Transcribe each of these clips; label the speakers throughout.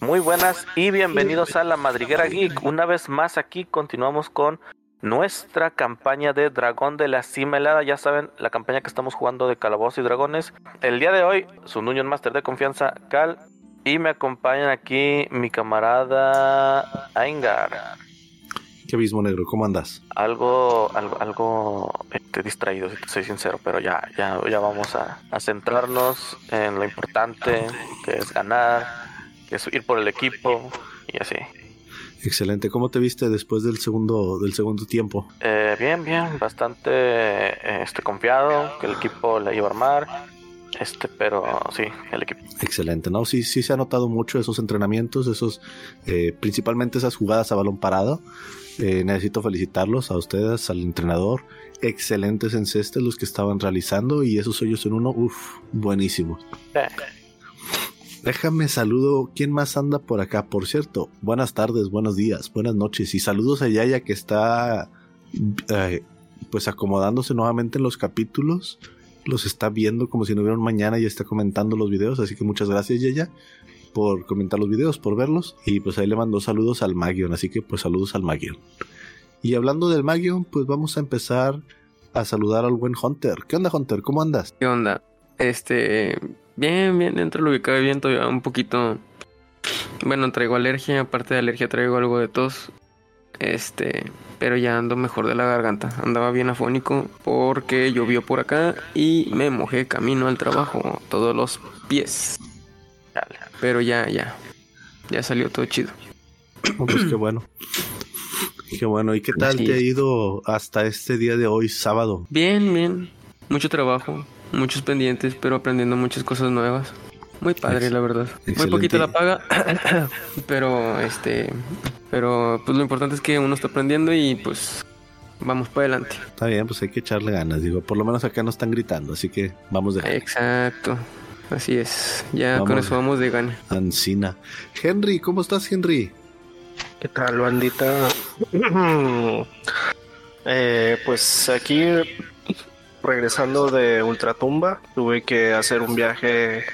Speaker 1: Muy buenas y bienvenidos a la Madriguera Geek. Una vez más aquí continuamos con nuestra campaña de Dragón de la Cima Helada. Ya saben, la campaña que estamos jugando de Calabozos y Dragones. El día de hoy, su Nuño Master de confianza, Cal. Y me acompañan aquí mi camarada Aingar.
Speaker 2: ¿Qué abismo negro? ¿Cómo andas?
Speaker 1: Algo, algo, algo este, distraído, si te soy sincero, pero ya, ya, ya vamos a, a centrarnos en lo importante, que es ganar, que es ir por el equipo y así.
Speaker 2: Excelente. ¿Cómo te viste después del segundo, del segundo tiempo?
Speaker 1: Eh, bien, bien, bastante eh, este, confiado que el equipo le iba a armar. Este, pero sí, el equipo.
Speaker 2: Excelente, ¿no? Sí, sí se ha notado mucho esos entrenamientos, esos, eh, principalmente esas jugadas a balón parado. Eh, necesito felicitarlos a ustedes, al entrenador. Excelentes encestes los que estaban realizando y esos hoyos en uno, uff, buenísimo.
Speaker 1: Eh,
Speaker 2: Déjame saludo. ¿Quién más anda por acá? Por cierto, buenas tardes, buenos días, buenas noches y saludos a Yaya que está eh, pues acomodándose nuevamente en los capítulos. Los está viendo como si no hubiera un mañana y está comentando los videos. Así que muchas gracias, Yaya, por comentar los videos, por verlos. Y pues ahí le mandó saludos al Magion. Así que pues saludos al Magion. Y hablando del Magion, pues vamos a empezar a saludar al buen Hunter. ¿Qué onda, Hunter? ¿Cómo andas?
Speaker 3: ¿Qué onda? Este, bien, bien, dentro de lo que cabe bien, todavía un poquito. Bueno, traigo alergia, aparte de alergia traigo algo de tos. Este, pero ya ando mejor de la garganta. Andaba bien afónico porque llovió por acá y me mojé camino al trabajo, todos los pies.
Speaker 1: chale.
Speaker 3: Pero ya, ya, ya salió todo chido.
Speaker 2: No, pues qué bueno. Pues Qué bueno. ¿Y qué tal
Speaker 3: Sí.
Speaker 2: te ha ido hasta este día de hoy, sábado?
Speaker 3: Bien, bien, mucho trabajo, muchos pendientes, pero aprendiendo muchas cosas nuevas. Muy padre,
Speaker 2: Ex-
Speaker 3: la verdad. Muy poquito la paga, pero este, pero pues lo importante es que uno está aprendiendo y pues vamos para adelante.
Speaker 2: Está bien, pues hay que echarle ganas. Digo, por lo menos acá no están gritando, así que vamos de
Speaker 3: Exacto, así es. Ya con
Speaker 2: Vamos.
Speaker 3: eso vamos de gana.
Speaker 2: Ancina. Henry, ¿cómo estás, Henry?
Speaker 4: ¿Qué tal, bandita? Eh, pues aquí, regresando de Ultratumba, tuve que hacer un viaje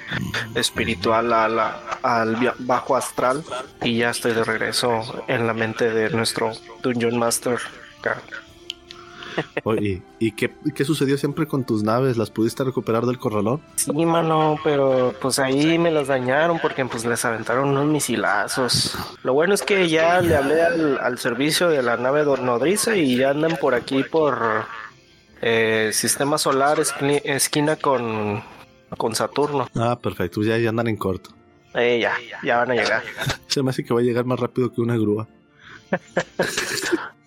Speaker 4: espiritual a la- al via- bajo astral y ya estoy de regreso en la mente de nuestro Dungeon Master. acá.
Speaker 2: Oye, ¿y qué, qué sucedió siempre con tus naves? ¿Las pudiste recuperar del corralón?
Speaker 4: Sí, mano, pero pues ahí me las dañaron porque pues les aventaron unos misilazos. Lo bueno es que ya le hablé al, al servicio de la nave do- nodriza y ya andan por aquí por eh, Sistema Solar, esqui- esquina con, con Saturno.
Speaker 2: Ah, perfecto, ya, ya andan en corto.
Speaker 4: Eh, ya, ya van a llegar.
Speaker 2: Se me hace que va a llegar más rápido que una grúa.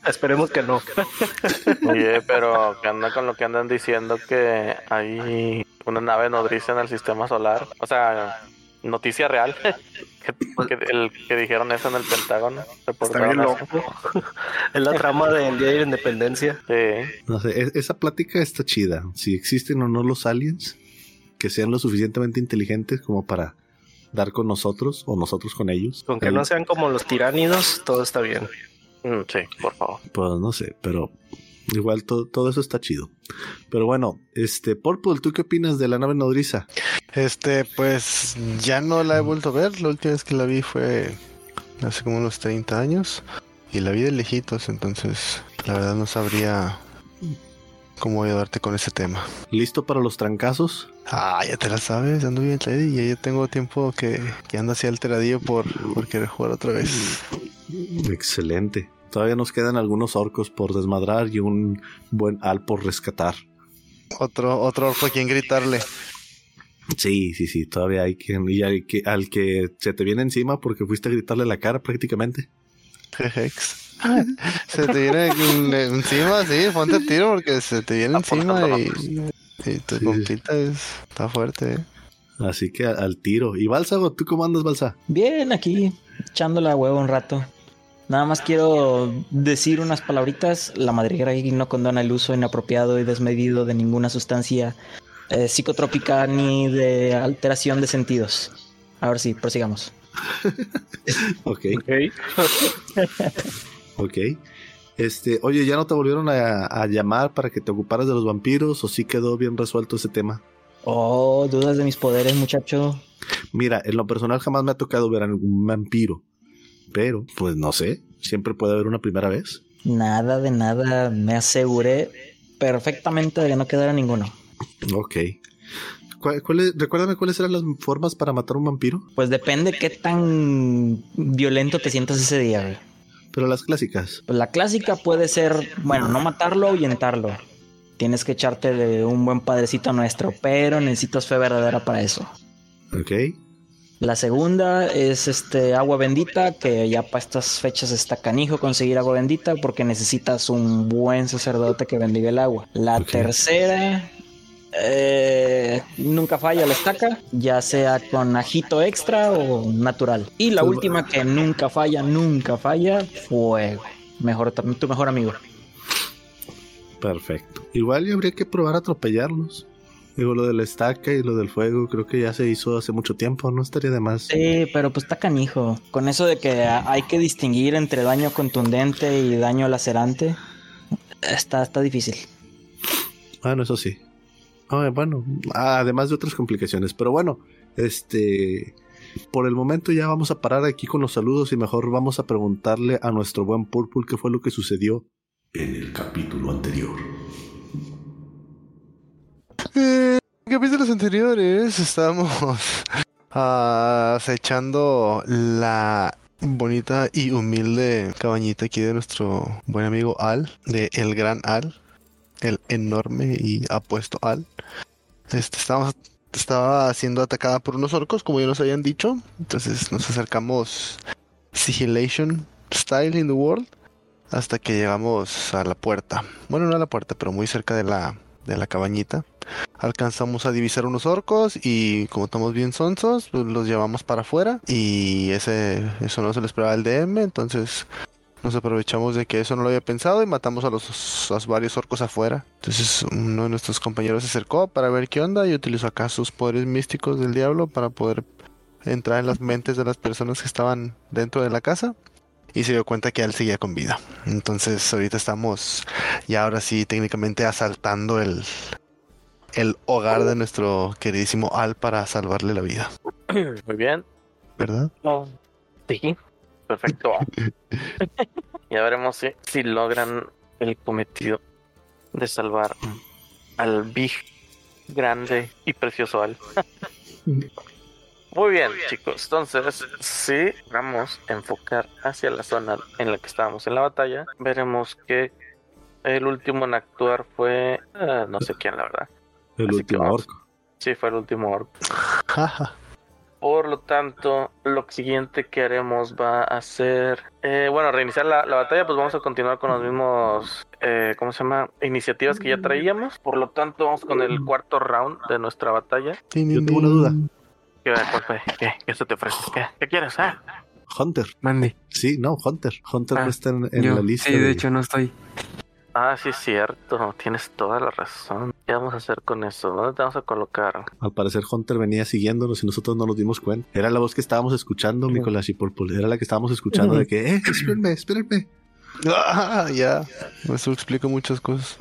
Speaker 4: Esperemos que no.
Speaker 1: Oye, pero ¿qué anda con lo que andan diciendo que hay una nave nodriza en el sistema solar? O sea, noticia real. que, que el, que dijeron eso en el Pentágono.
Speaker 4: Está bien
Speaker 1: Reportaron eso.
Speaker 4: loco. Es la trama del Día de la Independencia.
Speaker 1: Sí.
Speaker 2: No sé, es- esa plática está chida. Si existen o no los aliens, que sean lo suficientemente inteligentes como para dar con nosotros o nosotros con ellos.
Speaker 4: Con que
Speaker 2: Ahí-
Speaker 4: no sean como los tiránidos, todo está bien.
Speaker 1: Mm, sí, por favor.
Speaker 2: Pues no sé, pero igual to- todo eso está chido. Pero bueno, este, Purple, ¿tú qué opinas de la nave nodriza?
Speaker 5: Este, pues ya no la he vuelto a ver. La última vez que la vi fue hace como unos 30 años y la vi de lejitos, entonces la verdad no sabría cómo ayudarte con ese tema.
Speaker 2: ¿Listo para los trancazos?
Speaker 5: Ah, ya te la sabes, ando bien Lady, y ya tengo tiempo que, que ando así alteradillo por, por querer jugar otra vez.
Speaker 2: Excelente. Todavía nos quedan algunos orcos por desmadrar y un buen al por rescatar.
Speaker 5: Otro, otro orco a quien gritarle.
Speaker 2: Sí, sí, sí, todavía hay quien, y al que, al que se te viene encima porque fuiste a gritarle la cara prácticamente.
Speaker 5: Jejex. se te viene en- encima, sí, ponte el tiro porque se te viene encima y, y tu
Speaker 2: Sí.
Speaker 5: compita es- está fuerte, eh.
Speaker 2: Así que a- al tiro. Y Bálsago, ¿tú cómo andas, Balsa?
Speaker 6: Bien, aquí echándola a huevo un rato. Nada más quiero decir unas palabritas. La madriguera Geek no condona el uso inapropiado y desmedido de ninguna sustancia eh, psicotrópica ni de alteración de sentidos. Ahora sí, prosigamos.
Speaker 2: Ok, ok. Este, oye, ¿ya no te volvieron a, a llamar para que te ocuparas de los vampiros o sí quedó bien resuelto ese tema?
Speaker 6: Oh, dudas de mis poderes, muchacho.
Speaker 2: Mira, en lo personal jamás me ha tocado ver a algún vampiro, pero pues no sé, siempre puede haber una primera vez.
Speaker 6: Nada de nada, me aseguré perfectamente de que no quedara ninguno.
Speaker 2: Ok. ¿Cuál, cuál es- recuérdame cuáles eran las formas para matar a un vampiro,
Speaker 6: Pues depende qué tan violento te sientas ese día, güey.
Speaker 2: pero las clásicas.
Speaker 6: Pues la clásica puede ser, bueno, no matarlo, ahuyentarlo. Tienes que echarte de un buen padrecito nuestro, pero necesitas fe verdadera para eso.
Speaker 2: Ok.
Speaker 6: La segunda es este agua bendita, que ya para estas fechas está canijo conseguir agua bendita porque necesitas un buen sacerdote que bendiga el agua. La
Speaker 2: Ok.
Speaker 6: tercera eh, nunca falla la estaca, ya sea con ajito extra o natural. Y la
Speaker 2: Pues,
Speaker 6: última que nunca falla, nunca falla, fuego. Mejor tam- tu mejor amigo.
Speaker 2: Perfecto. Igual y habría que probar a atropellarlos. Digo, lo de la estaca y lo del fuego, creo que ya se hizo hace mucho tiempo, no estaría de más.
Speaker 6: Sí, pero pues está canijo. Con eso de que a- hay que distinguir entre daño contundente y daño lacerante, está, está difícil.
Speaker 2: Bueno, eso sí. Ah, bueno, además de otras complicaciones. Pero bueno, este. Por el momento ya vamos a parar aquí con los saludos y mejor vamos a preguntarle a nuestro buen Purple qué fue lo que sucedió.
Speaker 7: en el capítulo anterior.
Speaker 5: Eh, en capítulos anteriores estábamos ah, acechando la bonita y humilde cabañita aquí de nuestro buen amigo Al, de el gran Al, el enorme y apuesto Al. Este, estábamos- estaba siendo atacada por unos orcos, como ya nos habían dicho. Entonces nos acercamos Sigilation Style in the World hasta que llegamos a la puerta. Bueno, no a la puerta, pero muy cerca de la, de la cabañita alcanzamos a divisar unos orcos y como estamos bien sonsos, pues, los llevamos para afuera y ese eso no se lo esperaba el DM, entonces nos aprovechamos de que eso no lo había pensado y matamos a los a varios orcos afuera. Entonces uno de nuestros compañeros se acercó para ver qué onda y utilizó acá sus poderes místicos del diablo para poder entrar en las mentes de las personas que estaban dentro de la casa y se dio cuenta que él seguía con vida. Entonces ahorita estamos ya ahora sí técnicamente asaltando el, el hogar de nuestro queridísimo Al para salvarle la vida,
Speaker 1: Muy bien.
Speaker 5: ¿verdad?
Speaker 1: Sí. Perfecto. ya veremos si, si logran el cometido de salvar al big, grande y precioso Al. Muy bien, chicos. Entonces, si vamos a enfocar hacia la zona en la que estábamos en la batalla, veremos que el último en actuar fue ah, no sé quién, la verdad.
Speaker 2: El
Speaker 1: Así
Speaker 2: último
Speaker 1: que vamos.
Speaker 2: orco.
Speaker 1: Sí, fue el último orco.
Speaker 5: Jaja.
Speaker 1: Por lo tanto, lo siguiente que haremos va a ser. eh, bueno, reiniciar la, la batalla, pues vamos a continuar con los mismos. eh, ¿Cómo se llama? Iniciativas que ya traíamos. Por lo tanto, vamos con el cuarto round de nuestra batalla.
Speaker 2: Yo tengo una duda.
Speaker 1: ¿Qué, cuál fue? ¿Qué, qué se te ofrece? ¿Qué, qué quieres? Ah,
Speaker 2: Hunter.
Speaker 3: Mande.
Speaker 2: Sí, no, Hunter. Hunter
Speaker 3: Ah,
Speaker 2: no está en, en
Speaker 3: Yo-
Speaker 2: la lista.
Speaker 3: sí, de
Speaker 2: de-
Speaker 3: hecho no estoy.
Speaker 1: Ah, sí, es cierto. Tienes toda la razón. ¿Qué vamos a hacer con eso? ¿Dónde te vamos a colocar?
Speaker 2: Al parecer Hunter venía siguiéndonos y nosotros no nos dimos cuenta. Era la voz que estábamos escuchando, Nicolás y Purple. Era la que estábamos escuchando de que, eh, espérenme, espérenme.
Speaker 5: Ah, ya. Eso explica muchas cosas.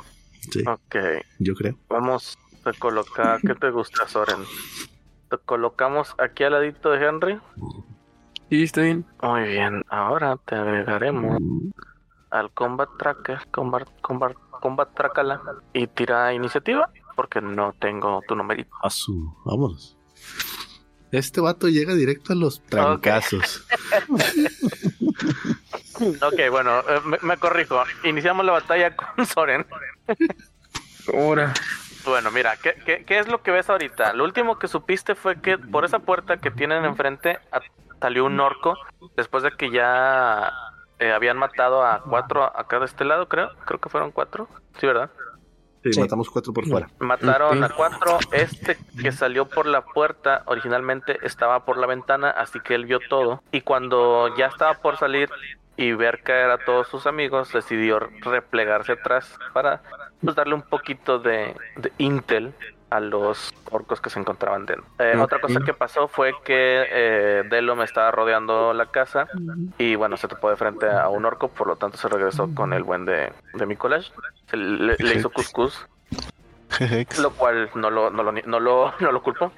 Speaker 2: Sí,
Speaker 1: Ok.
Speaker 2: yo creo.
Speaker 1: Vamos a colocar. ¿Qué te gusta, Soren? Te colocamos aquí al ladito de Henry.
Speaker 3: Sí, estoy bien.
Speaker 1: Muy bien, ahora te agregaremos
Speaker 2: Mm,
Speaker 1: al Combat Tracker, Combat, combat, combat Tracala, y tira iniciativa, porque no tengo tu numerito.
Speaker 2: A su, vámonos. Este vato llega directo a los trancazos.
Speaker 1: Ok, bueno, eh, me, me corrijo. Iniciamos la batalla con Soren.
Speaker 3: Ahora.
Speaker 1: Bueno, mira, ¿qué, qué, qué es lo que ves ahorita? Lo último que supiste fue que por esa puerta que tienen enfrente a- salió un orco después de que ya eh, habían matado a cuatro acá de este lado, creo. Creo que fueron cuatro. Sí, ¿verdad?
Speaker 2: Sí,
Speaker 6: Sí.
Speaker 2: matamos cuatro por fuera.
Speaker 1: Mataron
Speaker 3: Ok.
Speaker 1: a cuatro. Este que salió por la puerta originalmente estaba por la ventana, así que él vio todo. Y cuando ya estaba por salir y ver caer a todos sus amigos, decidió replegarse atrás para pues, darle un poquito de, de intel a los orcos que se encontraban dentro. Eh,
Speaker 3: Ok.
Speaker 1: Otra cosa que pasó fue que eh, Delo me estaba rodeando la casa y bueno, se topó de frente a un orco, por lo tanto se regresó con el buen de, de mi collage. Se le- le hizo cuscús
Speaker 5: Jejex.
Speaker 1: lo cual no lo, no lo, ni- no lo, no lo culpo.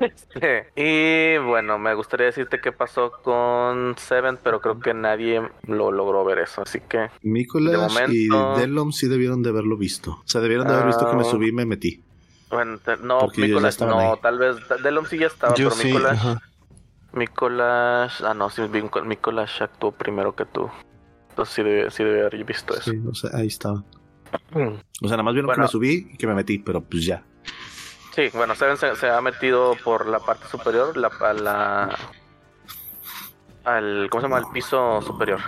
Speaker 1: Este, y bueno, me gustaría decirte qué pasó con Seven, pero creo que nadie lo logró ver eso, así que
Speaker 2: Nicolás
Speaker 1: De
Speaker 2: y
Speaker 1: momento-
Speaker 2: Delom sí debieron de haberlo visto. O sea, debieron de haber visto que me
Speaker 1: Ah.
Speaker 2: subí y me metí.
Speaker 1: bueno, te- no,
Speaker 2: Porque ellos ya
Speaker 1: Nicolás
Speaker 2: estaban
Speaker 1: no,
Speaker 2: ahí.
Speaker 1: tal vez Delom sí ya estaba,
Speaker 5: Yo
Speaker 1: pero
Speaker 5: sí,
Speaker 1: Nicolás,
Speaker 5: ajá.
Speaker 1: Nicolás, ah no, sí Nico- Nicolás actuó primero que tú. Entonces sí debe, sí debe haber visto eso.
Speaker 2: Sí, o sea, ahí estaba.
Speaker 1: Mm.
Speaker 2: O sea, nada más vieron que
Speaker 1: Bueno.
Speaker 2: me subí y que me metí, pero pues ya.
Speaker 1: Sí, bueno, Seven se, se ha metido por la parte superior, la, a la- al, ¿cómo se llama? Al piso superior.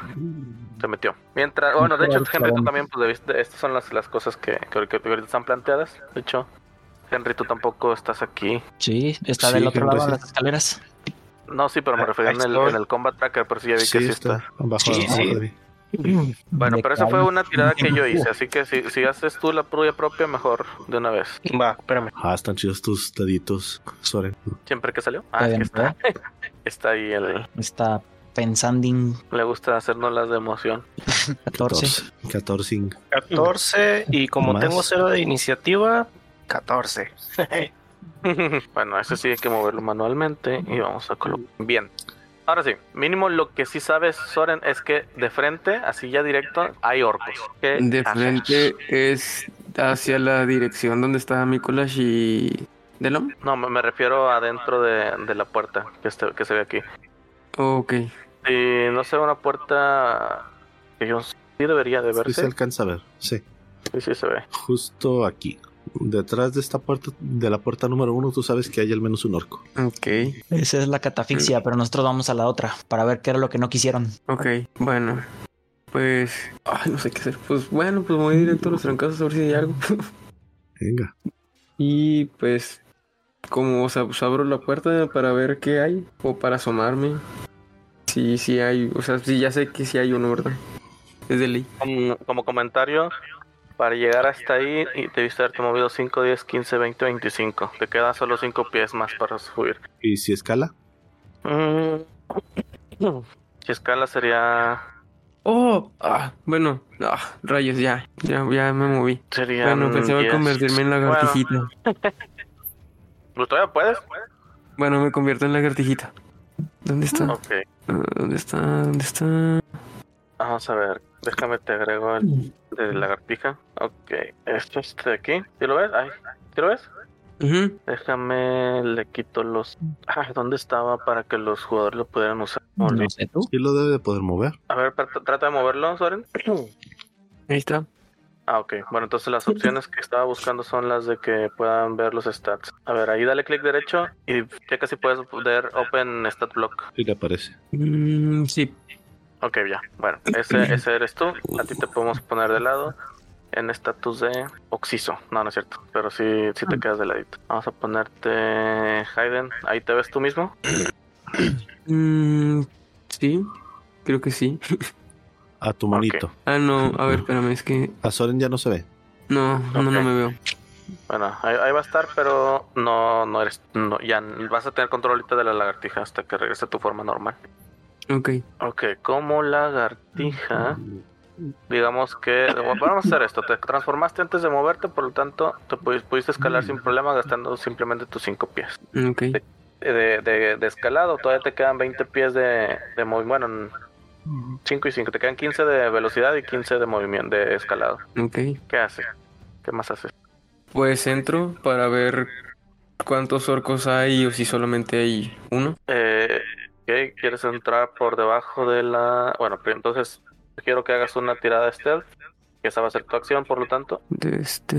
Speaker 1: Se metió. Mientras, bueno, de hecho, Henry, tú también, pues, debiste- estas son las, las cosas que, que, ahor- que ahorita están planteadas. De hecho, Henry, tú tampoco estás aquí.
Speaker 6: Sí, está
Speaker 2: Sí,
Speaker 6: del otro
Speaker 2: Henry,
Speaker 6: lado
Speaker 2: sí.
Speaker 6: de las escaleras.
Speaker 1: No, sí, pero me
Speaker 5: Ah,
Speaker 1: refería
Speaker 5: ahí
Speaker 1: en el,
Speaker 5: estoy.
Speaker 1: en el combat tracker, pero sí ya vi que sí está.
Speaker 2: abajo
Speaker 4: Sí,
Speaker 2: de la
Speaker 4: sí.
Speaker 2: madre.
Speaker 1: Bueno,
Speaker 6: De
Speaker 1: pero esa fue
Speaker 6: cara.
Speaker 1: una tirada que yo hice, así que si, si haces tú la prueba propia, mejor de una vez.
Speaker 4: Va, espérame.
Speaker 2: Ah, están chidos tus deditos, Soren.
Speaker 1: Siempre que salió. Ah,
Speaker 6: Está
Speaker 1: es
Speaker 6: bien,
Speaker 1: que está, está ahí, el,
Speaker 6: Está pensando en
Speaker 1: le gusta hacernos las de emoción.
Speaker 6: 14.
Speaker 2: 14.
Speaker 4: 14 y como
Speaker 2: Más.
Speaker 4: tengo cero de iniciativa, 14.
Speaker 1: bueno, eso sí hay que moverlo manualmente y vamos a colocar. Bien. Ahora sí, mínimo lo que sí sabes, Soren, es que de frente, así ya directo, hay orcos. ¿Qué
Speaker 3: De
Speaker 1: haces?
Speaker 3: frente es hacia la dirección donde está Nicolás y Delom.
Speaker 1: No, me, me refiero adentro de, de la puerta que, este- que se ve aquí.
Speaker 3: Ok.
Speaker 1: Y no sé, una puerta que yo sí debería de
Speaker 2: Sí
Speaker 1: verse.
Speaker 2: se alcanza a ver. Sí.
Speaker 1: Sí, sí se ve.
Speaker 2: Justo aquí. Detrás de esta puerta, de la puerta número uno, tú sabes que hay al menos un orco.
Speaker 3: Ok.
Speaker 6: Esa es la catafixia, pero nosotros vamos a la otra para ver qué era lo que no quisieron.
Speaker 3: Ok. Bueno. Pues. Ay, no sé qué hacer. Pues bueno, pues voy directo a los trancazos a ver si hay algo.
Speaker 2: Venga.
Speaker 3: Y pues, como o sea, pues abro la puerta para ver qué hay o para asomarme. Sí, sí hay, o sea, sí ya sé que sí hay uno, ¿verdad? Es de ley.
Speaker 1: Como, como comentario, para llegar hasta ahí y debiste haberte movido 5, 10, 15, 20, 25. Te quedan solo 5 pies más para subir.
Speaker 2: ¿Y si escala?
Speaker 1: Mm. Si escala sería.
Speaker 3: Oh, ah, bueno, ah, rayos, ya, ya, ya me moví.
Speaker 1: sería
Speaker 3: Bueno, pensaba convertirme en lagartijita. Bueno.
Speaker 1: ¿Todavía puedes?
Speaker 3: me convierto en lagartijita. ¿Dónde está?
Speaker 1: Ok,
Speaker 3: Ah, ¿Dónde está? ¿Dónde está?
Speaker 1: vamos a ver. Déjame te agrego el de lagartija. Ok, esto es de aquí. ¿Sí lo ves? Ay, ¿sí lo ves?
Speaker 3: Ujú.
Speaker 1: Déjame le quito los. Ay, ¿dónde estaba para que los jugadores lo pudieran usar?
Speaker 6: No sé tú.
Speaker 2: Sí lo debe de poder mover.
Speaker 1: A ver, tra- trata de moverlo, Soren.
Speaker 3: Ahí está.
Speaker 1: Ah, ok. Bueno, entonces las opciones que estaba buscando son las de que puedan ver los stats. A ver, ahí dale clic derecho y checa si puedes ver Open Stat Block.
Speaker 2: Y le aparece.
Speaker 3: Mm, sí.
Speaker 1: Ok, ya. Bueno, ese, ese eres tú. A ti te podemos poner de lado en estatus de Oxiso. No, no es cierto. Pero sí, sí te quedas de ladito. Vamos a ponerte Hayden. Ahí te ves tú mismo.
Speaker 3: Mm, sí. Creo que sí.
Speaker 2: A tu manito.
Speaker 3: Ah, no, a ver, espérame, es que.
Speaker 2: A Soren ya no se ve.
Speaker 3: No, no, no
Speaker 1: Ok.
Speaker 3: me veo.
Speaker 1: Bueno, ahí, ahí va a estar, pero no, no eres. No, ya vas a tener control ahorita de la lagartija hasta que regrese a tu forma normal.
Speaker 3: Ok.
Speaker 1: Ok, como lagartija, digamos que bueno, vamos a hacer esto. Te transformaste antes de moverte, por lo tanto, te pudi- pudiste escalar sin problema gastando simplemente tus cinco pies.
Speaker 3: Ok.
Speaker 1: Eh, De, de- de escalado, todavía te quedan 20 pies de, de movimiento. Bueno, 5 y 5, te quedan 15 de velocidad y 15 de movimiento, de escalado.
Speaker 3: Ok.
Speaker 1: ¿Qué haces? ¿Qué más haces?
Speaker 3: Pues entro para ver cuántos orcos hay o si solamente hay uno.
Speaker 1: Eh, ok, ¿Quieres entrar por debajo de la...? Bueno, pero entonces quiero que hagas una tirada de stealth, que esa va a ser tu acción, por lo tanto.
Speaker 3: De este.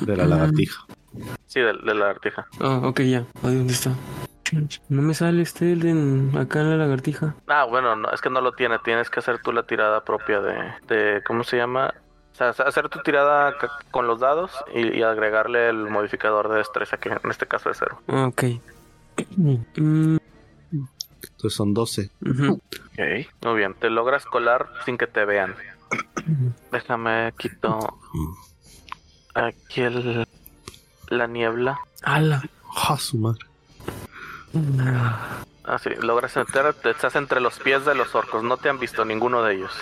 Speaker 2: De la
Speaker 3: Mm.
Speaker 2: lagartija.
Speaker 1: Sí, de, de la lagartija.
Speaker 3: Ah, ok, ya. Ay, ¿dónde está? No me sale este el en- acá en la lagartija.
Speaker 1: Ah, bueno, no, es que no lo tiene. Tienes que hacer tú la tirada propia de, de ¿cómo se llama? O sea, hacer- hacer tu tirada ca- con los dados y, y agregarle el modificador de destreza, que en este caso es cero.
Speaker 3: Ah, Ok. Mm,
Speaker 2: Entonces son 12.
Speaker 3: ujú.
Speaker 1: Ok. Muy bien, te logras colar sin que te vean. Déjame quito aquí el, la niebla.
Speaker 3: ¡Hala!
Speaker 2: ¡Ja, su madre!
Speaker 1: Ah, sí, logras entrar, te estás entre los pies de los orcos. No te han visto ninguno de ellos.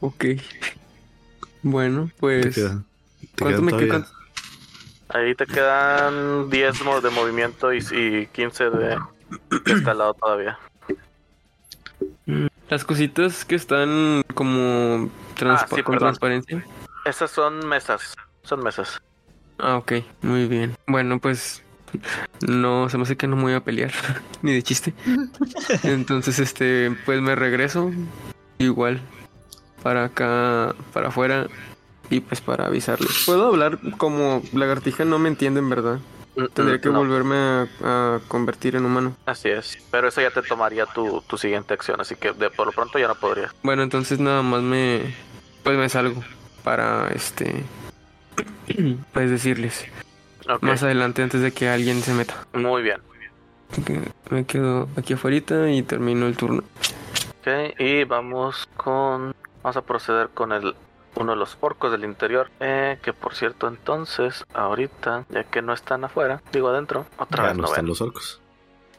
Speaker 3: Ok. pues, Bueno, pues.
Speaker 2: te queda. Te
Speaker 3: ¿Cuánto
Speaker 2: quedan
Speaker 3: me
Speaker 2: todavía
Speaker 3: queda?
Speaker 1: Ahí te quedan 10 mo- de movimiento y, y 15 de de escalado todavía.
Speaker 3: Las cositas que están como transpa-
Speaker 1: Ah, sí,
Speaker 3: con
Speaker 1: perdón.
Speaker 3: transparencia.
Speaker 1: Esas son mesas. Son mesas.
Speaker 3: Ah, ok, muy bien. Bueno, pues no, se me hace que no me voy a pelear, ni de chiste. Entonces, este, pues me regreso igual para acá, para afuera y pues para avisarles. Puedo hablar como lagartija, no me entienden, ¿verdad? Tendría que
Speaker 1: No,
Speaker 3: volverme a, a convertir en humano.
Speaker 1: Así es. Pero eso ya te tomaría tu, tu siguiente acción. Así que de, por lo pronto ya no podrías.
Speaker 3: Bueno, entonces nada más me, pues me salgo para este, pues decirles
Speaker 1: Ok,
Speaker 3: más adelante antes de que alguien se meta.
Speaker 1: Muy bien.
Speaker 3: que me quedo aquí afuera y termino el turno.
Speaker 1: Ok, y vamos con. Vamos a proceder con el uno de los orcos del interior. eh, que por cierto, entonces, ahorita, ya que no están afuera, digo adentro, otra
Speaker 2: Ya
Speaker 1: vez
Speaker 2: no
Speaker 1: no,
Speaker 2: están
Speaker 1: ven.
Speaker 2: los orcos.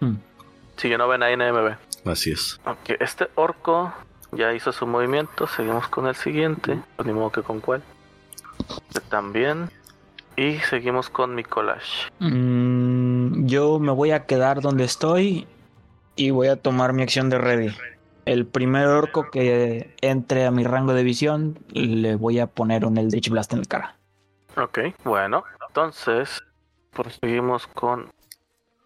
Speaker 6: Hmm.
Speaker 1: Si yo no ven, ahí nadie me ve.
Speaker 2: Así es.
Speaker 1: Ok, este orco ya hizo su movimiento. Seguimos con el siguiente. Pues Ni modo que con cuál. Este también. Y seguimos con mi collage.
Speaker 6: Mm, yo me voy a quedar donde estoy y voy a tomar mi acción de ready. El primer orco que entre a mi rango de visión, le voy a poner un Eldritch Blast en la cara.
Speaker 1: Ok, bueno. Entonces, proseguimos con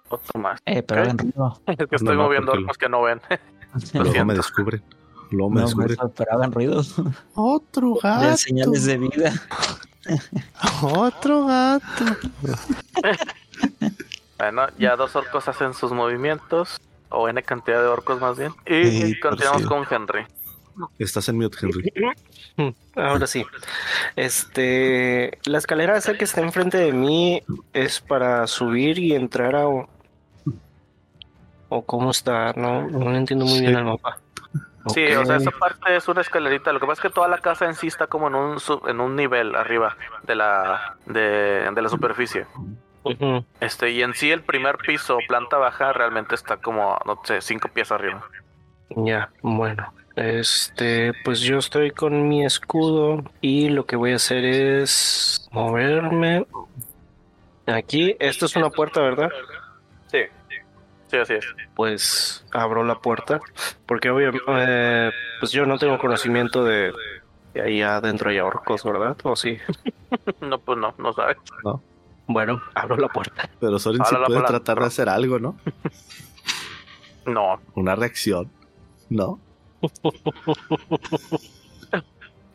Speaker 1: otro más.
Speaker 6: Eh, pero
Speaker 1: Ok.
Speaker 6: hagan ruido.
Speaker 1: Es que estoy
Speaker 2: No, no,
Speaker 1: moviendo
Speaker 2: porque
Speaker 1: orcos que no ven. Lo
Speaker 2: Luego me
Speaker 1: siento.
Speaker 2: descubren. Luego me
Speaker 6: No,
Speaker 2: descubren.
Speaker 6: eso, pero hagan ruido.
Speaker 5: Otro
Speaker 4: Ah,
Speaker 5: gato.
Speaker 6: Den señales de vida.
Speaker 5: Otro gato.
Speaker 1: Bueno, ya dos orcos hacen sus movimientos. O N cantidad de orcos más bien. Y
Speaker 5: Sí,
Speaker 1: continuamos
Speaker 5: por
Speaker 1: con Henry.
Speaker 2: Estás en mute, Henry.
Speaker 4: Ahora sí. Este, la escalera esa que está enfrente de mí es para subir y entrar a o, o cómo está, no, no entiendo muy bien
Speaker 5: Sí.
Speaker 4: el mapa.
Speaker 1: Sí, o sea, esa parte es una escalerita. Lo que pasa es que toda la casa en sí está como en un, sub- en un nivel arriba de la, de, de la superficie.
Speaker 4: Ujú.
Speaker 1: Este, y en sí el primer piso, planta baja, realmente está como, no sé, cinco pies arriba.
Speaker 4: Ya, bueno. Este, pues yo estoy con mi escudo y lo que voy a hacer es moverme aquí. Esto es una puerta, ¿verdad?
Speaker 1: Sí. Sí, así es.
Speaker 4: Pues abro la puerta porque obviamente, pues yo no tengo conocimiento de, de ahí adentro hay orcos, ¿verdad? O sí.
Speaker 1: No, pues no, no sabes.
Speaker 4: Bueno, abro la puerta.
Speaker 2: Pero Soren sí
Speaker 1: Ahora la
Speaker 2: puede
Speaker 1: palabra.
Speaker 2: tratar de hacer algo, ¿no?
Speaker 1: No.
Speaker 2: Una reacción. ¿No?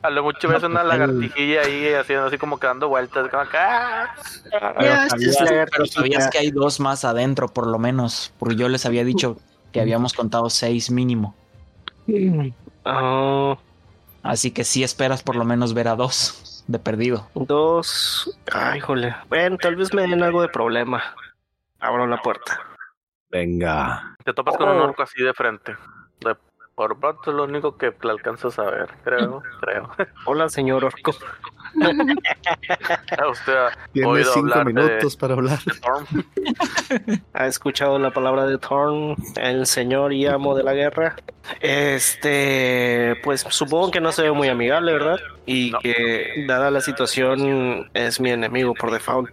Speaker 1: A lo mucho ves una lagartijilla ahí haciendo así como que dando vueltas. Como que, ¡ah!
Speaker 6: Pero,
Speaker 4: Ya,
Speaker 6: sabías,
Speaker 4: sí, sí.
Speaker 6: pero sabías que hay dos más adentro, por lo menos. Porque yo les había dicho que habíamos contado seis mínimo.
Speaker 4: Ah,
Speaker 6: Así que sí esperas por lo menos ver a dos de perdido.
Speaker 4: dos. Ay, jole. Bueno, tal vez me den algo de problema. Abro la puerta.
Speaker 2: Venga.
Speaker 1: Te topas con un
Speaker 4: Oh.
Speaker 1: orco así de frente. De- por pronto es lo único que le alcanzas a ver, creo, creo.
Speaker 4: Hola, señor orco.
Speaker 1: O sea,
Speaker 2: Tienes
Speaker 1: Oído
Speaker 2: cinco
Speaker 1: hablar de-
Speaker 2: minutos para hablar.
Speaker 4: ¿Ha escuchado la palabra de Thorn, el señor y amo de la guerra? Este, pues supongo que no se ve muy amigable, ¿verdad? Y
Speaker 1: No.
Speaker 4: que, dada la situación, es mi enemigo por default.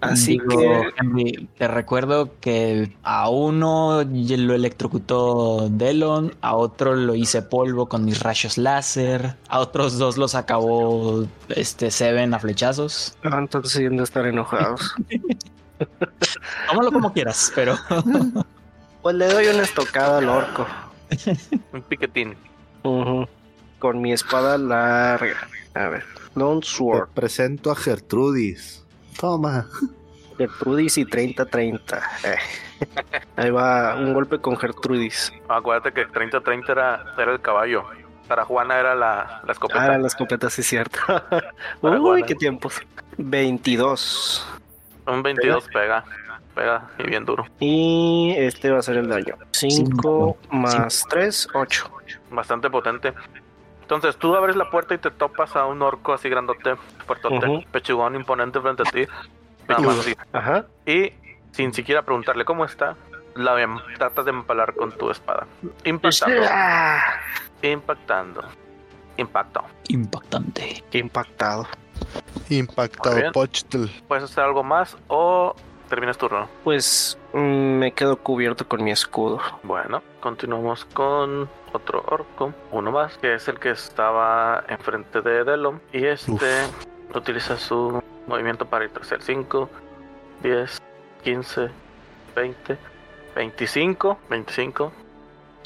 Speaker 4: Así
Speaker 6: Digo,
Speaker 4: que-
Speaker 6: Henry, te recuerdo que a uno ye- lo electrocutó Delon, a otro lo hice polvo con mis rayos láser, a otros dos los acabó este Seven a flechazos.
Speaker 4: Ah, Entonces, siguen de estar enojados.
Speaker 6: Tómalo como quieras, pero
Speaker 4: Pues le doy una estocada al orco
Speaker 1: un piquetín.
Speaker 4: Ujú. con mi espada larga. A ver, Long
Speaker 2: Te
Speaker 4: Sword,
Speaker 2: presento a Gertrudis. Toma.
Speaker 4: Gertrudis y 30-30. Eh. Ahí va un golpe con Gertrudis.
Speaker 1: Acuérdate que 30-30 era, era el caballo. Para Juana era la, la
Speaker 4: Ah,
Speaker 1: escopeta.
Speaker 4: las escopeta, sí, cierto.
Speaker 1: Para
Speaker 4: Uy,
Speaker 1: guardar.
Speaker 4: qué tiempos. 22.
Speaker 1: Un 22 pega. Pega y bien duro.
Speaker 4: Y este va a ser el daño. 5 más 3, 8.
Speaker 1: Bastante potente. Entonces tú abres la puerta y te topas a un orco así grandote, fuertote,
Speaker 4: Ujú. Ah,
Speaker 1: pechugón imponente frente a ti. Nada más así.
Speaker 4: Ajá.
Speaker 1: Y sin siquiera preguntarle cómo está, la em- tratas de empalar con tu espada. Impactando,
Speaker 4: Ah,
Speaker 1: impactando, impacto.
Speaker 6: impactante.
Speaker 4: qué impactado.
Speaker 1: Muy
Speaker 5: Impactado
Speaker 1: bien.
Speaker 5: Pochtl.
Speaker 1: ¿Puedes hacer algo más o terminas turno?
Speaker 4: Pues mm, me quedo cubierto con mi escudo.
Speaker 1: Bueno, continuamos con otro orco, uno más, que es el que estaba enfrente de Delom. Y este utiliza su movimiento para irse al 5, 10, 15, 20, 25, 25,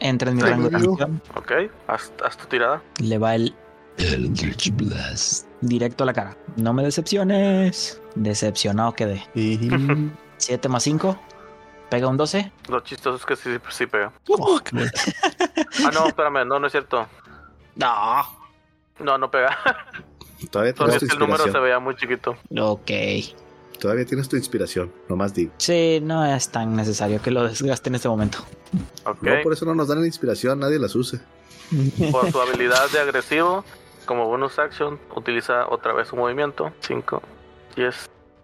Speaker 6: Entra en mi
Speaker 5: Ay,
Speaker 6: rango de
Speaker 5: amigo.
Speaker 6: acción.
Speaker 1: ok, haz, haz tu tirada.
Speaker 6: Le va el Eldritch Blast directo a la cara. No me decepciones. Decepcionado quedé.
Speaker 5: Y.
Speaker 6: 7 más 5. Pega un 12.
Speaker 1: Lo chistoso es que sí, sí, sí pega.
Speaker 5: Oh, qué bueno.
Speaker 1: Ah, no, espérame, no, no es cierto.
Speaker 6: No.
Speaker 1: No, no pega.
Speaker 2: Todavía
Speaker 1: Solo
Speaker 2: tienes
Speaker 1: es que
Speaker 2: tu
Speaker 1: el número se
Speaker 2: inspiración.
Speaker 1: veía muy chiquito.
Speaker 6: Ok.
Speaker 2: Todavía tienes tu inspiración, nomás digo.
Speaker 6: Sí, no es tan necesario que lo desgaste en este momento.
Speaker 1: Ok.
Speaker 2: No, por eso no nos dan la inspiración, nadie las usa.
Speaker 1: Por su habilidad de agresivo, como bonus action, utiliza otra vez un movimiento. 5, 10,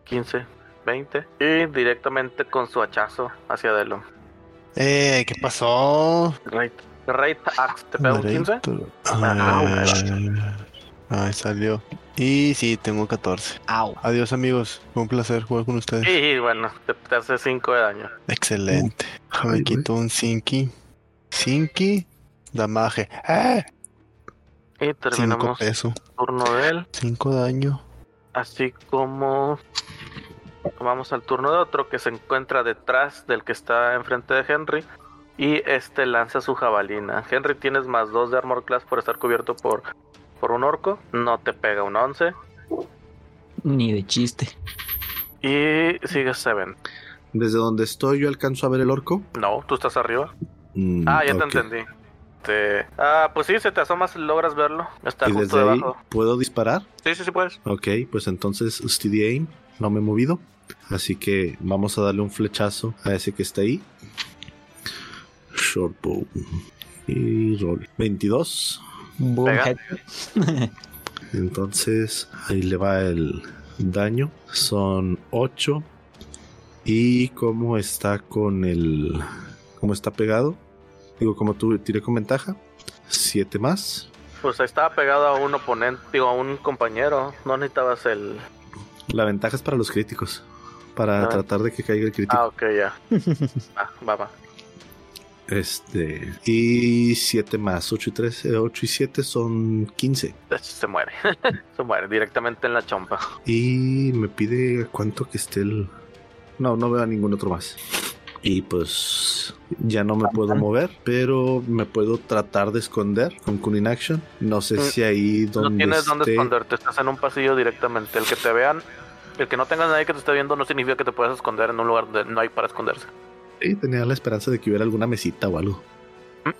Speaker 1: 15, 20. Y directamente con su hachazo hacia Delo.
Speaker 5: Eh, ¿qué pasó?
Speaker 1: Right, right axe, te pega un 15.
Speaker 5: Ah, Ay, Ah, salió. Y sí, tengo 14.
Speaker 6: Au.
Speaker 5: Adiós, amigos. Fue un placer jugar con ustedes.
Speaker 1: Y bueno, te, te hace 5 de daño.
Speaker 5: Excelente.
Speaker 2: Ay,
Speaker 5: Me
Speaker 2: güey.
Speaker 5: quito un Sinki. Sinki. Damaje. ¡Ah!
Speaker 1: Y
Speaker 5: 5
Speaker 1: terminamos el
Speaker 5: peso.
Speaker 1: turno de él.
Speaker 5: 5 daño.
Speaker 1: Así como vamos al turno de otro que se encuentra detrás del que está enfrente de Henry. Y este lanza su jabalina. Henry, tienes más 2 de armor class por estar cubierto por, por un orco. No te pega un 11.
Speaker 6: Ni de chiste.
Speaker 1: Y sigue Seven.
Speaker 2: Desde donde estoy, yo alcanzo a ver el orco.
Speaker 1: No, tú estás arriba.
Speaker 2: Mm,
Speaker 1: Ah, ya
Speaker 2: ok.
Speaker 1: te entendí. Te- Ah, pues sí, se te asomas, logras verlo. Está
Speaker 2: Y
Speaker 1: justo
Speaker 2: desde ahí,
Speaker 1: debajo.
Speaker 2: ¿puedo disparar?
Speaker 1: Sí, sí, sí puedes.
Speaker 2: Ok, pues entonces, steady aim, no me he movido. Así que vamos a darle un flechazo a ese que está ahí. Shortbow. Y roll. 22.
Speaker 6: Boom
Speaker 1: Pega.
Speaker 6: head.
Speaker 2: Entonces, ahí le va el daño. Son 8. Y como está con el. Como está pegado. Digo, como tú tiré con ventaja. 7 más.
Speaker 1: Pues ahí estaba pegado a un oponente, digo, a un compañero. No necesitabas el.
Speaker 2: La ventaja es para los críticos. Para
Speaker 1: Ah.
Speaker 2: tratar de que caiga el crítico.
Speaker 1: Ah, ok, ya. Ah, va, va.
Speaker 2: Este. Y 7 más. 8 y 3. 8 y 7 son 15.
Speaker 1: Se muere. se muere directamente en la chompa.
Speaker 2: Y me pide cuánto que esté el. No, no veo a ningún otro más. Y pues ya
Speaker 1: Ah,
Speaker 2: no me puedo mover, pero me puedo tratar de esconder con Kunin Action. No sé
Speaker 1: Mm.
Speaker 2: si ahí donde.
Speaker 1: no tienes dónde
Speaker 2: esté-
Speaker 1: esconderte, estás en un pasillo directamente. El que te vean, el que no tengas nadie que te esté viendo, no significa que te puedas esconder en un lugar donde no hay para esconderse.
Speaker 2: Sí, tenía la esperanza de que hubiera alguna mesita o algo.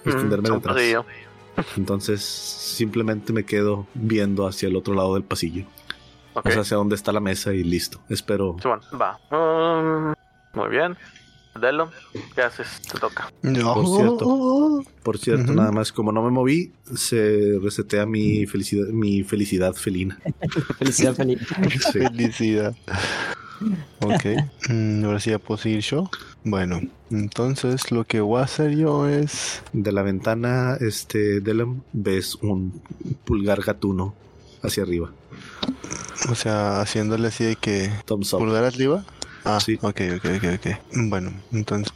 Speaker 2: Esconderme
Speaker 1: Es Mm, un
Speaker 2: detrás.
Speaker 1: pasillo.
Speaker 2: Entonces simplemente me quedo viendo hacia el otro lado del pasillo.
Speaker 1: Ok,
Speaker 2: O sea, hacia donde está la mesa y listo. Espero.
Speaker 1: Simón, va. Mm, muy bien. Delo, ¿qué haces? Te toca.
Speaker 5: Yo.
Speaker 2: Por cierto. Por cierto,
Speaker 5: Ujú.
Speaker 2: nada más, como no me moví, se resetea mi felicidad, mi felicidad felina.
Speaker 6: Felicidad feliz.
Speaker 2: Sí.
Speaker 5: Felicidad. Ok. Mm, ahora sí ya puedo seguir yo. Bueno, entonces lo que voy a hacer yo es.
Speaker 2: De la ventana, este, Delam, ves un pulgar gatuno hacia arriba.
Speaker 5: O sea, haciéndole así de que.
Speaker 2: Thumbs up.
Speaker 5: ¿Pulgar arriba? Ah,
Speaker 2: Sí.
Speaker 5: ok, ok, ok, ok. Bueno, entonces.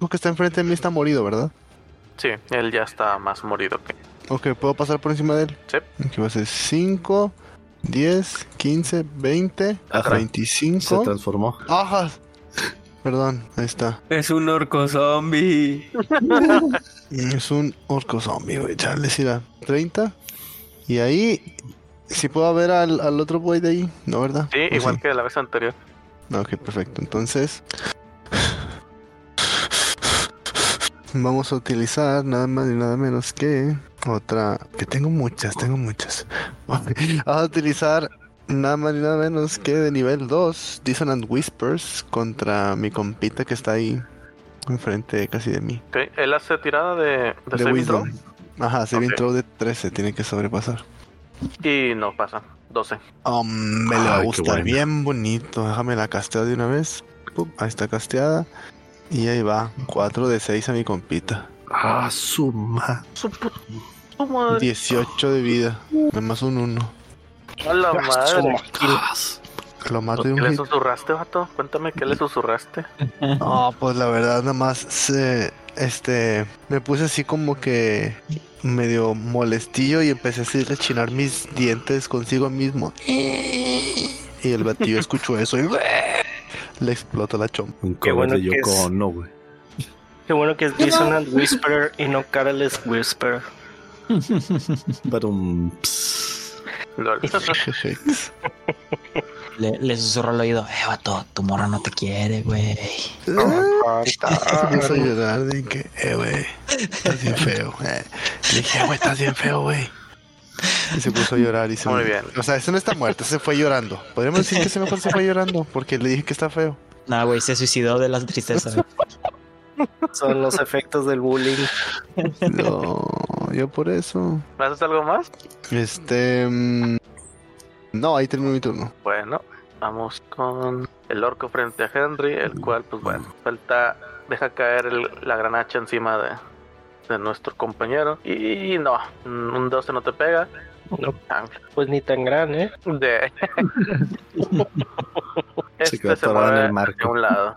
Speaker 5: Lo que está enfrente de mí está morido, ¿verdad?
Speaker 1: Sí, él ya está más morido que.
Speaker 5: Ok, ¿puedo pasar por encima de él?
Speaker 1: Sí.
Speaker 5: Ok, va a ser 5, 10, 15, 20,
Speaker 2: Ajá. Se
Speaker 5: 25.
Speaker 2: transformó.
Speaker 5: ¡Ajá! Perdón, ahí está.
Speaker 3: Es un orco zombie.
Speaker 5: Es un orco zombie, güey. Chale, sí, da. 30. Y ahí. Si puedo ver al, al otro güey de ahí, ¿no, verdad?
Speaker 2: Pues
Speaker 5: Pues
Speaker 1: Sí,
Speaker 5: ¿O
Speaker 1: igual que la vez anterior.
Speaker 5: Ah, Ok, perfecto. Entonces. Vamos a utilizar nada más y nada menos que otra. Que tengo muchas, tengo muchas. Vamos a utilizar nada más y nada menos que de nivel 2, Dissonant Whispers, contra mi compita que está ahí enfrente casi de mí.
Speaker 1: Ok, Él hace tirada de, de,
Speaker 5: De
Speaker 1: saving
Speaker 5: Wisdom.
Speaker 1: throw
Speaker 5: Ajá, se
Speaker 1: Ok.
Speaker 5: entró de 13, tiene que sobrepasar.
Speaker 1: y no pasa. 12.
Speaker 5: Um, me le va a
Speaker 2: Ay, qué
Speaker 5: gustar
Speaker 2: bueno.
Speaker 5: bien bonito. Déjame la casteo de una vez. Pum, ahí está casteada. Y ahí va. 4 de 6 a mi compita.
Speaker 2: Ah, su ma-
Speaker 1: Su put- su madre.
Speaker 5: 18 de vida. Nada más un 1.
Speaker 1: A la madre.
Speaker 5: Lo
Speaker 2: Ah,
Speaker 5: mato de
Speaker 1: ¿Qué
Speaker 5: un
Speaker 1: le
Speaker 5: hit.
Speaker 1: susurraste, vato? Cuéntame qué le susurraste.
Speaker 5: No, pues la verdad, nada más se- este, me puse así como que medio molestillo y empecé así a rechinar mis dientes consigo mismo. Y el batillo escuchó eso y le explotó la chompa.
Speaker 2: Un
Speaker 4: Qué
Speaker 2: cover
Speaker 4: bueno
Speaker 2: de
Speaker 4: que
Speaker 2: Yoko
Speaker 4: es.
Speaker 2: Ono, güey.
Speaker 4: Qué bueno que es Dissonant Whisperer y no Careless Whisperer.
Speaker 2: Pero un... pss.
Speaker 1: Lol.
Speaker 6: Le, le susurró al oído, eh, vato, tu morra no te quiere, güey.
Speaker 1: Ah,
Speaker 5: Me hizo llorar, dije, eh, güey, estás bien feo. eh. Le dije, "Eh, güey, estás bien feo, güey. Y se puso a llorar y se
Speaker 1: Muy bien.
Speaker 5: O sea, ese no está muerto, se fue llorando. Podríamos decir que ese mejor se fue llorando porque le dije que está feo.
Speaker 6: No, güey, se suicidó de la tristeza. güey.
Speaker 4: Son los efectos del bullying.
Speaker 5: No, yo por eso.
Speaker 1: ¿No haces algo más?
Speaker 5: Este. mm, No, ahí terminó mi turno.
Speaker 1: Bueno, vamos con el orco frente a Henry, el cual, pues bueno, falta, deja caer el- la gran hacha encima de, de nuestro compañero. Y no, un 12 no te pega.
Speaker 4: No,
Speaker 1: Ah,
Speaker 4: pues ni tan gran, ¿eh?
Speaker 1: De...
Speaker 2: Se quedó
Speaker 1: este se
Speaker 2: atorado en
Speaker 1: mueve
Speaker 2: el marco.
Speaker 1: hacia un lado.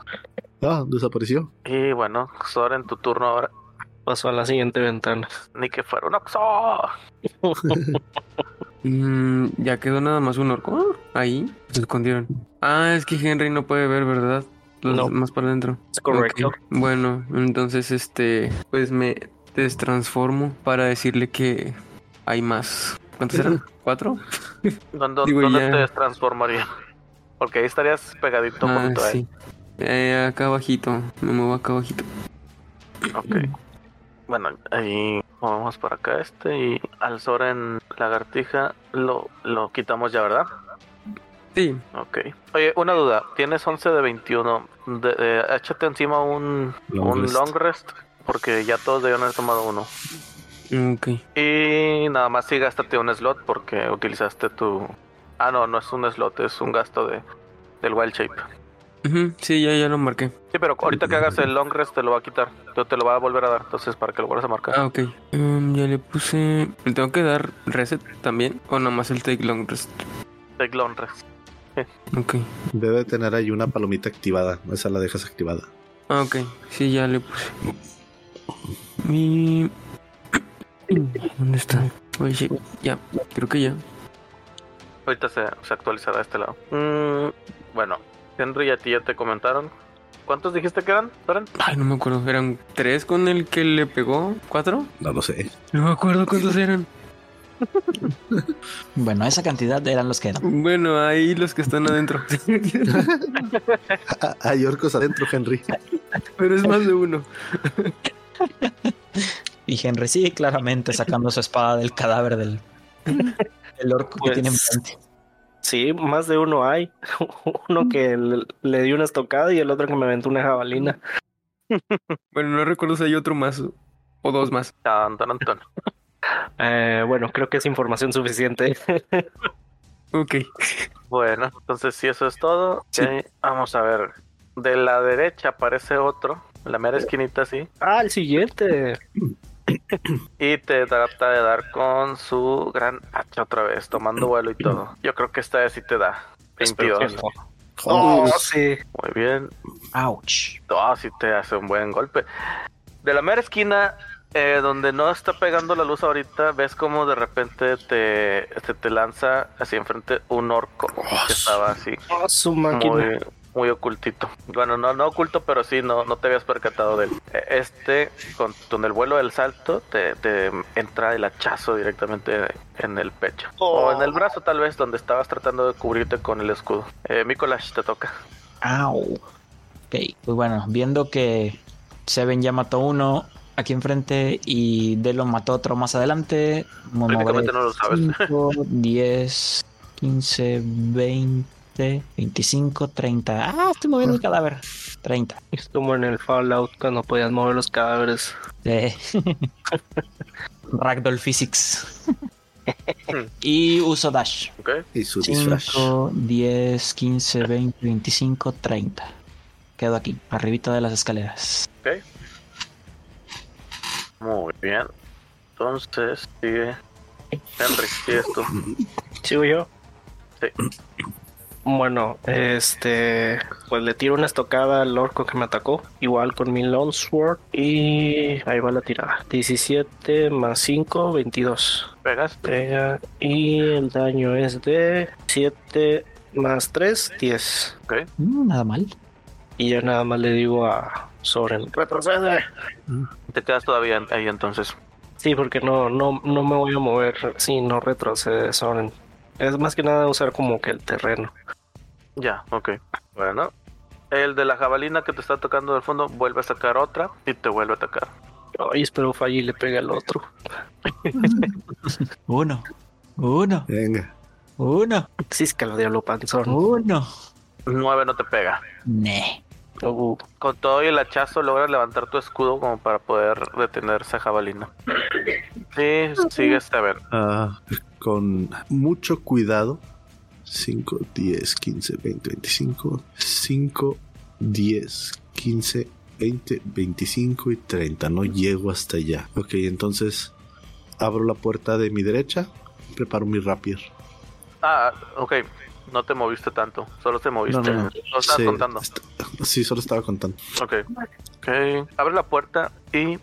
Speaker 2: Ah, desapareció.
Speaker 1: Y bueno, Soren, tu turno ahora.
Speaker 4: Pasó a la siguiente ventana.
Speaker 1: Ni que fuera un oxo.
Speaker 3: Mm, ya quedó nada más un orco. Ah, ahí se escondieron. Ah, es que Henry no puede ver, ¿verdad? Los
Speaker 4: No.
Speaker 3: Más para adentro.
Speaker 4: Es correcto.
Speaker 3: Ok. Bueno, entonces este, pues me destransformo para decirle que hay más. ¿Cuántos eran? ¿Cuatro?
Speaker 1: ¿Dónde,
Speaker 3: Digo,
Speaker 1: dónde te
Speaker 3: ya.
Speaker 1: transformaría? Porque ahí estarías pegadito
Speaker 3: Ah,
Speaker 1: junto a él.
Speaker 3: sí. Eh, acá abajito, me muevo acá abajito.
Speaker 1: Ok. Bueno, ahí movemos para acá este y al Soren lagartija lo, lo quitamos ya, ¿verdad?
Speaker 3: Sí,
Speaker 1: Ok. Oye, una duda. Tienes 11 de 21. De, de- échate encima un,
Speaker 2: Long
Speaker 1: un
Speaker 2: rest.
Speaker 1: long rest porque ya todos debieron haber tomado uno.
Speaker 3: ok.
Speaker 1: Y nada más sí gástate un slot porque utilizaste tu... Ah, no, no es un slot, es un gasto de del wild shape.
Speaker 3: Ujú, Sí, ya, ya lo marqué.
Speaker 1: Sí, pero ahorita que hagas el long rest te lo va a quitar. Te, te lo va a volver a dar, entonces para que lo vuelvas a marcar.
Speaker 3: Ah, ok. Em, ya le puse... ¿Le tengo que dar reset también? ¿O nomás el take long rest?
Speaker 1: Take long rest.
Speaker 3: Ok.
Speaker 2: Debe tener ahí una palomita activada. Esa la dejas activada.
Speaker 3: Ah, ok. Sí, ya le puse. Mi... ¿Dónde está? Oye, ya. Creo que ya.
Speaker 1: Ahorita se, se actualizará este lado. Mm, bueno, Henry y a ti ya te comentaron. ¿Cuántos dijiste que eran, Soren?
Speaker 3: Ay, no me acuerdo. ¿Eran tres con el que le pegó? ¿Cuatro?
Speaker 2: No lo sé.
Speaker 3: No me acuerdo cuántos eran.
Speaker 6: Bueno, esa cantidad eran los que eran.
Speaker 3: Bueno, ahí los que están adentro.
Speaker 2: Ah, Hay orcos adentro, Henry.
Speaker 3: Pero es más de uno.
Speaker 6: Y Henry sí, claramente sacando su espada del cadáver del, del orco
Speaker 4: Pues-
Speaker 6: que tiene enfrente.
Speaker 4: Sí, más de uno hay. Uno que le, le di una estocada y el otro que me aventó una jabalina.
Speaker 3: Bueno, no recuerdo si hay otro más o dos más.
Speaker 1: Tan, tan, tan.
Speaker 4: Eh, bueno, creo que es información suficiente.
Speaker 3: Ok.
Speaker 1: Bueno, entonces si eso es todo,
Speaker 3: Sí.
Speaker 1: eh, vamos a ver. De la derecha aparece otro, en la mera esquinita así,
Speaker 4: Ah, el siguiente.
Speaker 1: y te trata de dar con su gran hacha otra vez, tomando vuelo y todo. Yo creo que esta vez sí te da.
Speaker 4: Espero
Speaker 1: 22.
Speaker 4: que no. Oh, sí.
Speaker 1: Muy bien.
Speaker 6: Ouch.
Speaker 1: Ah, sí te hace un buen golpe. De la mera esquina, eh, donde no está pegando la luz ahorita, ves como de repente te, este, te lanza así enfrente un orco que estaba así.
Speaker 4: Oh, su máquina.
Speaker 1: muy, muy ocultito. Bueno, no, no oculto, pero sí, no, no te habías percatado de él. Eh, Este, con, con el vuelo del salto, te, te entra el hachazo directamente en el pecho. O en el brazo, tal vez, donde estabas tratando de cubrirte con el escudo. Eh, Mikolas, te toca.
Speaker 6: Au. Ok, pues bueno, viendo que Seven ya mató uno aquí enfrente y Delo mató otro más adelante, me
Speaker 1: Prácticamente no lo sabes.
Speaker 6: 5, 10, 15, 20, 25, 30. Ah, estoy moviendo el cadáver. 30.
Speaker 4: Es como en el Fallout cuando podías mover los cadáveres.
Speaker 6: Eh, Ragdoll Physics. y uso Dash.
Speaker 1: ¿ok?
Speaker 2: Y su disfraz.
Speaker 6: 5, 10, 15, 20, 25, 30. Quedo aquí, arribita de las escaleras.
Speaker 1: Muy bien. Entonces, sigue. Henry, sigues tú.
Speaker 4: Sigo yo. Bueno, este. Pues le tiro una estocada al orco que me atacó. Igual con mi Longsword. Y ahí va la tirada: 17 más 5, 22.
Speaker 1: Pegas.
Speaker 4: Pega, Y el daño es de 7 más 3, 10.
Speaker 1: Ok.
Speaker 6: Mm, nada mal.
Speaker 4: Y yo nada más le digo a Soren: ¡Retrocede!
Speaker 1: Te quedas todavía en- ahí entonces.
Speaker 4: Sí, porque no, no, no me voy a mover si no retrocede Soren. Es más que nada usar como que el terreno.
Speaker 1: Ya, ok. Bueno. El de la jabalina que te está atacando del fondo vuelve a sacar otra y te vuelve a atacar.
Speaker 4: Ay, espero falle y le pega al otro.
Speaker 6: Uno, uno,
Speaker 2: Venga.
Speaker 6: uno,
Speaker 4: Císcalo, diablo panzón.
Speaker 1: Uh.
Speaker 6: uno.
Speaker 1: Nueve no te pega.
Speaker 6: Ne.
Speaker 4: Uh,
Speaker 1: Con todo y el hachazo logras levantar tu escudo como para poder detener esa jabalina. Sí, sigue este ver.
Speaker 2: Ah, con mucho cuidado. 5, 10, 15, 20, 25. 5, 10, 15, 20, 25 y 30. No llego hasta allá. Ok, entonces abro la puerta de mi derecha. Preparo mi rapier.
Speaker 1: Ah, ok. No te moviste tanto. Solo te moviste. No,
Speaker 2: No, no, no.
Speaker 1: estás
Speaker 2: Sí,
Speaker 1: contando.
Speaker 2: est- sí, solo estaba contando.
Speaker 1: Ok. Ok. Abre la puerta y.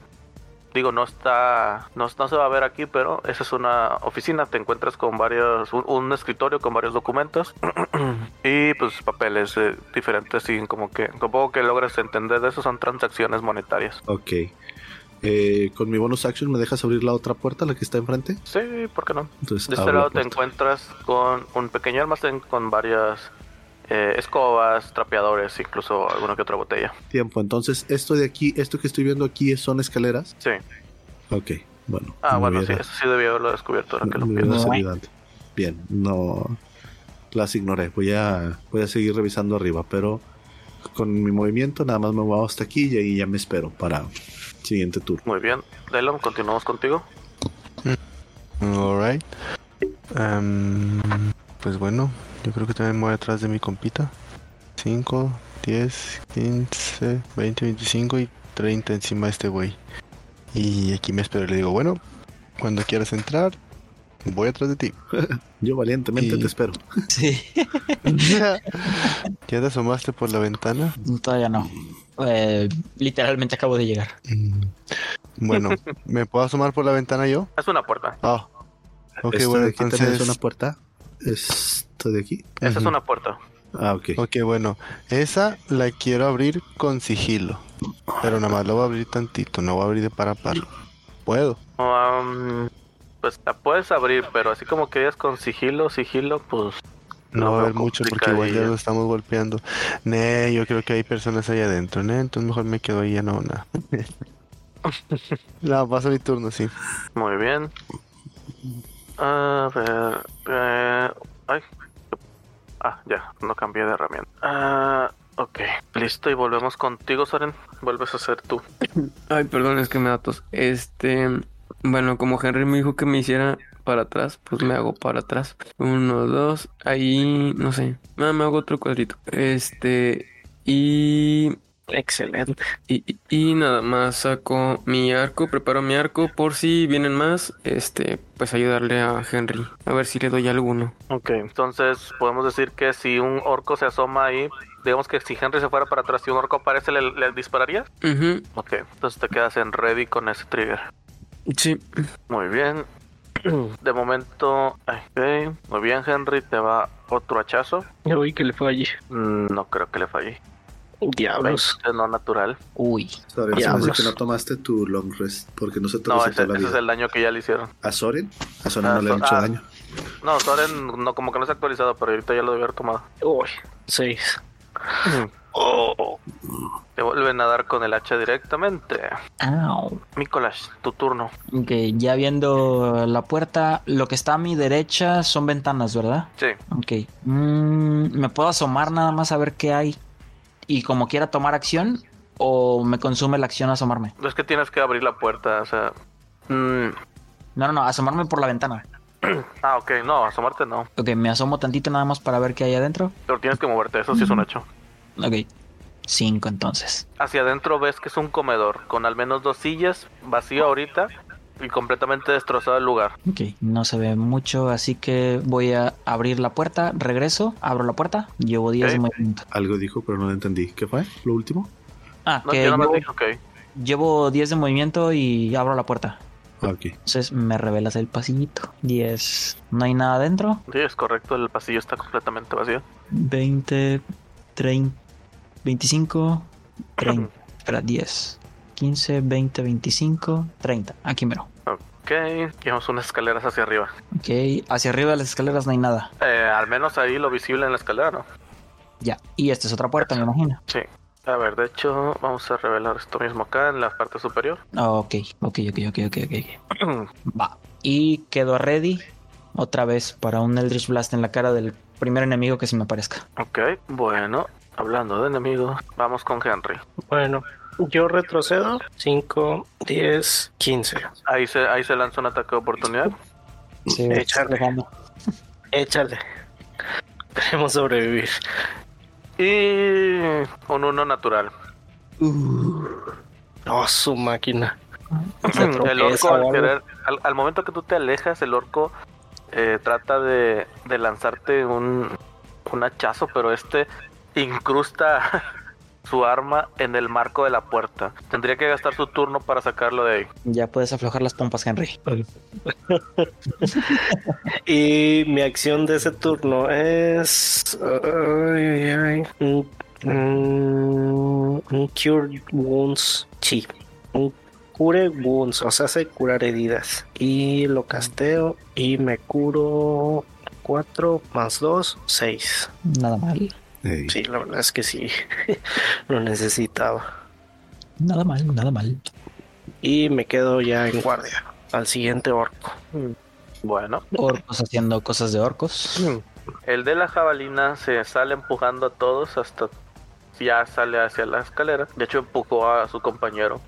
Speaker 1: Digo, no está. No, no se va a ver aquí, pero esa es una oficina. Te encuentras con varios. Un, un escritorio con varios documentos. y pues papeles eh, diferentes. Y como que. Tampoco que logres entender de eso. Son transacciones monetarias.
Speaker 2: Ok. Eh, con mi bonus action me dejas abrir la otra puerta, la que está enfrente.
Speaker 1: Sí, ¿por qué no?
Speaker 2: Entonces,
Speaker 1: De este
Speaker 2: abro la
Speaker 1: lado te
Speaker 2: puerta.
Speaker 1: encuentras con un pequeño almacén con varias. eh, escobas, trapeadores, incluso alguna que otra botella.
Speaker 2: Tiempo. Entonces, esto de aquí, esto que estoy viendo aquí son escaleras.
Speaker 1: Sí.
Speaker 2: Ok, bueno.
Speaker 1: Ah,
Speaker 2: me
Speaker 1: bueno,
Speaker 2: hubiera-
Speaker 1: sí, eso sí debía haberlo descubierto ahora que lo
Speaker 2: me
Speaker 1: pienso.
Speaker 2: hubiera
Speaker 6: pienso.
Speaker 2: servido antes. Bien, no las ignoré. Voy a, voy a seguir revisando arriba, pero con mi movimiento nada más me muevo hasta aquí y ahí ya me espero para siguiente turno.
Speaker 1: Muy bien. Delon, continuamos contigo.
Speaker 5: Alright. Em, pues bueno, yo creo que también me voy atrás de mi compita. 5, 10, 15, 20, 25 y 30 encima de este güey. Y aquí me espero y le digo, bueno, cuando quieras entrar, voy atrás de ti.
Speaker 2: Yo valientemente
Speaker 5: Y-
Speaker 2: te espero.
Speaker 6: Sí.
Speaker 5: ¿Ya te asomaste por la ventana?
Speaker 6: Todavía no. Eh, literalmente acabo de llegar.
Speaker 5: Mm, Bueno, ¿me puedo asomar por la ventana yo?
Speaker 1: Es una puerta.
Speaker 5: Ah, ok,
Speaker 2: ¿Esto
Speaker 5: bueno,
Speaker 2: de aquí también
Speaker 5: entonces...
Speaker 2: es una puerta? ¿Esto de aquí?
Speaker 1: Esa es
Speaker 5: Ujú.
Speaker 1: una puerta.
Speaker 2: Ah, ok.
Speaker 5: Ok, bueno, esa la quiero abrir con sigilo. Pero nada más la voy a abrir tantito, no voy a abrir de par a par. Puedo.
Speaker 1: Um, pues la puedes abrir, pero así como querías con sigilo, sigilo, pues.
Speaker 5: No, va a
Speaker 1: veo
Speaker 5: haber mucho porque igual ya
Speaker 1: complicadilla.
Speaker 5: lo estamos golpeando. Ne, yo creo que hay personas ahí adentro, ne, entonces mejor me quedo ahí ya no nada. no, paso mi turno, sí.
Speaker 1: Muy bien. A ver. eh, ay. Ah, ya. No cambié de herramienta. Ah, ok. Listo, y volvemos contigo, Soren. Vuelves a ser tú.
Speaker 3: Ay, perdón, es que me da tos. Este, bueno, como Henry me dijo que me hiciera para atrás, pues me hago para atrás. Uno, dos, ahí, no sé. Nada, me hago otro cuadrito. Este, y,
Speaker 4: excelente.
Speaker 3: y, y nada más saco mi arco, preparo mi arco por si vienen más. Este, pues ayudarle a Henry. A ver si le doy alguno.
Speaker 1: Ok. Entonces, podemos decir que si un orco se asoma ahí, digamos que si Henry se fuera para atrás y un orco aparece, ¿le, le dispararías?
Speaker 3: Ujú,
Speaker 1: Ok. Entonces te quedas en ready con ese trigger.
Speaker 3: sí.
Speaker 1: Muy bien. De momento, ok. Muy bien, Henry. Te va otro hachazo.
Speaker 4: Yo vi que le falle.
Speaker 1: Mm, No creo que le falle.
Speaker 4: Diablos.
Speaker 1: Este no natural.
Speaker 6: Uy.
Speaker 2: Sorry, se
Speaker 4: Ya,
Speaker 2: me hace
Speaker 4: pues.
Speaker 2: que no tomaste tu long rest porque no se te
Speaker 1: No,
Speaker 2: resetó
Speaker 1: ese,
Speaker 2: la
Speaker 1: ese
Speaker 2: vida.
Speaker 1: es el daño que ya le hicieron.
Speaker 2: ¿A Soren? A Soren
Speaker 1: Ah,
Speaker 2: no le han
Speaker 1: Soren-
Speaker 2: hecho
Speaker 1: ah.
Speaker 2: daño.
Speaker 1: No, Soren, no, como que no se ha actualizado, pero ahorita ya lo debe haber tomado.
Speaker 4: Uy, seis.
Speaker 1: Oh. Te vuelven a dar con el hacha directamente.
Speaker 6: Au.
Speaker 1: Nicolás, tu turno.
Speaker 6: Ok, ya viendo la puerta, lo que está a mi derecha son ventanas, ¿verdad?
Speaker 1: Sí.
Speaker 6: Ok. Mm, ¿Me puedo asomar nada más a ver qué hay? Y como quiera tomar acción, o me consume la acción asomarme.
Speaker 1: Es que tienes que abrir la puerta, o sea. mm,
Speaker 6: No, no, no, asomarme por la ventana.
Speaker 1: Ah, ok, no, asomarte no.
Speaker 6: Ok, me asomo tantito nada más para ver qué hay adentro.
Speaker 1: Pero tienes que moverte, eso sí es un hecho.
Speaker 6: Ok, cinco entonces.
Speaker 1: Hacia adentro ves que es un comedor con al menos dos sillas vacío ahorita y completamente destrozado el lugar.
Speaker 6: Ok, no se ve mucho, así que voy a abrir la puerta, regreso, abro la puerta, llevo 10 de
Speaker 1: Ok.
Speaker 6: movimiento.
Speaker 2: Algo dijo, pero no lo entendí. ¿Qué fue? ¿Lo último?
Speaker 6: Ah,
Speaker 1: No,
Speaker 6: que
Speaker 1: yo nomás
Speaker 6: llevo-
Speaker 1: dije, ok.
Speaker 6: llevo 10 de movimiento y abro la puerta.
Speaker 2: Ah, ok.
Speaker 6: Entonces me revelas el pasillito. 10. No hay nada adentro.
Speaker 1: Sí, es correcto, el pasillo está completamente vacío.
Speaker 6: 20, 30, 25, 30. Espera, 10. 15, 20, 25, 30. Aquí mero.
Speaker 1: Ok, llevamos unas escaleras hacia arriba.
Speaker 6: Ok, hacia arriba de las escaleras no hay nada.
Speaker 1: Eh, al menos ahí lo visible en la escalera, ¿no?
Speaker 6: Ya. Y esta es otra puerta, me imagino.
Speaker 1: A ver, de hecho, vamos a revelar esto mismo acá en la parte superior.
Speaker 6: Ah, Ok, ok, ok, ok, ok, ok. Va. Y quedo ready otra vez para un Eldritch Blast en la cara del primer enemigo que se me aparezca.
Speaker 1: ok, bueno, hablando de enemigos, vamos con Henry.
Speaker 4: Bueno, yo retrocedo. 5, 10, 15.
Speaker 1: Ahí se, ahí se lanza un ataque de oportunidad.
Speaker 6: Sí,
Speaker 4: Échale.
Speaker 6: jugando.
Speaker 4: Échale. Queremos sobrevivir.
Speaker 1: Y un uno natural.
Speaker 4: Oh, su máquina. Se
Speaker 1: Mm, El
Speaker 4: tropieza
Speaker 1: orco,
Speaker 4: o
Speaker 1: al,
Speaker 4: algo.
Speaker 1: querer- al- al momento que tú te alejas, el orco eh, trata de, de lanzarte un, un hachazo, pero este incrusta su arma en el marco de la puerta. Tendría que gastar su turno para sacarlo de ahí.
Speaker 6: Ya puedes aflojar las pompas, Henry.
Speaker 4: Y mi acción de ese turno es. ay, ay, ay, un- un- un Cure Wounds. Sí. Un Cure Wounds. O sea, se curar heridas. Y lo casteo y me curo 4 más 2, 6.
Speaker 6: Nada mal.
Speaker 2: Ey.
Speaker 4: Sí, la verdad es que sí. lo necesitaba.
Speaker 6: Nada mal, nada mal.
Speaker 4: Y me quedo ya en guardia. Al siguiente orco.
Speaker 1: Bueno,
Speaker 6: Orcos haciendo cosas de orcos.
Speaker 1: el de la jabalina se sale empujando a todos hasta ya sale hacia la escalera. De hecho, empujó a su compañero,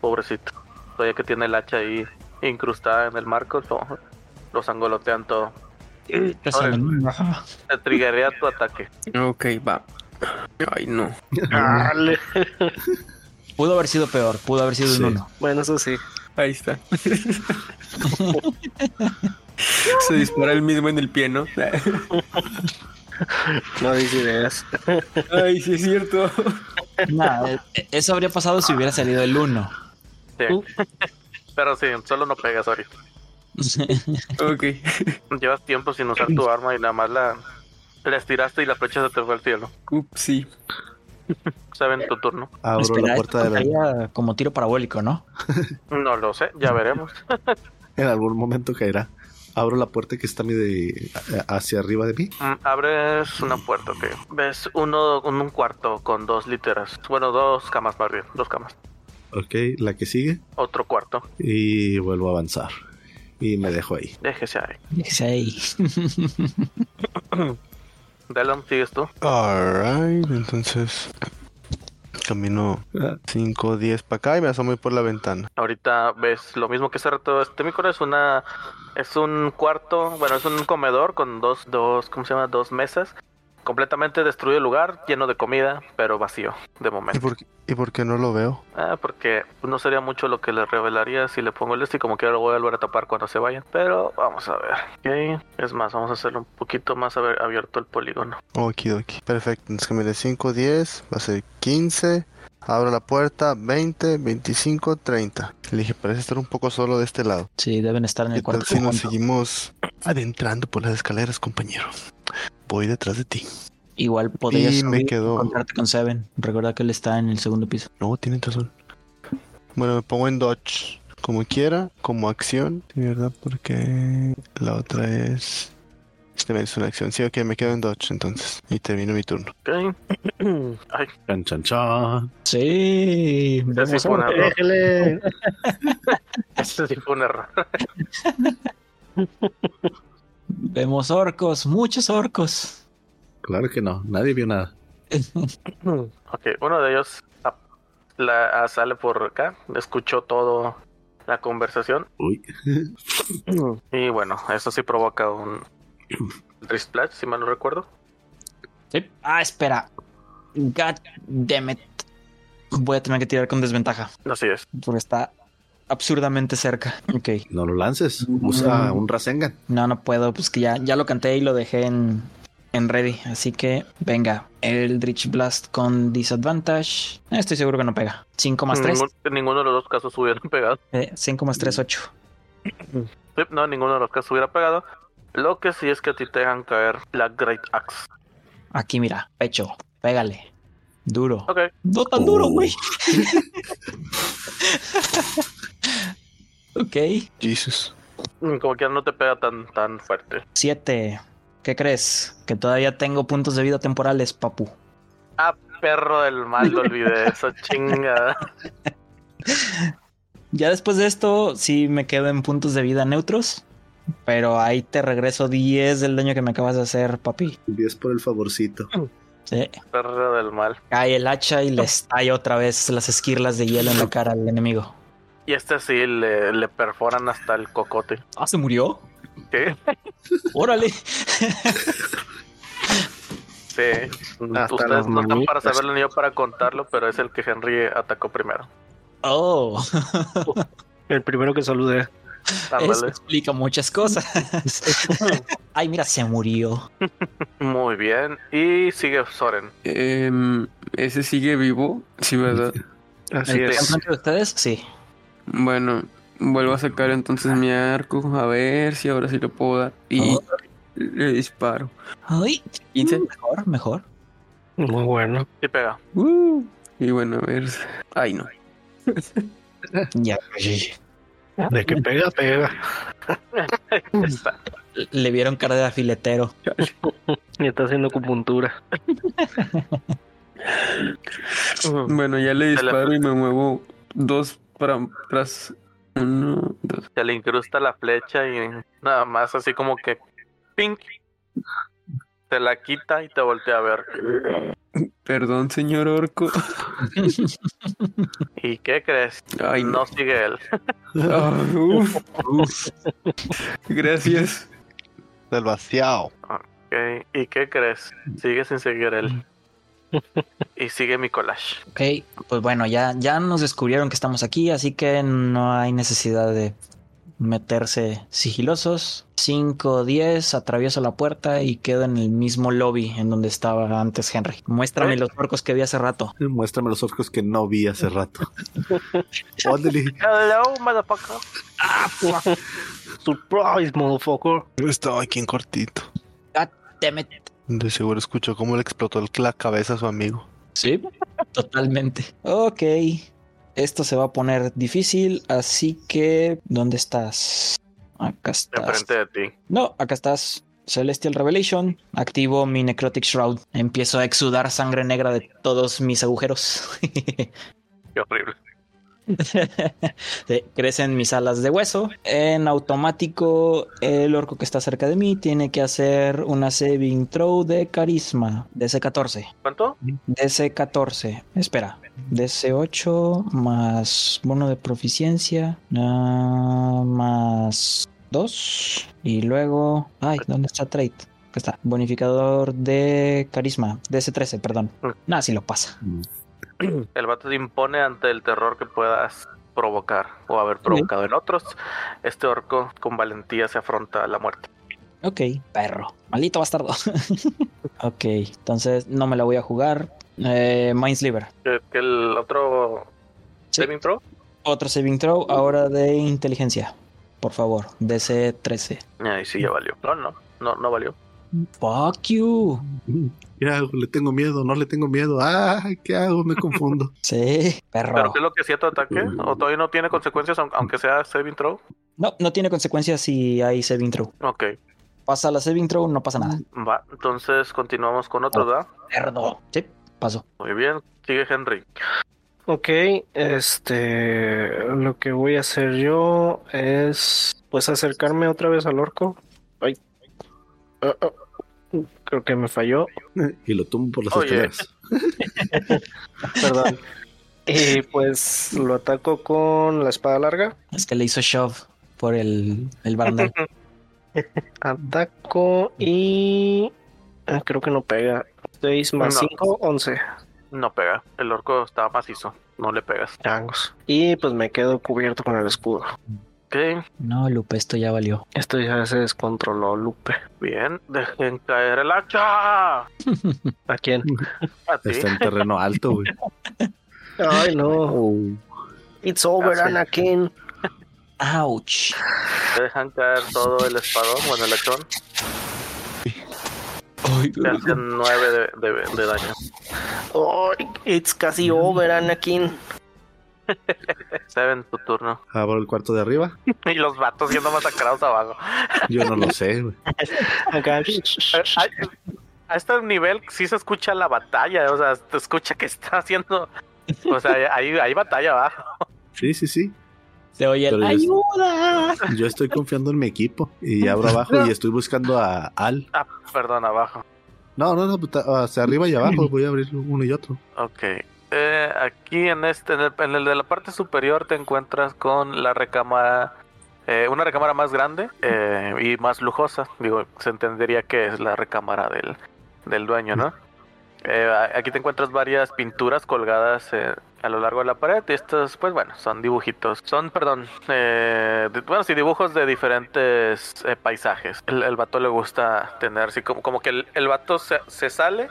Speaker 1: pobrecito. Todavía que tiene el hacha ahí incrustada en el marco, lo, lo sangolotean todo.
Speaker 6: Ya saben, ajá.
Speaker 1: Te triggerea tu ataque.
Speaker 3: Ok, va. Ay, no.
Speaker 4: Dale.
Speaker 6: Pudo haber sido peor, pudo haber sido
Speaker 2: Sí.
Speaker 6: un uno.
Speaker 4: Bueno, eso sí.
Speaker 3: Ahí está. Se dispara el mismo en el pie, ¿no?
Speaker 4: No dice ideas.
Speaker 3: Ay, sí es cierto.
Speaker 6: Nada, eh, eso habría pasado si hubiera salido el uno.
Speaker 1: Sí. Pero sí, solo no pegas ahorita.
Speaker 3: Ok.
Speaker 1: Llevas tiempo sin usar tu arma y nada más la, la estiraste y la flecha se te fue al cielo.
Speaker 3: Upsi.
Speaker 1: Saben tu turno.
Speaker 2: Abro
Speaker 6: Espera,
Speaker 2: la
Speaker 6: esto
Speaker 2: puerta de la...
Speaker 6: contaría como tiro parabólico, ¿no?
Speaker 1: No lo sé, ya veremos.
Speaker 2: En algún momento caerá. Abro la puerta que está mi de... hacia arriba de mí.
Speaker 1: Mm, Abres una puerta, que Ves uno, un, un cuarto con dos literas. Bueno, dos camas más bien, dos camas.
Speaker 2: Ok, la que sigue.
Speaker 1: Otro cuarto.
Speaker 2: Y vuelvo a avanzar. Y me dejo ahí.
Speaker 1: Déjese ahí.
Speaker 6: Dice ahí.
Speaker 1: Delon, ¿sigues tú?
Speaker 5: Alright, entonces camino
Speaker 2: Ah,
Speaker 5: 5, 10 para acá y me asomo ahí por la ventana.
Speaker 1: Ahorita ves lo mismo que hace rato. Este micro es una. Es un cuarto. Bueno, es un comedor con dos. dos ¿Cómo se llama? Dos mesas. Completamente destruido el lugar, lleno de comida, pero vacío de
Speaker 5: ¿Y
Speaker 1: momento.
Speaker 5: por, qué- y por qué no lo veo?
Speaker 1: Ah, porque no sería mucho lo que le revelaría si le pongo el este y como quiera lo voy a volver a tapar cuando se vayan. Pero vamos a ver. Ok, Es más, vamos a hacerlo un poquito más a ver, abierto el polígono.
Speaker 5: Okidoki. Perfecto, entonces camino 5, 10, va a ser 15. Abro la puerta, 20, 25, 30. Le dije, parece estar un poco solo de este lado.
Speaker 6: Sí, deben estar en
Speaker 5: ¿Qué
Speaker 6: el
Speaker 5: tal
Speaker 6: cuarto.
Speaker 5: si nos
Speaker 6: conjunto.
Speaker 5: seguimos adentrando por las escaleras, compañero? Voy detrás de ti.
Speaker 6: Igual podrías
Speaker 5: Y me
Speaker 6: subir y
Speaker 5: quedo-
Speaker 6: encontrarte con Seven. Recuerda que él está en el segundo piso.
Speaker 5: No, tienen razón. Bueno, me pongo en dodge. Como quiera, como acción. Sí, ¿Verdad? Porque la otra es... Este es una acción. Sí, ok, me quedo en dodge entonces. Y termino mi turno.
Speaker 1: Ok. Ay,
Speaker 2: Chan, chan, chan.
Speaker 6: Sí,
Speaker 1: ese
Speaker 6: vemos
Speaker 1: sí fue un
Speaker 6: ahora.
Speaker 1: error.
Speaker 4: Déjele.
Speaker 1: Ese sí fue un error.
Speaker 6: Vemos orcos, muchos orcos.
Speaker 2: Claro que no. Nadie vio nada.
Speaker 1: Mm, Ok, uno de ellos ah, la, ah, sale por acá, escuchó todo la conversación
Speaker 2: Uy.
Speaker 1: y bueno, eso sí provoca un Splash, si mal no recuerdo.
Speaker 6: Ah, espera. God damn it. Voy a tener que tirar con desventaja.
Speaker 1: Así es.
Speaker 6: Porque está absurdamente cerca. Ok.
Speaker 2: No lo lances. Usa un Rasengan.
Speaker 6: No, no puedo, pues que ya, ya lo canté y lo dejé en, en ready. Así que, venga. Eldritch Blast con disadvantage. Eh, Estoy seguro que no pega. 5 más 3.
Speaker 1: Ningún- en ninguno de los dos casos hubieran pegado.
Speaker 6: 5 más 3, 8.
Speaker 1: Sí, No, en ninguno de los casos hubiera pegado. Lo que sí es que a ti te dejan caer la Great Axe.
Speaker 6: Aquí, mira, pecho. Pégale. Duro.
Speaker 1: Ok,
Speaker 6: No tan duro,
Speaker 2: Oh.
Speaker 6: güey. ok.
Speaker 5: Jesus.
Speaker 1: mm, como que no te pega tan, tan fuerte.
Speaker 6: 7. ¿Qué crees? Que todavía tengo puntos de vida temporales, papu.
Speaker 1: Ah, perro del mal, lo olvidé. Esa chingada.
Speaker 6: Ya después de esto, sí me quedo en puntos de vida neutros. Pero ahí te regreso 10 del daño que me acabas de hacer, papi.
Speaker 2: 10 por el favorcito.
Speaker 6: Sí.
Speaker 1: Perro del mal.
Speaker 6: Cae el hacha y le estalla otra vez las esquirlas de hielo en la cara al enemigo.
Speaker 1: Y este sí le, le perforan hasta el cocote.
Speaker 6: Ah, se murió.
Speaker 1: ¿Qué?
Speaker 6: Órale.
Speaker 1: Sí.
Speaker 4: Hasta
Speaker 1: Ustedes
Speaker 4: las
Speaker 1: no están para
Speaker 4: manitas.
Speaker 1: saberlo ni yo para contarlo, pero es el que Henry atacó primero.
Speaker 6: Oh,
Speaker 4: El primero que saludé.
Speaker 6: eso
Speaker 1: Ándale.
Speaker 6: explica muchas cosas. Ay, mira, se murió.
Speaker 1: Muy bien. Y sigue Soren.
Speaker 3: Em, ese sigue vivo, sí, ¿verdad?
Speaker 4: Así
Speaker 6: ¿El que está
Speaker 4: es.
Speaker 6: enfrente de ustedes? Sí.
Speaker 3: Bueno, vuelvo a sacar entonces mi arco, a ver si ahora sí lo puedo dar. Y le disparo.
Speaker 6: Oh, Ay, mm,
Speaker 3: 15.
Speaker 6: mejor, mejor.
Speaker 4: Muy bueno.
Speaker 1: Y pega.
Speaker 3: Uh, y bueno, a ver. Ay, no.
Speaker 6: Ya.
Speaker 4: De que pega, pega.
Speaker 1: Está.
Speaker 6: Le vieron cara de afiletero.
Speaker 4: Y está haciendo acupuntura.
Speaker 3: Bueno, ya le
Speaker 1: Se le-
Speaker 3: disparo y me muevo dos para atrás. Uno, dos.
Speaker 1: Se le incrusta la flecha y nada más así como que pink. Te la quita y te voltea a ver.
Speaker 3: Perdón, señor orco.
Speaker 1: ¿Y qué crees?
Speaker 3: Ay, no.
Speaker 1: No sigue él.
Speaker 3: Ah, uf. Gracias.
Speaker 5: Desgraciado.
Speaker 1: Ok, ¿Y qué crees? Sigue sin seguir él. Y sigue mi collage.
Speaker 6: Ok, pues bueno, ya, ya nos descubrieron que estamos aquí, así que no hay necesidad de meterse sigilosos. 5, 10, atravieso la puerta y quedo en el mismo lobby en donde estaba antes Henry. Muéstrame los orcos que vi hace rato.
Speaker 2: Muéstrame los orcos que no vi hace rato. Óndale.
Speaker 1: Hello, motherfucker.
Speaker 4: Surprise, motherfucker.
Speaker 5: Estaba aquí en cortito.
Speaker 6: Temet.
Speaker 5: De seguro escuchó cómo le explotó el- la cabeza a su amigo.
Speaker 6: Sí, totalmente. Ok, esto se va a poner difícil, así que ¿dónde estás? Acá estás.
Speaker 1: Enfrente de ti.
Speaker 6: No, acá estás. Celestial Revelation. Activo mi Necrotic Shroud. Empiezo a exudar sangre negra de todos mis agujeros.
Speaker 1: Qué horrible.
Speaker 6: Sí, Crecen mis alas de hueso. En automático, el orco que está cerca de mí tiene que hacer una saving throw de carisma. DC14.
Speaker 1: ¿Cuánto?
Speaker 6: DC14. Espera. DC8 más bono de proficiencia. ah, más 2. Y luego. Ay, ¿dónde está trait? Acá está. Bonificador de carisma. DC13, perdón. Nada, si lo pasa.
Speaker 1: El vato te impone ante el terror que puedas provocar o haber provocado en otros. Este orco con valentía se afronta a la muerte.
Speaker 6: Ok, perro. Maldito bastardo. ok, entonces no me la voy a jugar. Eh, Mindsliver.
Speaker 1: Que, que el otro
Speaker 6: Sí.
Speaker 1: saving throw,
Speaker 6: Otro saving throw, ahora de inteligencia. Por favor, DC13.
Speaker 1: Ahí sí ya valió. No, no, no, no valió.
Speaker 6: Fuck you.
Speaker 2: ¿Qué hago? Le tengo miedo, no le tengo miedo. Ah, ¿qué hago? Me confundo.
Speaker 6: Sí,
Speaker 1: ¿Pero
Speaker 6: perro.
Speaker 1: qué es lo que hacía tu ataque? ¿O todavía no tiene consecuencias aun- aunque sea saving throw?
Speaker 6: No, no tiene consecuencias si hay saving throw.
Speaker 1: Ok,
Speaker 6: Pasa la saving throw, no pasa nada.
Speaker 1: va. Entonces continuamos con otro, ¿da?
Speaker 6: Cerdo. Sí, pasó.
Speaker 1: Muy bien, sigue Henry.
Speaker 4: Ok, este. Lo que voy a hacer yo es. Pues acercarme otra vez al orco. Ay. Ah, ah. Creo que me falló.
Speaker 2: Y lo tumbo por las
Speaker 1: Oye.
Speaker 2: escaleras.
Speaker 4: Perdón. Y pues lo ataco con la espada larga.
Speaker 6: Es que le hizo shove por el, el barandal.
Speaker 4: Ataco y. ah, Creo que no pega. 6 más
Speaker 1: No.
Speaker 4: 5, 11.
Speaker 1: No pega. El orco está macizo. No le pegas.
Speaker 4: Changos. Y pues me quedo cubierto con el escudo.
Speaker 1: Ok,
Speaker 6: No, Lupe, esto ya valió.
Speaker 4: Esto ya se descontroló, Lupe.
Speaker 1: bien. Dejen caer el hacha. A
Speaker 4: ¿A quién?
Speaker 1: ti.
Speaker 2: Está en terreno alto, güey.
Speaker 4: Ay, no.
Speaker 2: Oh.
Speaker 4: It's over,
Speaker 1: Gracias.
Speaker 4: Anakin.
Speaker 6: Ouch.
Speaker 1: Dejan caer todo el espadón, bueno, el hachón. Le hacen 9 de, de- de daño.
Speaker 4: Oh, it's casi over, Anakin.
Speaker 1: Seven, tu turno.
Speaker 2: Abro el cuarto de arriba.
Speaker 1: Y los vatos siendo masacrados abajo.
Speaker 2: Yo no lo sé, güey.
Speaker 4: Acá.
Speaker 1: Eh, ay, A este nivel sí se escucha la batalla, o sea, te escucha que está haciendo. O sea, hay, hay batalla abajo.
Speaker 2: Sí, sí, sí.
Speaker 6: Se oye el uh.
Speaker 2: Pero yo-
Speaker 6: ayuda.
Speaker 2: Yo estoy confiando en mi equipo y abro abajo y estoy buscando a Al.
Speaker 1: Ah, perdón, abajo.
Speaker 2: No, no, no, pues, ta- hacia arriba y abajo. Voy a abrir uno y otro.
Speaker 1: Ok. Eh, aquí en este, en el, en el de la parte superior te encuentras con la recámara, eh, una recámara más grande eh, y más lujosa. Digo, se entendería que es la recámara del, del dueño, ¿no? Eh, a- aquí te encuentras varias pinturas colgadas eh, a lo largo de la pared y estos, pues bueno, son dibujitos. Son, perdón, eh, di- bueno, sí, dibujos de diferentes eh, paisajes. El, el vato le gusta tener así como, como que el, el vato se, se sale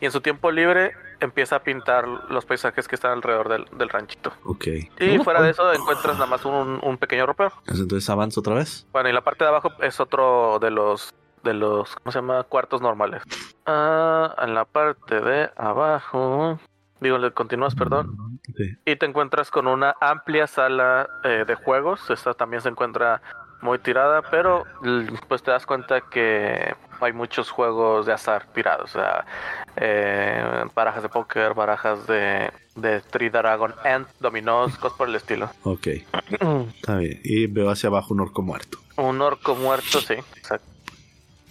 Speaker 1: y en su tiempo libre empieza a pintar los paisajes que están alrededor del, del ranchito.
Speaker 2: Ok.
Speaker 1: Y fuera de eso encuentras nada más un, un pequeño ropero.
Speaker 2: Entonces avanzo otra vez.
Speaker 1: Bueno, y la parte de abajo es otro de los de los ¿cómo se llama? cuartos normales. Ah, en la parte de abajo, digo, le continúas, perdón,
Speaker 2: Sí.
Speaker 1: y te encuentras con una amplia sala eh, de juegos. Esta también se encuentra muy tirada, pero l- pues te das cuenta que hay muchos juegos de azar tirados. O sea, eh, barajas de póker, barajas de, de Three Dragon Ant, dominós, cosas por el estilo.
Speaker 2: Ok, está bien. Y veo hacia abajo un orco muerto.
Speaker 1: Un orco muerto, sí. exacto.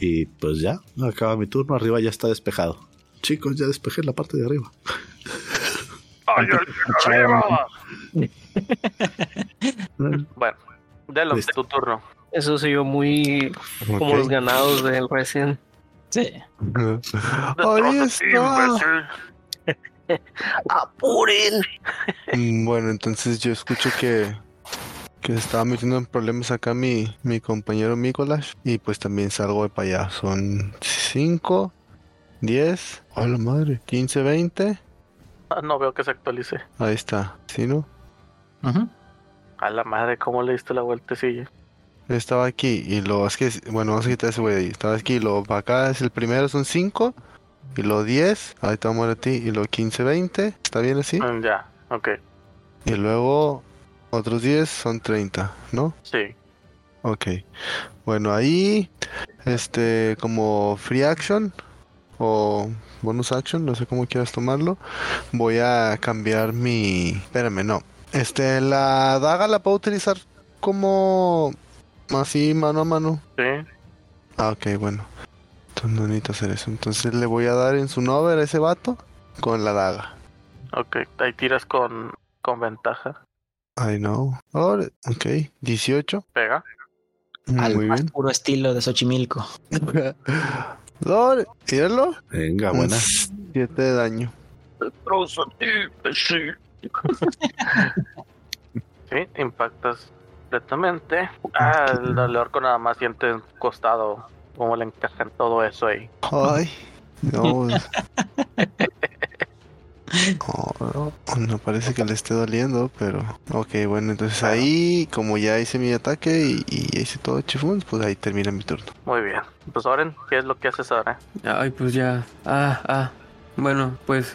Speaker 2: Y pues ya, acaba mi turno. Arriba ya está despejado. Chicos, ya despejé la parte de arriba.
Speaker 1: Bueno, Delon, tu
Speaker 2: Listo.
Speaker 1: turno.
Speaker 4: Eso se yo muy como los ganados del Resident.
Speaker 6: Sí.
Speaker 5: Ahí está.
Speaker 4: ¡Apuren!
Speaker 5: Mm, Bueno, entonces yo escucho que, que se estaba metiendo en problemas acá mi, mi compañero Mikolas y pues también salgo de para allá. Son 5, 10, a la madre, 15, 20.
Speaker 1: Ah, no veo que se actualice.
Speaker 5: Ahí está, ¿sí no?
Speaker 6: Ujú.
Speaker 1: A la madre, ¿cómo le diste la vueltecilla?
Speaker 5: Yo Estaba aquí y lo es que, bueno, vamos a quitar ese güey de ahí. Estaba aquí y lo para acá es el primero, son 5 y lo 10, ahí te vamos a morir a ti y lo 15, 20. ¿Está bien así?
Speaker 1: Mm, Ya, ok,
Speaker 5: Y luego otros 10 son 30, ¿no?
Speaker 1: sí.
Speaker 5: Ok. Bueno, ahí, este, como free action o bonus action, no sé cómo quieras tomarlo, voy a cambiar mi... Espérame, no. Este, la daga la puedo utilizar como así, mano a mano.
Speaker 1: Sí,
Speaker 5: Ah, ok, bueno. Entonces no necesito hacer eso. Entonces le voy a dar en su nover a ese vato con la daga.
Speaker 1: ok. Ahí tiras con, con ventaja.
Speaker 5: I know. Ahora, ok, 18.
Speaker 1: Pega.
Speaker 6: Al
Speaker 5: Muy
Speaker 6: más
Speaker 5: bien.
Speaker 6: puro estilo de Xochimilco.
Speaker 5: Ahora, míralo.
Speaker 2: Venga, buena.
Speaker 5: 7 de daño.
Speaker 1: Sí, impactas completamente. Ah, el el orco nada más siente en costado cómo le encajan todo eso ahí.
Speaker 5: Ay, no. No, no, no parece que le esté doliendo, pero. Ok, bueno, entonces ahí, como ya hice mi ataque y, y ya hice todo chifún, pues ahí termina mi turno.
Speaker 1: Muy bien. Pues Oren, ¿qué es lo que haces ahora?
Speaker 3: Ay, pues ya. Ah, ah. Bueno, pues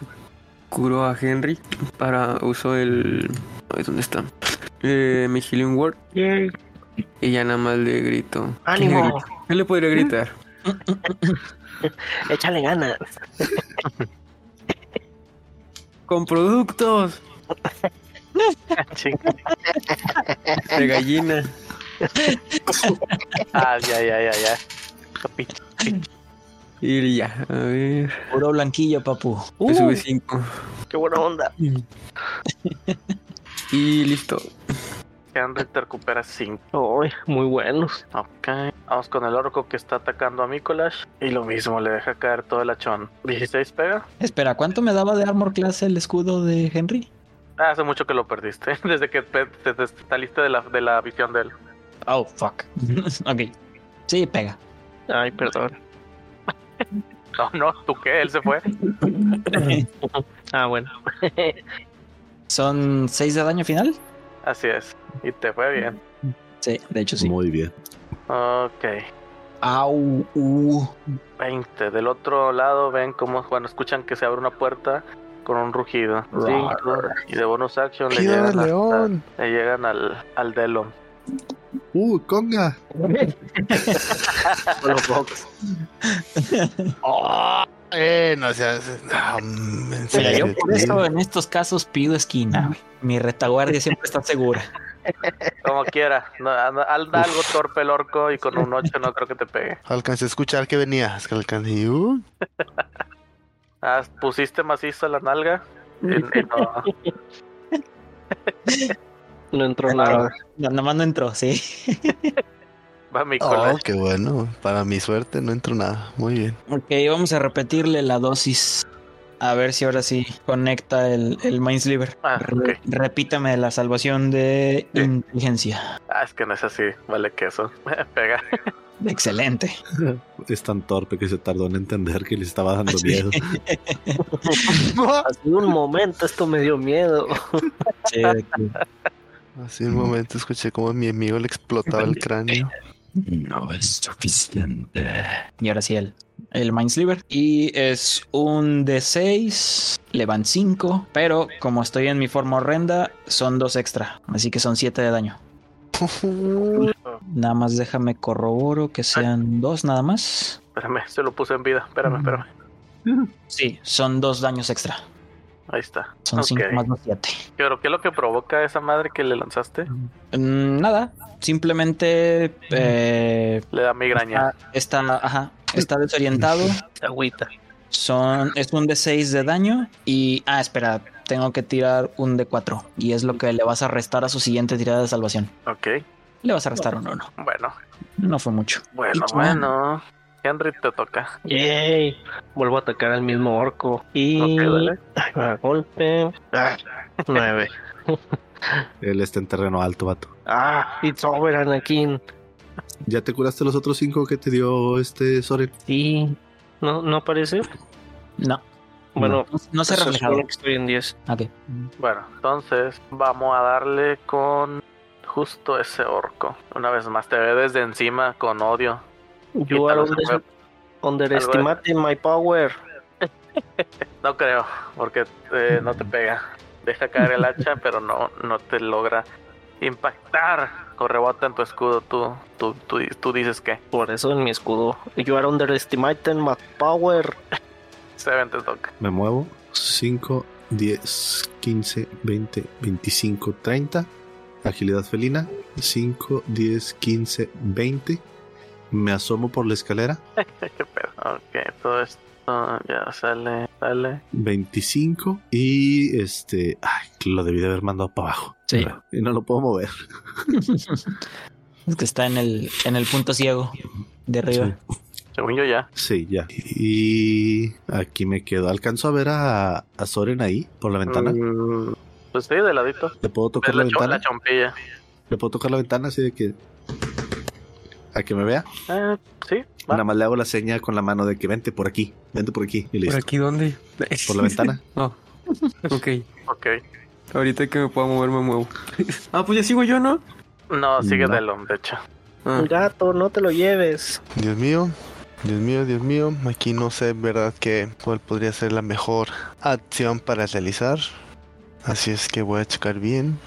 Speaker 3: curo a Henry para uso el. Ay, ¿dónde está? Eh, mi healing word. Y ya nada más le grito. ¿Qué le
Speaker 4: ¡Ánimo!
Speaker 3: grito? ¿Qué le podría gritar?
Speaker 4: Échale ganas.
Speaker 3: ¡Con productos!
Speaker 1: Ah, Chinga.
Speaker 3: De gallina.
Speaker 1: Ah, ya, ya, ya, ya. Capi-
Speaker 3: Y ya, a ver.
Speaker 6: Puro blanquillo, papu.
Speaker 3: Me
Speaker 4: Uh.
Speaker 3: sube 5.
Speaker 4: ¡Qué buena onda!
Speaker 5: Mm.
Speaker 3: Y listo.
Speaker 1: Henry te recupera 5.
Speaker 4: ¡Ay, muy buenos!
Speaker 1: Ok. Vamos con el orco que está atacando a Mikolash. Y lo mismo, le deja caer todo el achón. 16 pega.
Speaker 6: Espera, ¿cuánto me daba de armor class el escudo de Henry?
Speaker 1: Ah, hace mucho que lo perdiste, desde que te, te- te saliste de la, de la visión de él.
Speaker 6: Oh, fuck. ok. Sí, pega.
Speaker 4: Ay, perdón.
Speaker 1: No, no, ¿tú qué? Él se fue.
Speaker 4: Ah, bueno.
Speaker 6: ¿Son 6 de daño final?
Speaker 1: Así es. Y te fue bien.
Speaker 6: Sí, de hecho sí.
Speaker 2: Muy bien.
Speaker 1: Ok.
Speaker 6: Au, uh.
Speaker 1: 20. Del otro lado ven cómo cuando escuchan que se abre una puerta con un rugido.
Speaker 6: Rar.
Speaker 1: Cinco. Y de bonus action le
Speaker 5: ¡Rugido de
Speaker 1: llegan, hasta-
Speaker 5: león!
Speaker 1: le llegan al, al Delon.
Speaker 2: Uh, conga.
Speaker 5: Eh, no seas. ah, mm, en
Speaker 6: Mira,
Speaker 5: serio,
Speaker 6: yo por
Speaker 5: tío.
Speaker 6: eso en estos casos pido esquina. güey. Mi retaguardia siempre está segura.
Speaker 1: Como quiera. No, anda- anda algo torpe el orco y con un 8 no creo que te pegue.
Speaker 5: Alcancé a escuchar que venía. Es que alcancé. y, uh,
Speaker 1: Ah, pusiste macizo la nalga. Y- y no.
Speaker 4: No entró nada.
Speaker 6: No, nomás no entró, sí.
Speaker 1: va mi
Speaker 5: oh,
Speaker 1: collage.
Speaker 5: qué bueno. Para mi suerte no entro nada. Muy bien.
Speaker 6: Ok, vamos a repetirle la dosis. A ver si ahora sí conecta el, el Mindsliver.
Speaker 1: Ah,
Speaker 6: Re- Repítame la salvación de
Speaker 1: Sí.
Speaker 6: inteligencia.
Speaker 1: Ah, es que no es así. Vale queso. Pega.
Speaker 6: Excelente.
Speaker 2: Es tan torpe que se tardó en entender que le estaba dando
Speaker 6: Sí.
Speaker 2: miedo.
Speaker 4: Hace un momento esto me dio miedo.
Speaker 6: Sí, de que-
Speaker 5: Hace un momento escuché como a mi amigo le explotaba el cráneo.
Speaker 7: No es suficiente.
Speaker 6: Y ahora sí, el, el Mindsliver. Y es un D6. Le van 5. Pero como estoy en mi forma horrenda, son dos extra. Así que son 7 de daño. Nada más déjame corroboro que sean dos nada más.
Speaker 1: Espérame, se lo puse en vida. Espérame, espérame.
Speaker 6: Sí, son dos daños extra.
Speaker 1: Ahí está.
Speaker 6: Son
Speaker 1: Ok.
Speaker 6: 5 más 2, 7.
Speaker 1: Pero ¿qué es lo que provoca esa madre que le lanzaste?
Speaker 6: Mm, Nada, simplemente eh,
Speaker 1: Le da migraña.
Speaker 6: está, está- ajá, está desorientado.
Speaker 4: Agüita.
Speaker 6: Son, es un D6 de daño y... Ah, espera, tengo que tirar un D4 y es lo que le vas a restar a su siguiente tirada de salvación.
Speaker 1: Ok.
Speaker 6: Le vas a restar un 1.
Speaker 1: Bueno,
Speaker 6: No fue mucho.
Speaker 1: bueno,
Speaker 6: Ichman.
Speaker 1: bueno. Henry, te toca.
Speaker 4: Yay. Vuelvo a atacar al mismo orco. Y.
Speaker 1: Ok, dale.
Speaker 4: Ay, va, golpe. Ah, nueve.
Speaker 2: Él está en terreno alto, vato.
Speaker 4: Ah, it's over, Anakin.
Speaker 2: ¿Ya te curaste los otros cinco que te dio este Soren?
Speaker 4: Sí. ¿No, no aparece?
Speaker 6: No,
Speaker 4: Bueno,
Speaker 6: no, no se ha
Speaker 4: se
Speaker 6: reflejado.
Speaker 4: supone que estoy en 10.
Speaker 6: Ok.
Speaker 1: Bueno, entonces vamos a darle con justo ese orco. Una vez más, te ve desde encima con odio.
Speaker 4: You are
Speaker 1: Quítalo, se
Speaker 4: under- underestimating my power.
Speaker 1: No creo, porque eh, no te pega. Deja caer el hacha, pero no, no te logra impactar. O rebota en tu escudo, tú, tú, tú, tú dices que.
Speaker 4: Por eso en mi escudo. You are underestimating my power.
Speaker 1: Seven te toca.
Speaker 2: Me muevo. 5, 10, 15, 20, 25, 30. Agilidad felina. 5, 10, 15, 20. Me asomo por la escalera.
Speaker 1: ¿Qué pedo? Ok, todo esto ya sale, sale.
Speaker 2: 25. Y este. Ay, lo debí de haber mandado para abajo.
Speaker 6: Sí.
Speaker 2: Y no lo puedo mover.
Speaker 6: Es que está en el, en el punto ciego de arriba.
Speaker 1: Según yo ya.
Speaker 2: Sí, ya. Y aquí me quedo. ¿Alcanzo a ver a, a Soren ahí por la ventana?
Speaker 1: Mm, Pues sí, de ladito.
Speaker 2: ¿Le puedo tocar
Speaker 1: Es
Speaker 2: la,
Speaker 1: la, cho-
Speaker 2: ventana?
Speaker 1: la chompilla.
Speaker 2: ¿Le puedo tocar la ventana así de que. a que me vea?
Speaker 1: Eh, sí, va.
Speaker 2: Nada más le hago la seña con la mano de que vente por aquí, vente por aquí y
Speaker 3: ¿Por
Speaker 2: listo.
Speaker 3: aquí dónde?
Speaker 2: Por la ventana.
Speaker 3: No. Ok.
Speaker 1: Ok.
Speaker 3: Ahorita que me pueda mover, me muevo. ah, pues ya sigo yo, ¿no?
Speaker 1: No, sigue
Speaker 2: No.
Speaker 1: Delon, de hecho.
Speaker 3: Ah,
Speaker 4: Gato, no te lo lleves.
Speaker 5: Dios mío, Dios mío, Dios mío, aquí no sé, verdad, que cuál podría ser la mejor acción para realizar. Así es que voy a checar bien.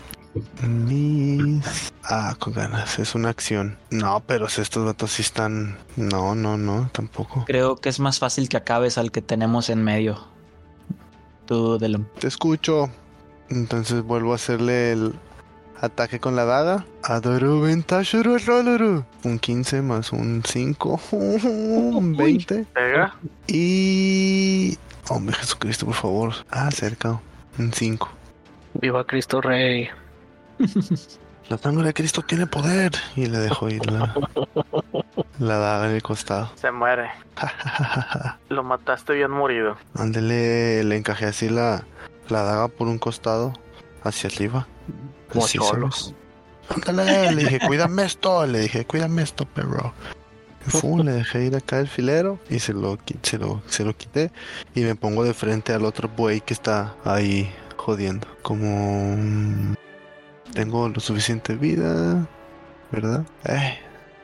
Speaker 5: Mis. Ah, con ganas, es una acción. No, pero si estos datos sí están. No, no, no, tampoco.
Speaker 6: Creo que es más fácil que acabes al que tenemos en medio. Tú, Delon.
Speaker 5: Te escucho. Entonces vuelvo a hacerle el ataque con la daga. Adoru ventashuru roloru. Un 15 más un 5. Un 20.
Speaker 1: Pega.
Speaker 5: Y. Hombre, Jesucristo, por favor. Ah, cerca. Un 5.
Speaker 4: Viva Cristo Rey.
Speaker 5: La sangre de Cristo tiene poder. Y le dejo ir la, la daga en el costado.
Speaker 1: Se muere. Lo mataste bien morido.
Speaker 5: Ándele, le encajé así la, la daga por un costado. hacia arriba.
Speaker 4: Como
Speaker 5: Así
Speaker 4: cholos.
Speaker 5: somos. Ándale, le dije, cuídame esto, le dije, cuídame esto, perro. Y Fum, le dejé ir acá el filero y se lo, qui- se lo, se lo quité y me pongo de frente al otro buey que está ahí jodiendo. Como mm, tengo lo suficiente vida, ¿verdad? Eh,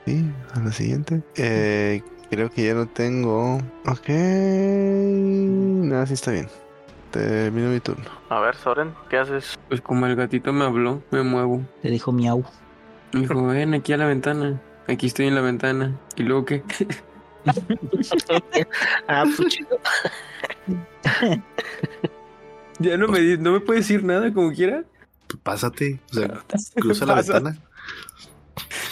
Speaker 5: sí, a la siguiente. Eh, creo que ya no tengo. Ok, nada, sí está bien. Termino mi turno.
Speaker 1: A ver, Soren, ¿qué haces?
Speaker 3: Pues como el gatito me habló, me muevo.
Speaker 6: Te dijo miau.
Speaker 3: Me dijo, ven aquí a la ventana. Aquí estoy en la ventana. ¿Y luego qué?
Speaker 4: Ah, pues chido.
Speaker 3: Ya no me, di- no me puede decir nada como quiera.
Speaker 2: pues, Pásate, o sea, cruza la
Speaker 3: Pasa.
Speaker 2: ventana.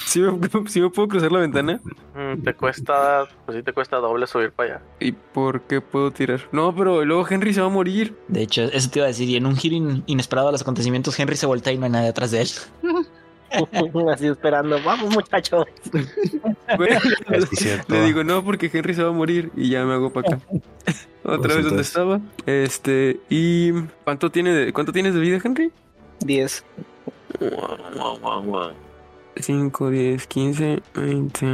Speaker 3: Sí me, sí me puedo cruzar la ventana.
Speaker 1: Mm, te cuesta, pues sí te cuesta doble subir para allá.
Speaker 3: ¿Y por qué puedo tirar? No, pero luego Henry se va a morir.
Speaker 6: De hecho, eso te iba a decir. Y en un giro in- inesperado a los acontecimientos, Henry se voltea y no hay nadie atrás de él.
Speaker 4: Así esperando. Vamos, muchacho.
Speaker 3: Bueno,
Speaker 5: Sí, cierto.
Speaker 3: le digo, no, porque Henry se va a morir. Y ya me hago para acá. Otra
Speaker 2: Pues
Speaker 3: vez donde
Speaker 2: entonces-
Speaker 3: estaba. Este, y ¿cuánto tiene de, cuánto tienes de vida, Henry?
Speaker 4: 10.
Speaker 3: 5, 10, 15, 20.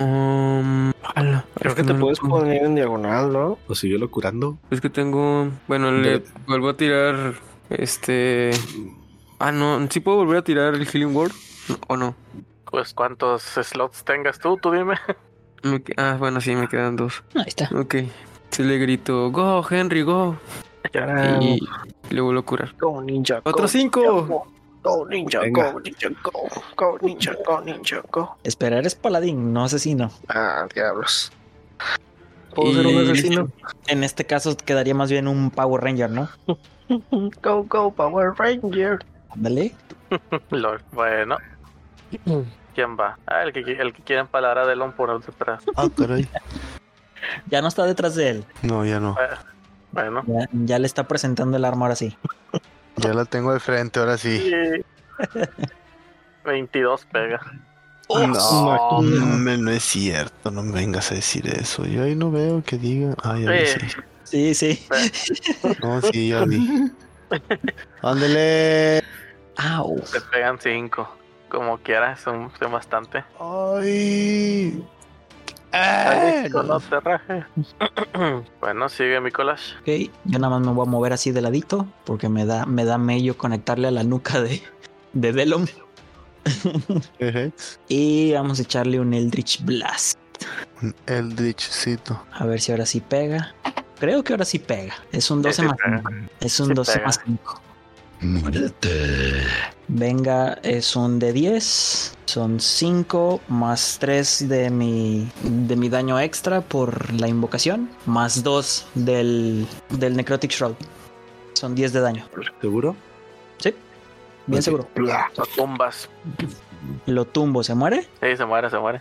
Speaker 3: Um, ala,
Speaker 4: Creo
Speaker 3: es
Speaker 4: que te
Speaker 3: no lo
Speaker 4: puedes
Speaker 3: puedo-
Speaker 4: poner en diagonal, ¿no?
Speaker 2: O sigue lo curando.
Speaker 3: Es que tengo. Bueno, le
Speaker 2: De-
Speaker 3: vuelvo a tirar. Este. Ah, no. ¿Sí puedo volver a tirar el Healing Word? ¿O no?
Speaker 1: Pues cuántos slots tengas tú, tú dime.
Speaker 3: Me que- Ah, bueno, sí, me quedan dos.
Speaker 6: Ahí está.
Speaker 3: Ok. Se le grito, go, Henry, go.
Speaker 4: Ya.
Speaker 3: Y le vuelvo a curar.
Speaker 4: Go, ninja. Ah, go,
Speaker 3: Otro cinco.
Speaker 4: Go, ninja,
Speaker 2: Venga.
Speaker 4: go, ninja, go. Go, ninja, go, ninja, go.
Speaker 6: Espera, eres paladín, no asesino.
Speaker 4: Ah, diablos. ¿Puedo ser
Speaker 3: Y-
Speaker 4: un asesino?
Speaker 6: En este caso quedaría más bien un Power Ranger, ¿no?
Speaker 4: Go, go, Power Ranger.
Speaker 6: Dale.
Speaker 1: Lol, bueno. ¿Quién va? Ah, el que, el que quiera empalar a Delon por detrás.
Speaker 5: Ah, caray.
Speaker 6: Ya no está detrás de él.
Speaker 5: No, ya no.
Speaker 1: Bueno.
Speaker 6: Ya, ya le está presentando el arma ahora sí.
Speaker 5: Ya la tengo de frente, ahora sí.
Speaker 1: 22 pega.
Speaker 4: Oh,
Speaker 5: No, no, me- no es cierto, no me vengas a decir eso. Yo ahí no veo que diga. Ah, ya lo
Speaker 1: Eh.
Speaker 5: sé.
Speaker 6: Sí, sí.
Speaker 5: No, sí, ya vi. Ándele.
Speaker 6: Au.
Speaker 1: Te pegan 5. Como quieras, son, son bastante.
Speaker 5: Ay. Eh,
Speaker 1: Ay, no, no te rajes. bueno, sigue mi collage.
Speaker 6: Ok, yo nada más me voy a mover así de ladito porque me da, me da mello conectarle a la nuca de, de Delon.
Speaker 5: Eje.
Speaker 6: Y vamos a echarle un Eldritch Blast.
Speaker 5: Un Eldritchcito.
Speaker 6: A ver si ahora sí pega. Creo que ahora sí pega. Es un
Speaker 1: Sí,
Speaker 6: 12
Speaker 1: sí
Speaker 6: más
Speaker 1: pega.
Speaker 6: 5. Es un
Speaker 1: Sí
Speaker 6: 12
Speaker 1: pega.
Speaker 6: más 5.
Speaker 7: Muérete.
Speaker 6: Venga, es un de 10. Son 5 más 3 de mi, de mi daño extra por la invocación. Más 2 del, del Necrotic Shroud. Son 10 de daño.
Speaker 2: ¿Seguro?
Speaker 6: Sí, bien seguro.
Speaker 1: Lo tumbas.
Speaker 6: Lo tumbo, ¿se muere?
Speaker 1: Sí, se muere, se muere.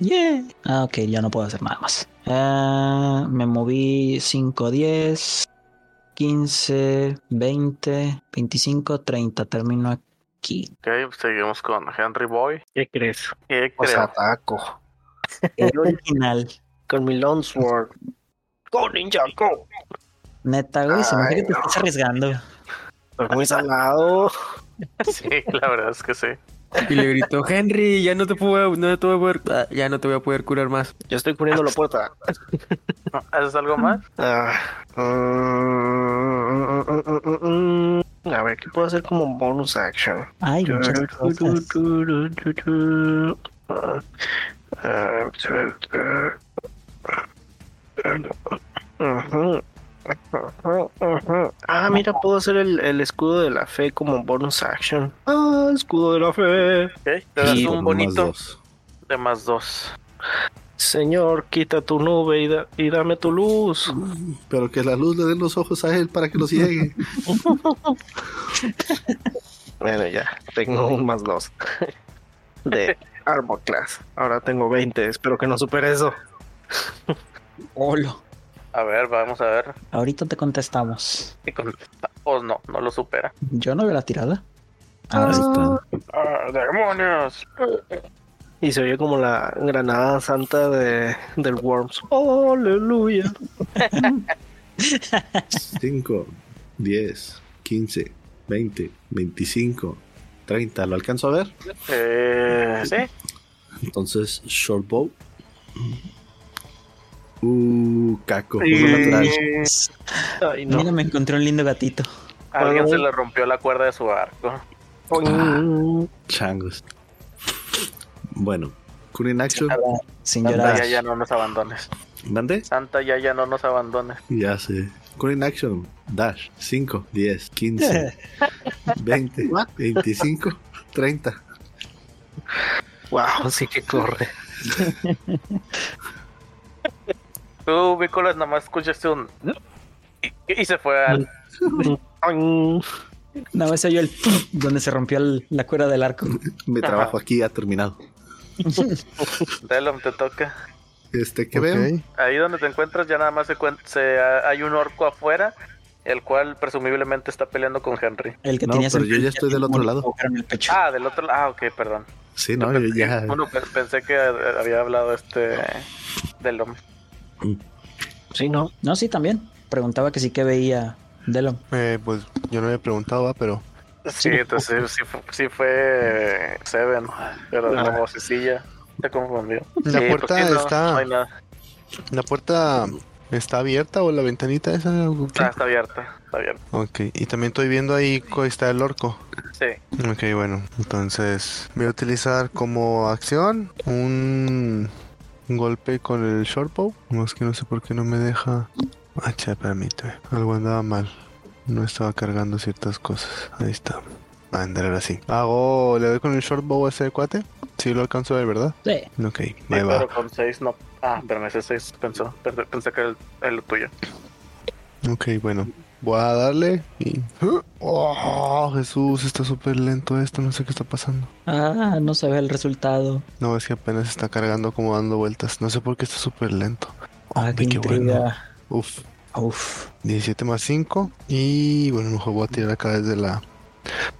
Speaker 6: Yeah. Ah, ok, ya no puedo hacer nada más. Ah, me moví 5, 10, 15, 20, 25, 30. Termino aquí.
Speaker 1: Ok, seguimos con Henry Boy.
Speaker 4: ¿Qué crees?
Speaker 1: ¿Qué
Speaker 4: Os
Speaker 1: creo?
Speaker 4: ataco.
Speaker 6: El original.
Speaker 4: Con mi Longsword. Go, ninja, go.
Speaker 6: Neta, güey, se me hace
Speaker 4: Ay,
Speaker 6: que te
Speaker 4: no.
Speaker 6: estás arriesgando.
Speaker 4: Estoy muy salado.
Speaker 1: Sí, la verdad es que sí.
Speaker 3: Y le grito, Henry, ya no te puedo, no te voy a poder, ah, ya no te voy a poder curar más.
Speaker 4: Yo estoy cubriendo la puerta.
Speaker 1: ¿Haces algo más?
Speaker 4: Ah, mm, mm, mm, mm, mm. a ver, ¿qué puedo hacer como bonus action?
Speaker 6: Ay, muchas cosas.
Speaker 4: Ah, Ajá. Ah, mira, puedo hacer el, el escudo de la fe como bonus action. Ah, escudo de la fe.
Speaker 1: Ok, te das
Speaker 4: Y-
Speaker 1: un
Speaker 2: Con más
Speaker 1: bonito
Speaker 2: dos.
Speaker 1: de más 2.
Speaker 4: Señor, quita tu nube y, da- y dame tu luz.
Speaker 2: Pero que la luz le dé los ojos a él para que los llegue.
Speaker 4: Bueno, ya, tengo un más dos de Armor Class. Ahora tengo 20, espero que no supere eso.
Speaker 6: Olo.
Speaker 1: A ver, vamos a ver.
Speaker 6: Ahorita te contestamos.
Speaker 1: Y contesta. Oh, no, no lo supera.
Speaker 6: Yo no veo la tirada.
Speaker 2: Ah,
Speaker 6: Ahora sí.
Speaker 1: ¡Ah, demonios!
Speaker 4: Y se oye como la granada santa de, del Worms. ¡Aleluya!
Speaker 2: 5, 10, 15, 20, 25, 30. ¿Lo alcanzo a ver?
Speaker 4: Eh, sí.
Speaker 2: Entonces, Shortbow. Uh, caco. uno natural.
Speaker 4: Eh, ay, no.
Speaker 6: Mira, me encontré un lindo gatito.
Speaker 1: Alguien se le rompió la cuerda de su arco.
Speaker 2: Changos. Bueno, Kunin Action.
Speaker 6: Nada, Sin
Speaker 1: Santa
Speaker 6: llorar.
Speaker 1: ya, ya no nos abandones.
Speaker 2: ¿Mande?
Speaker 1: Santa ya, ya no nos abandones.
Speaker 2: Ya sé. Kunin Action. Dash. 5, 10, 15, 20, 25, 30.
Speaker 4: Wow, sí que corre.
Speaker 1: Tú, Vícolas, nomás escuchaste un... Y, y se fue al...
Speaker 6: No, ese yo el donde se rompió el- la cuerda del arco.
Speaker 2: Mi trabajo aquí ha terminado.
Speaker 1: Delom, te toca.
Speaker 2: Este, ¿qué
Speaker 5: Ok.
Speaker 2: veo?
Speaker 1: Ahí donde te encuentras ya nada más se, cuen- se- ha- hay un orco afuera, el cual presumiblemente está peleando con Henry.
Speaker 6: El que
Speaker 2: No,
Speaker 6: tenías
Speaker 2: pero
Speaker 6: en
Speaker 2: yo ya
Speaker 6: frente
Speaker 2: estoy
Speaker 6: tiene
Speaker 2: del
Speaker 6: un
Speaker 2: otro lado.
Speaker 6: agujero en el pecho.
Speaker 1: Ah, del otro lado. Ah, ok, perdón.
Speaker 2: Sí, no, yo ya.
Speaker 1: Bueno, pe- pensé que eh, había hablado este Delom.
Speaker 4: Sí, no.
Speaker 6: No, sí, también. Preguntaba que sí que veía Delon.
Speaker 5: Eh, pues yo no había preguntado, ¿va? pero
Speaker 1: Sí, entonces sí, fu- sí fue eh, Seven, pero
Speaker 4: Ah.
Speaker 1: como Cecilia se confundió.
Speaker 5: La
Speaker 1: Sí, pues
Speaker 5: puerta
Speaker 1: sí, no,
Speaker 5: está-
Speaker 1: no hay nada.
Speaker 5: ¿la puerta está abierta o la ventanita esa? o qué?
Speaker 1: Ah, está abierta, está abierta.
Speaker 5: Ok, y también estoy viendo ahí co- está el orco.
Speaker 1: Sí.
Speaker 5: Ok, bueno, entonces voy a utilizar como acción un golpe con el shortbow. No es que no sé por qué no me deja. Ah, che, permíteme. Algo andaba mal. No estaba cargando ciertas cosas. Ahí está. Va a andar ahora sí. Hago, oh, le doy con el shortbow a ese cuate. Sí, lo alcanzo a ver, ¿verdad?
Speaker 6: Sí.
Speaker 5: Ok,
Speaker 1: Sí,
Speaker 5: ahí va.
Speaker 1: pero con 6 no. Ah, pero ese 6 pensó. Pensé, pensé que era el, el tuyo.
Speaker 5: Ok, bueno. Voy a darle y. ¡Ah! ¡Oh, Jesús! Está súper lento esto. No sé qué está pasando.
Speaker 6: Ah, no se ve el resultado.
Speaker 5: No, es que apenas está cargando como dando vueltas. No sé por qué está súper lento.
Speaker 6: Ah,
Speaker 5: Oh,
Speaker 6: qué
Speaker 5: Hombre, qué bueno.
Speaker 6: intriga.
Speaker 5: Uf,
Speaker 6: Uf.
Speaker 5: 17 más 5. Y bueno, mejor voy a tirar acá desde la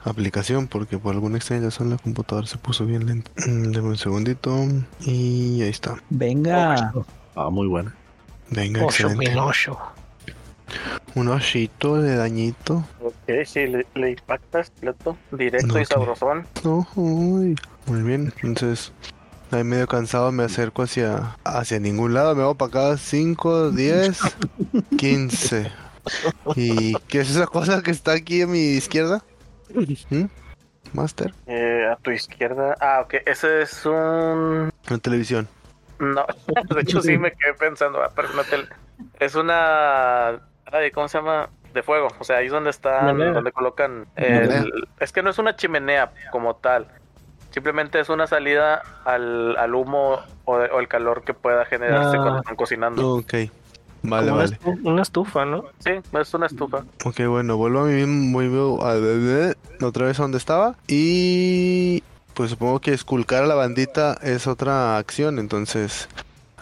Speaker 5: aplicación porque por alguna extraña razón la computadora se puso bien lenta. Deme un segundito. Y ahí está. Oh,
Speaker 6: Venga.
Speaker 2: Ah, muy buena.
Speaker 5: Venga,
Speaker 4: Oh,
Speaker 5: excelente.
Speaker 4: 8008.
Speaker 5: Un osito de dañito.
Speaker 1: Ok, sí, le, le impactas, plato. Directo
Speaker 5: No,
Speaker 1: y
Speaker 5: ok.
Speaker 1: sabrosón.
Speaker 5: No, uy. Muy bien, entonces. Ahí medio cansado me acerco hacia, hacia ningún lado, me hago para acá 5, 10, 15. ¿Y qué es esa cosa que está aquí a mi izquierda? ¿Mm? ¿Master?
Speaker 1: Eh, a tu izquierda. Ah, ok, ese es un.
Speaker 5: La televisión.
Speaker 1: No, de hecho sí me quedé pensando. ah, pero una tele- Es una. ay, ¿Cómo se llama? De fuego. O sea, ahí es donde están.
Speaker 4: Chimenea.
Speaker 1: Donde colocan. el- Es que no es una chimenea como tal. Simplemente es una salida al, al humo o, de- o el calor que pueda generarse
Speaker 4: Ah.
Speaker 1: cuando están cocinando.
Speaker 5: Ok. Vale,
Speaker 4: Como
Speaker 5: vale.
Speaker 4: una estu- Una estufa, ¿no?
Speaker 1: Sí, es una estufa.
Speaker 5: Ok, bueno, vuelvo a mi mismo, vuelvo a- de- de- otra vez a donde estaba. Y pues supongo que esculcar a la bandita es otra acción, entonces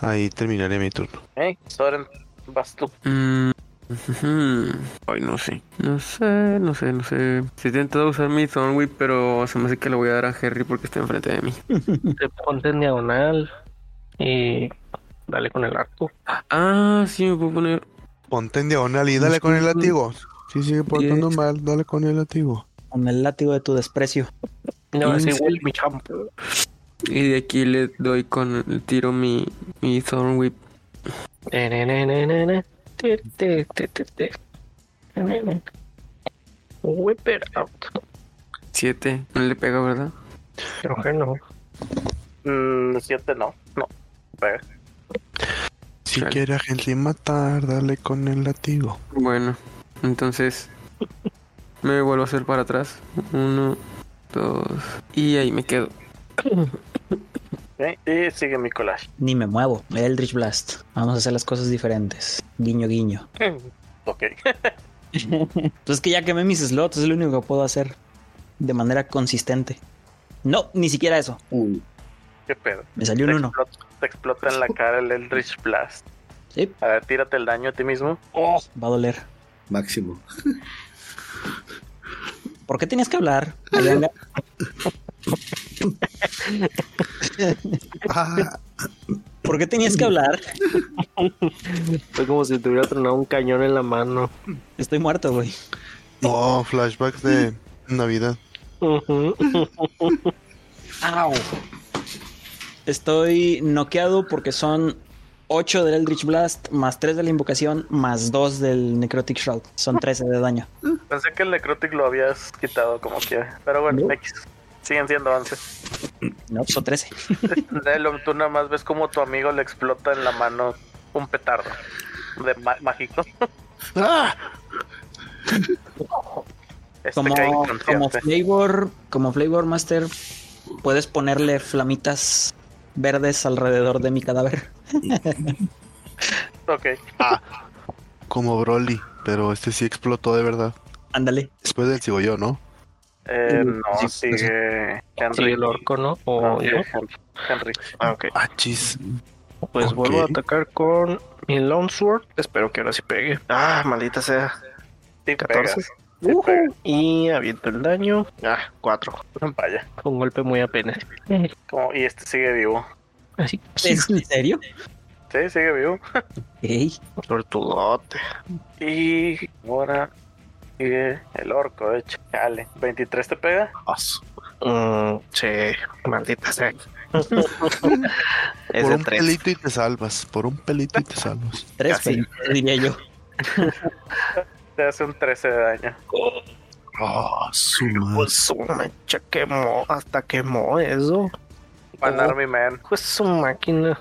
Speaker 5: ahí terminaré mi turno.
Speaker 1: Hey, Soren, vas tú.
Speaker 3: Mm, ujú. Ay, no sé. No sé, no sé, no sé. Estoy tentado usar mi Thorn Whip, pero se me hace que le voy a dar a Harry porque está enfrente de mí.
Speaker 4: Te ponte en diagonal y dale con el arco.
Speaker 3: Ah, sí, me puedo poner.
Speaker 5: Ponte en diagonal y dale con el látigo. Sí, sigue portando
Speaker 3: Diez.
Speaker 5: mal, dale con el látigo.
Speaker 6: Con el látigo de tu desprecio.
Speaker 4: No, es
Speaker 3: Quince.
Speaker 4: igual mi champo.
Speaker 3: Y de aquí le doy con. le Tiro mi, mi Thorn Whip.
Speaker 4: Te, ne, ne, ne, ne, ne. Te, te, te, te, te. Ne, ne. Whip it out.
Speaker 3: 7. No le pega, ¿verdad?
Speaker 4: Creo que no.
Speaker 1: Mm, siete, no. No. Pega.
Speaker 5: Si
Speaker 3: Chale.
Speaker 5: quiere a gente matar, dale con el látigo.
Speaker 3: Bueno, entonces. Me vuelvo a hacer para atrás. Uno, dos. Y ahí me quedo.
Speaker 1: Ok, Y sigue mi collage.
Speaker 6: Ni me muevo. Eldritch Blast. Vamos a hacer las cosas diferentes. Guiño, guiño.
Speaker 1: Ok.
Speaker 6: Pues es que ya quemé mis slots. Es lo único que puedo hacer. De manera consistente. No, ni siquiera eso.
Speaker 1: ¿Qué pedo?
Speaker 6: Me salió
Speaker 1: te,
Speaker 6: un uno.
Speaker 1: explota, te explota en la cara el Eldritch Blast.
Speaker 6: Sí,
Speaker 1: A ver, tírate el daño a ti mismo. Oh,
Speaker 6: va a doler.
Speaker 2: Máximo.
Speaker 6: ¿Por qué tenías que hablar? Adriana?
Speaker 5: Ah,
Speaker 6: ¿Por qué tenías que hablar?
Speaker 4: Fue como si te hubiera tronado un cañón en la mano.
Speaker 6: Estoy muerto, güey.
Speaker 5: Oh, flashbacks de Navidad.
Speaker 6: ¡Au! Estoy noqueado porque son 8 del Eldritch Blast, más 3 de la invocación, más 2 del Necrotic Shroud. Son 13 de daño.
Speaker 1: Pensé que el necrotic lo habías quitado como quiera. Pero bueno, X. Siguen siendo 11.
Speaker 6: No, son 13.
Speaker 1: Nelo, tú nada más ves como tu amigo le explota en la mano un petardo de ma- mágico.
Speaker 5: ¡Ah!
Speaker 1: Este
Speaker 6: Como,
Speaker 1: cae
Speaker 6: como
Speaker 1: inconsciente.
Speaker 6: flavor, como flavor master, puedes ponerle flamitas verdes alrededor de mi cadáver.
Speaker 1: Ok. eh,
Speaker 5: Como Broly, pero este sí explotó de verdad.
Speaker 6: Ándale.
Speaker 5: Después del sigo yo, ¿no?
Speaker 1: Eh,
Speaker 6: Sí,
Speaker 1: no, sigue
Speaker 4: Sí,
Speaker 1: Henry.
Speaker 4: el orco, ¿no? O
Speaker 1: No,
Speaker 4: yo.
Speaker 1: sigue Henry. Henry.
Speaker 4: Ah, ok.
Speaker 5: Ah, chis.
Speaker 4: Pues
Speaker 5: Ok.
Speaker 4: vuelvo a atacar con mi Longsword. Espero que ahora sí pegue. Ah, maldita sea.
Speaker 1: Sí,
Speaker 4: 14.
Speaker 1: pegas. Sí, pegas.
Speaker 4: Y aviento el daño. Ah, 4.
Speaker 1: pues, Vaya.
Speaker 4: Un golpe muy apenas.
Speaker 1: Como- y este sigue vivo.
Speaker 4: Así.
Speaker 6: ¿Es en serio?
Speaker 1: Sí, sigue vivo.
Speaker 6: Ey,
Speaker 4: Tortugote.
Speaker 1: Y ahora sigue el orco, de hecho. Dale. 23 te pega.
Speaker 2: As.
Speaker 4: Mm, sí, maldita sea. es
Speaker 5: Por
Speaker 4: de
Speaker 5: un
Speaker 4: 3.
Speaker 5: pelito y te salvas. Por un pelito y te salvas.
Speaker 6: tres,
Speaker 4: Casi.
Speaker 6: veinte, diría yo.
Speaker 1: Te hace un 13 de daño.
Speaker 2: Ah, su madre.
Speaker 4: Pues su mancha quemó, hasta quemó eso.
Speaker 1: One
Speaker 4: Oh.
Speaker 1: Army Man.
Speaker 4: Pues su máquina.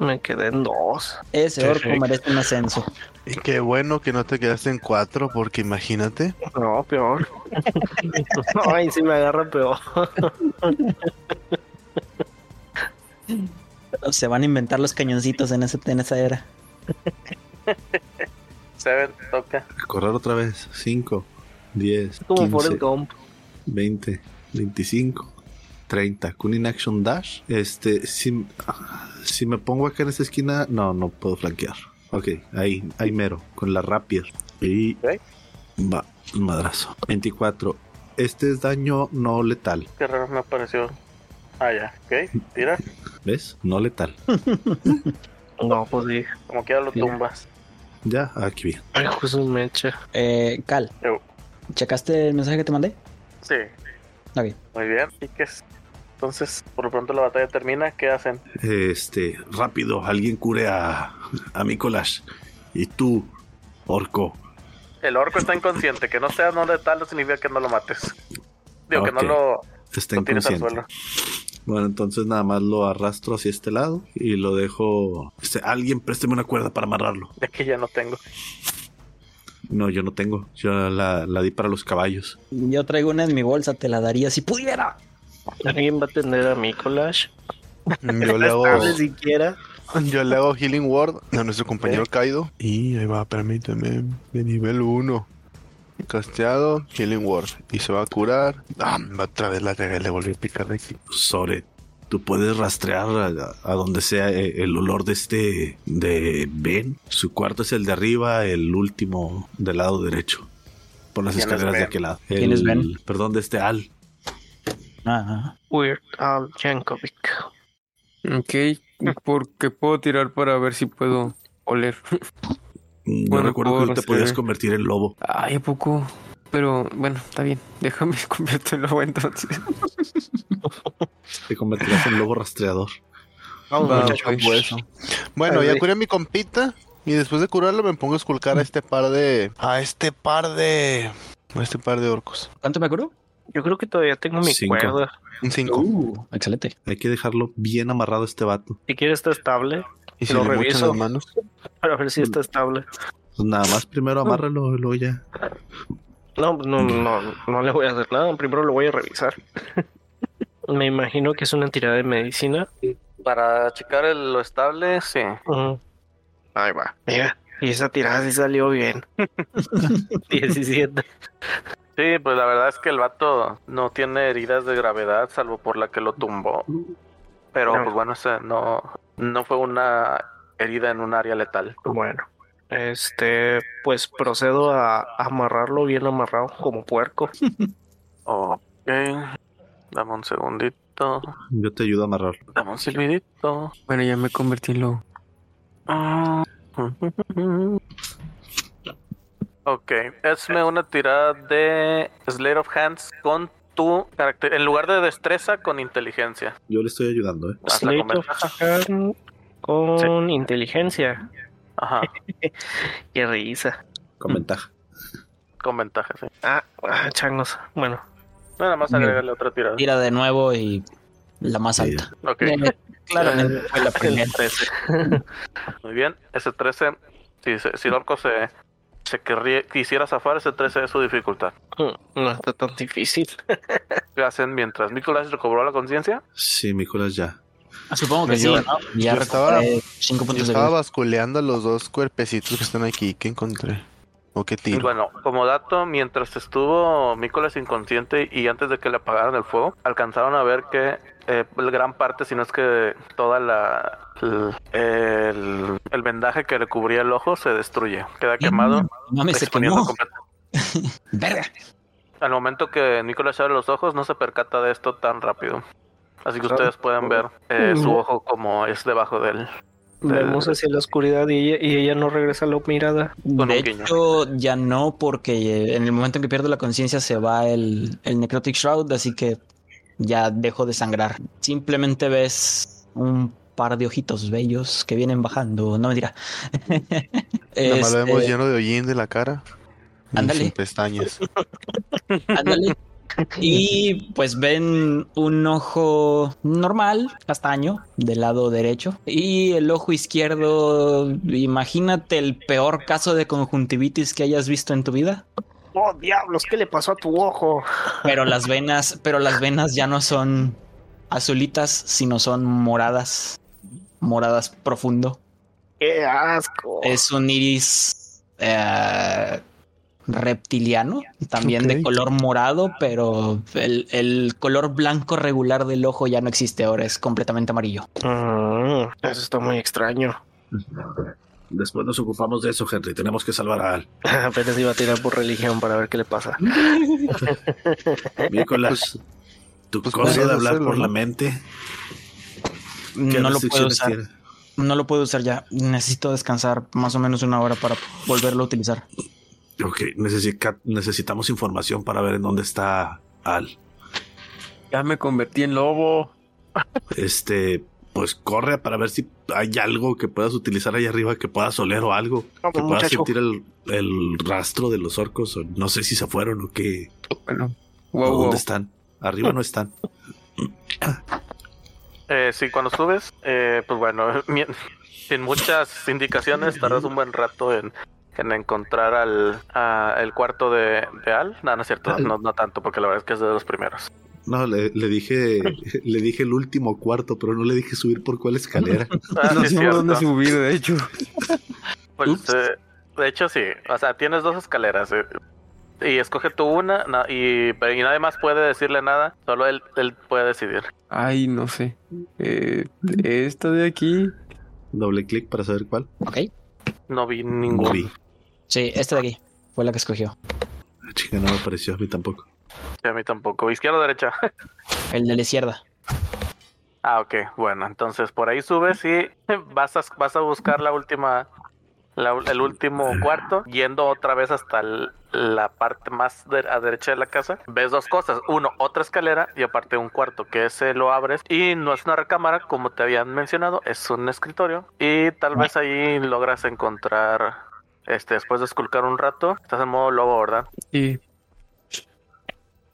Speaker 4: Me quedé en dos.
Speaker 6: Ese orco
Speaker 5: Perfecto.
Speaker 6: merece un ascenso.
Speaker 5: Y qué bueno que no te quedaste en cuatro, porque imagínate.
Speaker 4: No, peor. Ay, si me agarra peor.
Speaker 6: Se van a inventar los cañoncitos en, ese, en esa era.
Speaker 1: Seven te toca.
Speaker 2: Correr otra vez. 5, 10,
Speaker 4: Como
Speaker 2: 15,
Speaker 4: por el Gump.
Speaker 2: 20, 25, 30. Con in action dash. Este, si, si me pongo acá en esta esquina, no, no puedo flanquear. Ok, ahí, ahí mero, con la rapier. Y
Speaker 1: Ok.
Speaker 2: va, un madrazo. 24. Este es daño no letal,
Speaker 1: Qué raro me apareció. Ah, ya. Ok. Tira.
Speaker 2: ¿ves? No letal.
Speaker 4: No, pues sí.
Speaker 1: Como quiera lo
Speaker 4: Sí.
Speaker 1: tumbas.
Speaker 2: Ya, aquí bien.
Speaker 4: Ay, pues su mecha.
Speaker 6: Eh, Cal,
Speaker 1: Yo.
Speaker 6: ¿checaste el mensaje que te mandé?
Speaker 1: Sí.
Speaker 6: Ok.
Speaker 1: Muy bien. ¿Y qué es? Entonces, por lo pronto la batalla termina. ¿Qué hacen?
Speaker 2: Este, rápido, alguien cure a, a Nicolás. Y tú, Orco.
Speaker 1: El orco está inconsciente. Que no sea no letal no significa que no lo mates. Digo, que no
Speaker 2: Ok.
Speaker 1: lo,
Speaker 2: Está
Speaker 1: lo tires al
Speaker 2: inconsciente.
Speaker 1: suelo.
Speaker 2: Bueno, entonces nada más lo arrastro hacia este lado y lo dejo. Este, alguien présteme una cuerda para amarrarlo.
Speaker 1: Ya que ya no tengo.
Speaker 2: No, yo no tengo. Yo la, la di para los caballos.
Speaker 6: Yo traigo una en mi bolsa, te la daría si pudiera.
Speaker 4: ¿Alguien va a tener a Mikolas?
Speaker 5: Yo le hago,
Speaker 4: Estable siquiera.
Speaker 5: yo le hago Healing Ward a nuestro compañero Kaido. Y ahí va, permíteme. De nivel 1. Casteado, Healing Ward. Y se va a curar. Ah, otra vez la cagué, le volví a picar de aquí.
Speaker 2: Sore, tú puedes rastrear a, a donde sea eh, el olor de este. de Ben. Su cuarto es el de arriba, el último del lado derecho. Por las
Speaker 1: ¿Quién es
Speaker 2: escaleras de
Speaker 1: Ben?
Speaker 2: aquel lado.
Speaker 6: ¿Quién es
Speaker 2: El-
Speaker 6: Ben?
Speaker 2: Perdón, de este Al.
Speaker 6: Ah,
Speaker 4: Weird Al Jankovic.
Speaker 3: Ok, porque puedo tirar para ver si puedo oler.
Speaker 2: No
Speaker 3: Bueno,
Speaker 2: recuerdo
Speaker 3: puedo
Speaker 2: que tú te
Speaker 3: rastrear.
Speaker 2: podías convertir en lobo.
Speaker 3: Ay, ¿a poco? Pero bueno, está bien. Déjame convierto en lobo entonces.
Speaker 2: Te convertirás en lobo rastreador.
Speaker 5: Vamos,
Speaker 3: Va,
Speaker 5: muchacho,
Speaker 3: pues.
Speaker 5: pues. Bueno,
Speaker 3: Ahí
Speaker 5: ya
Speaker 3: voy.
Speaker 5: curé a mi compita. Y después de curarlo me pongo a esculcar a este par de... A este par de... A este par de orcos.
Speaker 6: ¿Cuánto me curó?
Speaker 4: Yo creo que todavía tengo mi
Speaker 2: Cinco.
Speaker 4: cuerda.
Speaker 5: Un 5.
Speaker 6: Uh, excelente.
Speaker 2: Hay que dejarlo bien amarrado a este vato.
Speaker 4: Si quiere está estable,
Speaker 5: Y si
Speaker 4: lo
Speaker 5: lo le mochan
Speaker 4: reviso.
Speaker 5: las manos.
Speaker 4: para ver si está estable.
Speaker 2: Pues nada más primero amárralo y luego ya.
Speaker 4: No, no, no, no le voy a hacer nada. Primero lo voy a revisar. Me imagino que es una tirada de medicina.
Speaker 1: Para checar el- lo estable, sí.
Speaker 4: Ujú. Ahí va. Mm. Mira. Y esa tirada sí salió bien. 17.
Speaker 1: Sí, pues la verdad es que el vato no tiene heridas de gravedad, salvo por la que lo tumbó. Pero
Speaker 4: Claro.
Speaker 1: pues bueno, ese no, no fue una herida en un área letal.
Speaker 4: Bueno. Este, pues procedo a amarrarlo bien amarrado como puerco.
Speaker 1: Ok. Dame un segundito.
Speaker 2: Yo te ayudo a amarrarlo.
Speaker 1: Dame un silbidito.
Speaker 3: Bueno, ya me convertí en lobo.
Speaker 1: Ah. Ok, hazme una tirada de Slate of Hands con tu carácter. En lugar de destreza, con inteligencia.
Speaker 2: Yo le estoy ayudando, ¿eh?
Speaker 1: Vas a
Speaker 4: Slate
Speaker 1: comer.
Speaker 4: of Hand con inteligencia.
Speaker 1: Ajá,
Speaker 4: Qué risa.
Speaker 2: Con ventaja.
Speaker 1: con ventaja, sí.
Speaker 4: Ah, ah, changos. Bueno,
Speaker 1: Nada más
Speaker 6: Bien.
Speaker 1: agregarle otra tirada.
Speaker 6: Tira de nuevo y la más
Speaker 2: Sí.
Speaker 6: alta.
Speaker 1: Ok,
Speaker 6: Bueno, claramente fue la primera.
Speaker 1: muy bien. Ese 13, si, se- si el orco se, se querría- quisiera zafar, ese 13 es su dificultad.
Speaker 4: mm, no está tan difícil.
Speaker 1: ¿Qué hacen mientras Nicolás recobró la conciencia?
Speaker 2: Sí, Nicolás ya.
Speaker 6: Ah, Supongo que sí,
Speaker 5: Yo-
Speaker 6: ¿no? Ya
Speaker 5: yo estaba-
Speaker 6: recuperé cinco
Speaker 5: Yo
Speaker 6: puntos de
Speaker 5: estaba
Speaker 6: vida.
Speaker 5: basculeando los dos cuerpecitos que están aquí. ¿Qué encontré? ¿O qué
Speaker 1: Y
Speaker 5: tiro?
Speaker 1: Bueno, como dato, mientras estuvo Nicolás inconsciente y antes de que le apagaran el fuego, alcanzaron a ver que eh, gran parte, si no es que toda la... El, el- el vendaje que le cubría el ojo se destruye, queda quemado,
Speaker 6: Mames, se
Speaker 1: exponiendo
Speaker 6: quemó.
Speaker 1: completamente.
Speaker 6: Verga.
Speaker 1: Al momento que Nicolás abre los ojos, no se percata de esto tan rápido. Así que ustedes pueden ver eh, su ojo como es debajo de él.
Speaker 4: Vemos hacia la oscuridad y ella, y ella no regresa la mirada.
Speaker 1: un
Speaker 6: de
Speaker 1: guiño.
Speaker 6: hecho, ya no, porque eh, en el momento en que pierdo la conciencia se va el, el Necrotic Shroud, así que ya dejo de sangrar. Simplemente ves un par de ojitos bellos que vienen bajando. No mentira.
Speaker 5: Nada más lo vemos
Speaker 6: Este,
Speaker 5: lleno de hollín de la cara. y
Speaker 6: ándale.
Speaker 5: Sin pestañas.
Speaker 6: ándale. Y pues ven un ojo normal, castaño, del lado derecho. Y el ojo izquierdo, imagínate el peor caso de conjuntivitis que hayas visto en tu vida.
Speaker 4: Oh, diablos, ¿qué le pasó a tu ojo?
Speaker 6: Pero las venas, pero las venas ya no son azulitas, sino son moradas, moradas profundo.
Speaker 4: Qué asco.
Speaker 6: Es un iris eh, reptiliano, también de
Speaker 5: Ok.
Speaker 6: color morado, pero el, el color blanco regular del ojo ya no existe ahora, es completamente amarillo.
Speaker 4: Mm, eso está muy extraño.
Speaker 2: Después nos ocupamos de eso, Henry. Tenemos que salvar a Al.
Speaker 4: Apenas iba a tirar por religión para ver qué le pasa.
Speaker 2: Nicolás, tu
Speaker 5: pues
Speaker 2: cosa
Speaker 5: podrías
Speaker 2: de hablar
Speaker 5: hacerlo,
Speaker 2: por
Speaker 5: ¿no?
Speaker 2: la mente. ¿qué
Speaker 6: No lo puedo
Speaker 2: restricciones
Speaker 6: usar,
Speaker 2: tiene?
Speaker 6: no lo puedo usar ya. Necesito descansar más o menos una hora para volverlo a utilizar.
Speaker 2: Ok, necesica- necesitamos información para ver en dónde está Al.
Speaker 3: Ya me convertí en lobo.
Speaker 2: Este, pues corre para ver si hay algo que puedas utilizar ahí arriba que puedas oler o algo.
Speaker 4: Vamos,
Speaker 2: Que puedas
Speaker 4: muchacho.
Speaker 2: sentir el, el rastro de los orcos. o no sé si se fueron o qué.
Speaker 3: Bueno,
Speaker 2: o
Speaker 3: wow,
Speaker 2: ¿Dónde
Speaker 3: wow.
Speaker 2: están? Arriba no están.
Speaker 1: Eh, sí, cuando subes, eh, pues bueno, mi- sin muchas indicaciones, tardas un buen rato en, en encontrar al a- el cuarto de, de Al. No, no es cierto, no, no tanto, porque la verdad es que es de los primeros.
Speaker 2: No, le, le dije, le dije el último cuarto, pero no le dije subir por cuál escalera.
Speaker 1: Ah,
Speaker 3: No
Speaker 1: sí,
Speaker 3: sé por dónde
Speaker 1: cierto.
Speaker 3: subir, de hecho.
Speaker 1: Pues, eh, de hecho, sí. O sea, tienes dos escaleras. eh, y escoge tú una na- y, y nadie más puede decirle nada. Solo él, él puede decidir.
Speaker 3: Ay, no sé. Eh, esta de aquí.
Speaker 2: Doble clic para saber cuál.
Speaker 6: ¿Ok?
Speaker 1: No vi ninguno.
Speaker 2: Vi.
Speaker 6: Sí, esta de aquí fue la que escogió.
Speaker 2: Ah, Chinga, no me pareció a mí tampoco.
Speaker 1: Sí, a mí tampoco. ¿Izquierda o derecha?
Speaker 6: El de la izquierda.
Speaker 1: Ah, ok. Bueno, entonces por ahí subes y vas a, vas a buscar la última, la ul- el último cuarto, yendo otra vez hasta el- la parte más de, a derecha de la casa. Ves dos cosas. Uno, otra escalera y aparte un cuarto que ese lo abres y no es una recámara, como te habían mencionado, es un escritorio. Y tal vez ahí logras encontrar, este, después de esculcar un rato, estás en modo lobo, ¿verdad?
Speaker 3: Sí.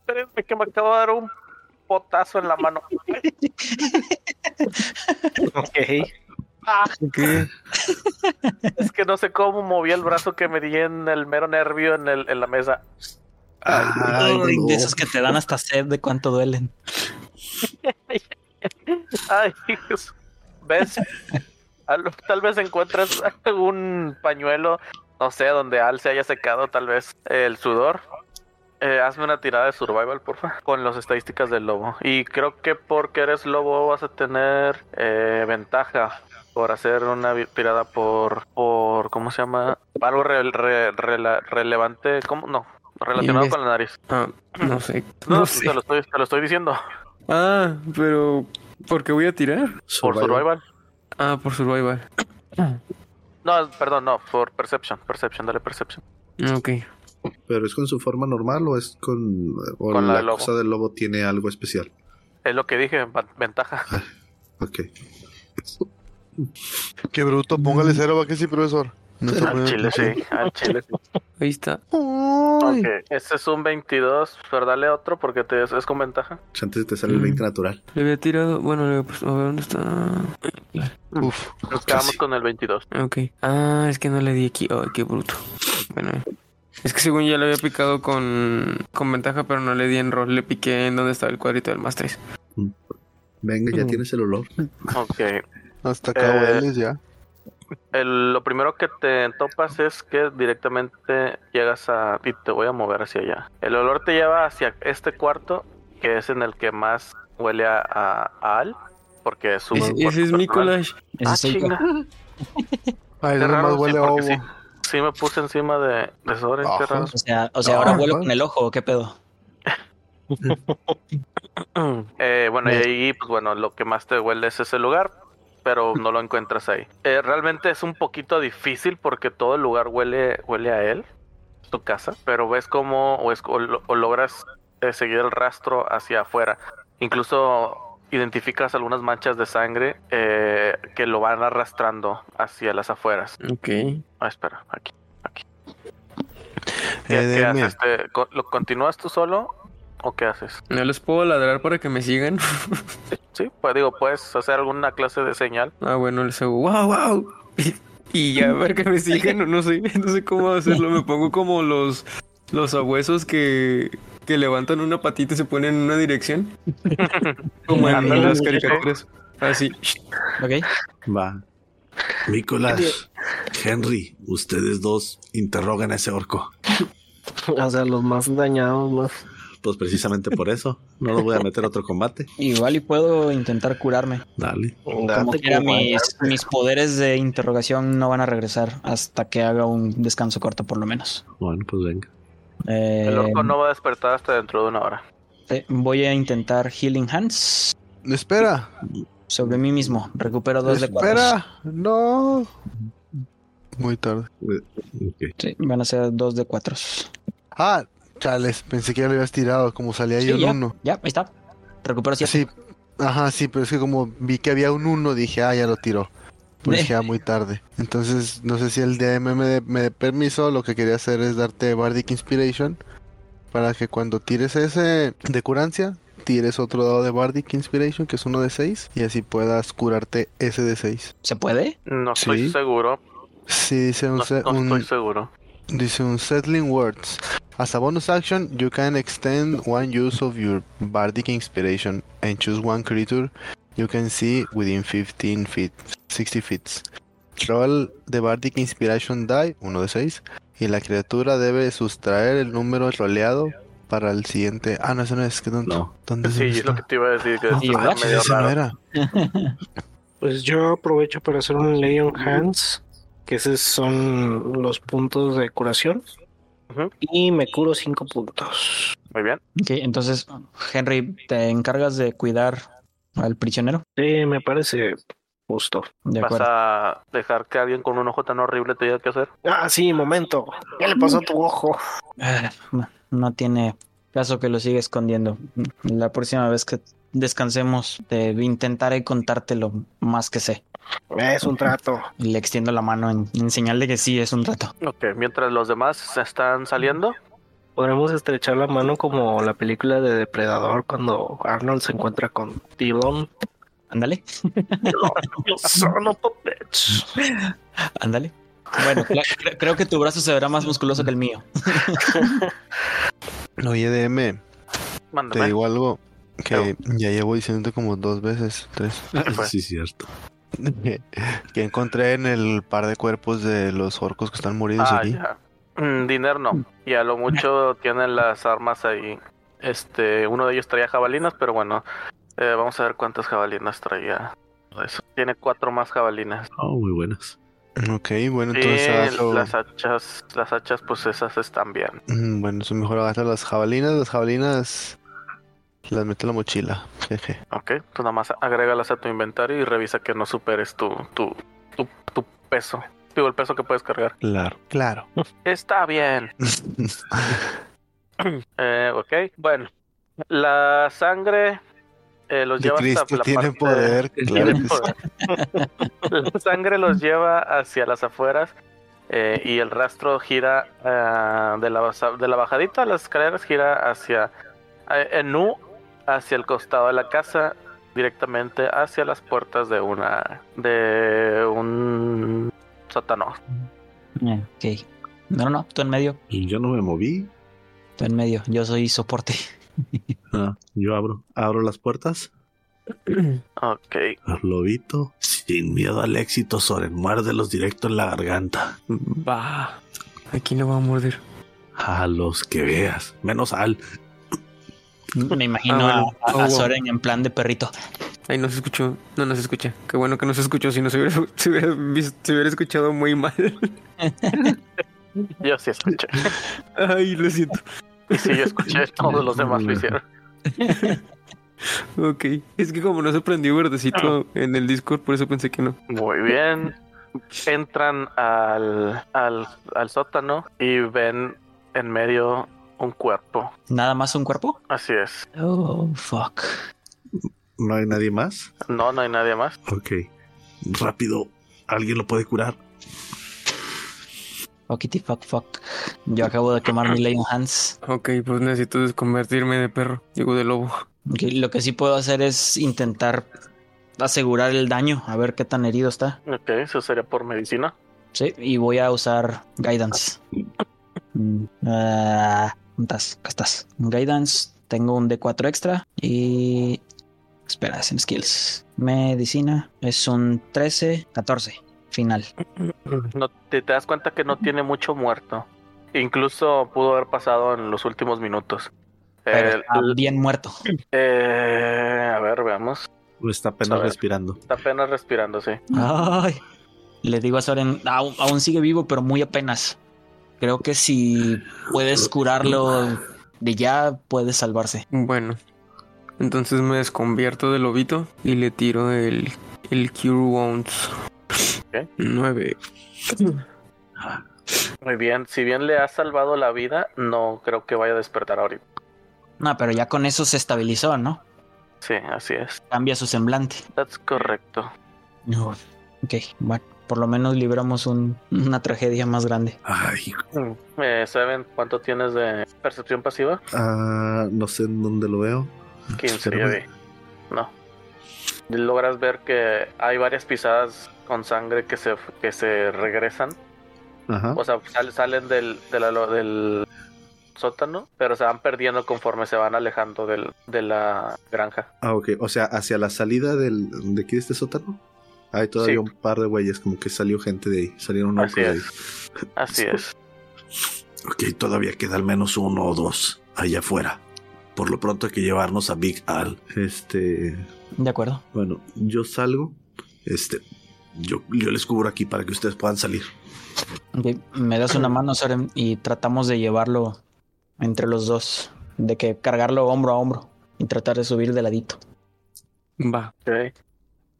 Speaker 1: Espérenme que me acabo de dar un potazo en la mano.
Speaker 4: Ok.
Speaker 3: ¿Qué?
Speaker 1: Es que no sé cómo moví el brazo que me di en el mero nervio en, el, en la mesa.
Speaker 2: Ay,
Speaker 6: Ay,
Speaker 2: no.
Speaker 6: de esos que te dan hasta sed de cuánto duelen.
Speaker 1: Ay, Dios. ¿ves? Al- Tal vez encuentras algún pañuelo, no sé, donde Al se haya secado tal vez eh, el sudor. Eh, hazme una tirada de survival, porfa, con las estadísticas del lobo. Y creo que porque eres lobo vas a tener eh, ventaja por hacer una vi- tirada por, por ¿cómo se llama? Algo re- re- rela- relevante, ¿cómo? No, relacionado
Speaker 3: Inves-
Speaker 1: con la nariz.
Speaker 3: Ah, no sé.
Speaker 1: No,
Speaker 3: No pues,
Speaker 1: Te,
Speaker 3: sé.
Speaker 1: lo estoy, te lo estoy diciendo.
Speaker 3: Ah, pero. ¿Por qué voy a tirar?
Speaker 1: Por survival.
Speaker 3: Ah, por survival.
Speaker 1: No, perdón, no, por perception. Perception, dale perception.
Speaker 3: Ok.
Speaker 2: ¿Pero es con su forma normal o es con, o
Speaker 1: Con la
Speaker 2: la,
Speaker 1: del lobo.
Speaker 2: cosa del lobo tiene algo especial?
Speaker 1: Es lo que dije, va- ventaja.
Speaker 2: Ok.
Speaker 5: Qué bruto, póngale
Speaker 6: Mm.
Speaker 5: cero va que sí, profesor. No está
Speaker 1: Al
Speaker 5: poniendo
Speaker 1: chile
Speaker 5: atención.
Speaker 1: sí, al chile sí.
Speaker 3: Ahí está.
Speaker 5: Ay,
Speaker 1: Ok, Este es un 22, pero dale otro porque te, es, es con ventaja.
Speaker 2: Antes te sale el
Speaker 3: Mm.
Speaker 2: 20 natural.
Speaker 3: Le había tirado. Bueno, le había puesto. A ver dónde está.
Speaker 5: Uf,
Speaker 1: Nos quedamos con el 22.
Speaker 3: Ok. Ah, es que no le di aquí. Ay, qué bruto. Bueno. Es que según ya le había picado con, con ventaja, pero no le di en roll. Le piqué en donde estaba el cuadrito del más 3.
Speaker 2: Venga, ya
Speaker 3: Mm.
Speaker 2: tienes el olor.
Speaker 1: Ok.
Speaker 5: hasta acá
Speaker 1: Eh,
Speaker 5: hueles ya.
Speaker 1: El- lo primero que te topas es que directamente llegas a... Y te voy a mover hacia allá. El olor te lleva hacia este cuarto, que es en el que más huele a, a- a Al, porque es su...
Speaker 3: Ese,
Speaker 1: cuarto
Speaker 3: ese es
Speaker 1: personal.
Speaker 3: Nicolás.
Speaker 6: Ese
Speaker 1: Ah,
Speaker 6: soy yo.
Speaker 1: chinga. Qué
Speaker 5: Ay, no
Speaker 1: raro,
Speaker 5: más
Speaker 1: sí,
Speaker 5: huele a
Speaker 1: porque
Speaker 5: ovo.
Speaker 1: sí. Sí me puse encima de, de Soren, qué
Speaker 5: Ajá.
Speaker 1: raro.
Speaker 6: O sea, o sea ahora
Speaker 5: No,
Speaker 6: vuelo
Speaker 5: pues.
Speaker 6: con el ojo, ¿o ¿qué pedo?
Speaker 1: Eh, bueno, y
Speaker 6: Me-
Speaker 1: ahí, pues bueno, lo que más te huele es ese lugar, pero no lo encuentras ahí. Eh, realmente es un poquito difícil porque todo el lugar huele, huele a él, tu casa, pero ves cómo, o, es- o lo- o logras eh, seguir el rastro hacia afuera. Incluso identificas algunas manchas de sangre eh, que lo van arrastrando hacia las afueras.
Speaker 3: Ok.
Speaker 1: Ah, espera, aquí. ¿Qué,
Speaker 5: Eh,
Speaker 1: qué
Speaker 5: denme-
Speaker 1: haces? ¿Te- co- ¿Lo continúas tú solo o qué haces?
Speaker 3: No les puedo ladrar para que me sigan.
Speaker 1: Sí, pues digo, puedes hacer alguna clase de señal.
Speaker 3: Ah, bueno, les hago wow, wow. Y ya para que me sigan, no, no sé, no sé cómo hacerlo. Me pongo como los, los abuesos que, que levantan una patita y se ponen en una dirección. Como en
Speaker 1: Ándale,
Speaker 3: las
Speaker 1: sí, sí.
Speaker 3: caricaturas. Así.
Speaker 6: ¿Ok?
Speaker 2: Va. Nicolás, Henry, ustedes dos interrogan a ese orco.
Speaker 4: O sea, los más dañados, más.
Speaker 2: Pues precisamente por eso. No lo voy a meter a otro combate.
Speaker 6: Igual y puedo intentar curarme.
Speaker 2: Dale.
Speaker 6: Como
Speaker 4: Date
Speaker 6: quiera,
Speaker 4: como
Speaker 6: mis, mis poderes de interrogación no van a regresar hasta que haga un descanso corto, por lo menos.
Speaker 2: Bueno, pues venga.
Speaker 6: Eh,
Speaker 1: El orco no va a despertar hasta dentro de una hora.
Speaker 6: eh, voy a intentar Healing Hands
Speaker 5: Espera,
Speaker 6: sobre mí mismo. Recupero dos de cuatro.
Speaker 5: espera, no. Muy tarde.
Speaker 2: Ok.
Speaker 6: Sí, van a ser dos de cuatro.
Speaker 5: Ah, chales, pensé que ya lo habías tirado, como salía
Speaker 6: Sí,
Speaker 5: yo
Speaker 6: ya.
Speaker 5: en uno.
Speaker 6: Ya, ahí está. Recupero siete.
Speaker 5: Sí, ajá, sí, pero es que como vi que había un uno, dije, ah, ya lo tiró. Pues dije, ah, muy tarde. Entonces, no sé si el DM me dé me dé permiso, lo que quería hacer es darte Bardic Inspiration para que cuando tires ese de curancia, tires otro dado de Bardic Inspiration, que es uno de seis, y así puedas curarte ese de seis.
Speaker 6: ¿Se puede?
Speaker 1: No estoy
Speaker 5: Sí.
Speaker 1: seguro.
Speaker 5: Sí, dice un,
Speaker 1: No,
Speaker 5: se-
Speaker 1: no
Speaker 5: un-
Speaker 1: estoy seguro.
Speaker 5: Dice un Settling Words. As a bonus action, you can extend one use of your Bardic Inspiration and choose one creature you can see within 15 feet, 60 feet. Roll the Bardic Inspiration die, uno de 6, y la criatura debe sustraer el número roleado para el siguiente. Ah, no, eso no es. ¿qué tonto?
Speaker 2: No.
Speaker 5: ¿Dónde
Speaker 1: Sí, es
Speaker 5: está?
Speaker 1: lo que te iba a decir. Que
Speaker 6: Ah,
Speaker 1: está
Speaker 6: ¿verdad?
Speaker 1: medio
Speaker 5: pues, Ese no
Speaker 1: raro.
Speaker 5: era.
Speaker 4: Pues yo aprovecho para hacer un Leon Hands, que esos son los puntos de curación.
Speaker 1: Ujú.
Speaker 4: Y me curo cinco puntos.
Speaker 1: Muy bien.
Speaker 6: Ok, entonces, Henry, ¿te encargas de cuidar al prisionero?
Speaker 4: Sí, me parece justo.
Speaker 6: De
Speaker 1: ¿Vas
Speaker 6: acuerdo.
Speaker 1: a dejar que alguien con un ojo tan horrible te diga qué hacer?
Speaker 4: Ah, sí, momento. ¿Qué le pasó a tu ojo?
Speaker 6: Ah, No tiene caso que lo siga escondiendo. La próxima vez que descansemos, te intentaré contarte lo más que sé.
Speaker 4: Es un trato.
Speaker 6: Y le extiendo la mano en, en señal de que sí es un rato.
Speaker 1: Ok, mientras los demás se están saliendo.
Speaker 4: Podremos estrechar la mano como la película de Depredador cuando Arnold se encuentra con Tilon.
Speaker 6: Ándale,
Speaker 4: Son of a bitch.
Speaker 6: ándale. Bueno, cla- cre- creo que tu brazo se verá más musculoso que el mío.
Speaker 5: Oye, DM, te
Speaker 1: Mándame.
Speaker 5: digo algo que
Speaker 1: Pero-
Speaker 5: ya llevo diciéndote como dos veces, tres.
Speaker 1: Pues.
Speaker 2: Sí, cierto.
Speaker 5: que que encontré en el par de cuerpos de los orcos que están moridos
Speaker 1: Ah,
Speaker 5: aquí.
Speaker 1: ya. Mm, dinero no. Y a lo mucho tienen las armas ahí. Este, uno de ellos traía jabalinas, pero bueno. eh, vamos a ver cuántas jabalinas traía. Eso. Tiene cuatro más jabalinas.
Speaker 2: Oh, muy buenas.
Speaker 5: Ok, bueno, entonces
Speaker 1: Y
Speaker 5: agarro-
Speaker 1: las hachas, las hachas, pues esas están bien.
Speaker 5: Mm, Bueno, eso mejor agarra las jabalinas. Las jabalinas las meto en la mochila. Jeje.
Speaker 1: Ok, tú nada más agrégalas a tu inventario y revisa que no superes tu, tu, tu, tu peso. Digo, el peso que puedes cargar.
Speaker 2: Claro.
Speaker 5: Claro.
Speaker 1: Está bien. Eh, ok, bueno. La sangre eh, los
Speaker 5: De
Speaker 1: lleva
Speaker 5: Cristo
Speaker 1: hasta la
Speaker 5: tiene
Speaker 1: parte-
Speaker 5: poder, claro
Speaker 1: tiene
Speaker 5: que
Speaker 1: poder. la sangre los lleva hacia las afueras eh, y el rastro gira ah, de, la, basa- de la bajadita a las escaleras, gira hacia eh, en U, hacia el costado de la casa, directamente hacia las puertas de una de un sótano.
Speaker 6: Eh, Ok. No, no, no, tú en medio.
Speaker 2: Y yo no me moví.
Speaker 6: Tú en medio. Yo soy soporte.
Speaker 2: Ah, yo abro. Abro las puertas.
Speaker 1: Ok,
Speaker 2: Lobito. Sin miedo al éxito, Soren. Muérdelos directo en la garganta.
Speaker 3: Va. Aquí lo va a morder.
Speaker 2: A los que veas. Menos al.
Speaker 6: Me imagino
Speaker 3: Ah,
Speaker 6: a-
Speaker 3: bueno.
Speaker 6: a, a
Speaker 3: Oh, wow.
Speaker 6: Soren en plan de perrito.
Speaker 3: Ahí no se escuchó. No, no se escucha. Qué bueno que no se escuchó. Si no se hubiera, se hubiera visto- se hubiera escuchado muy mal.
Speaker 1: yo sí escuché.
Speaker 3: Ay, lo siento.
Speaker 1: Y sí, yo escuché, todos los demás lo hicieron.
Speaker 3: Ok. Es que como no se prendió verdecito en el Discord, por eso pensé que no.
Speaker 1: Muy bien. Entran al, al, al sótano y ven en medio un cuerpo.
Speaker 6: ¿Nada más un cuerpo?
Speaker 1: Así es.
Speaker 6: Oh, fuck.
Speaker 2: No hay nadie más.
Speaker 1: No, no hay nadie más.
Speaker 2: Ok. Rápido. Alguien lo puede curar.
Speaker 6: Fuckity fuck fuck. Yo acabo de quemar mi Lion Hands.
Speaker 3: Ok, pues necesito desconvertirme de perro. Digo, de lobo.
Speaker 6: Ok, Lo que sí puedo hacer es intentar asegurar el daño, a ver qué tan herido está.
Speaker 1: Ok, eso sería por medicina.
Speaker 6: Sí, y voy a usar Guidance. Mm, ah, ¿dónde estás? Acá estás. Guidance, tengo un D4 extra y... Espera, es en skills. Medicina, es un 13, 14, final.
Speaker 1: No, te, te das cuenta que no tiene mucho muerto. Incluso pudo haber pasado en los últimos minutos.
Speaker 6: Pero
Speaker 1: El-
Speaker 6: está bien muerto.
Speaker 1: eh, a ver, veamos.
Speaker 2: Está apenas
Speaker 1: A ver.
Speaker 2: respirando.
Speaker 1: Está apenas respirando, sí.
Speaker 6: Ay. Le digo a Soren, "Au- aún sigue vivo, pero muy apenas. Creo que si puedes curarlo de ya, puedes salvarse.
Speaker 3: Bueno. Entonces me desconvierto del lobito y le tiro el, el Cure Wounds.
Speaker 1: Ok.
Speaker 3: Nueve.
Speaker 1: Muy bien. Si bien le ha salvado la vida, no creo que vaya a despertar ahorita.
Speaker 6: No, pero ya con eso se estabilizó, ¿no?
Speaker 1: Sí, así es.
Speaker 6: Cambia su semblante.
Speaker 1: That's correcto.
Speaker 6: Uf, Ok, bueno, por lo menos libramos un- una tragedia más grande.
Speaker 2: Ay,
Speaker 1: Eh, ¿Saben cuánto tienes de percepción pasiva?
Speaker 2: ah, no sé en dónde lo veo.
Speaker 1: 15,
Speaker 2: Pero
Speaker 1: ya
Speaker 2: me-
Speaker 1: vi. No. Logras ver que hay varias pisadas con sangre que se, que se regresan.
Speaker 2: Ajá.
Speaker 1: O sea, sal- salen del, de la lo- del sótano, pero se van perdiendo conforme se van alejando del, de la granja.
Speaker 2: Ah, ok. O sea, hacia la salida del, de aquí de este sótano. Hay todavía
Speaker 1: Sí.
Speaker 2: un par de huellas, como que salió gente de ahí, salieron unos
Speaker 1: Así
Speaker 2: de ahí.
Speaker 1: Así es.
Speaker 2: Ok, todavía queda al menos uno o dos allá afuera. Por lo pronto hay que llevarnos a Big Al. Este,
Speaker 6: De acuerdo.
Speaker 2: bueno, yo salgo. Este, yo, yo les cubro aquí para que ustedes puedan salir.
Speaker 6: Ok, Me das una mano, Soren, y tratamos de llevarlo entre los dos. De que cargarlo hombro a hombro y tratar de subir de ladito.
Speaker 3: Va.
Speaker 1: Ok.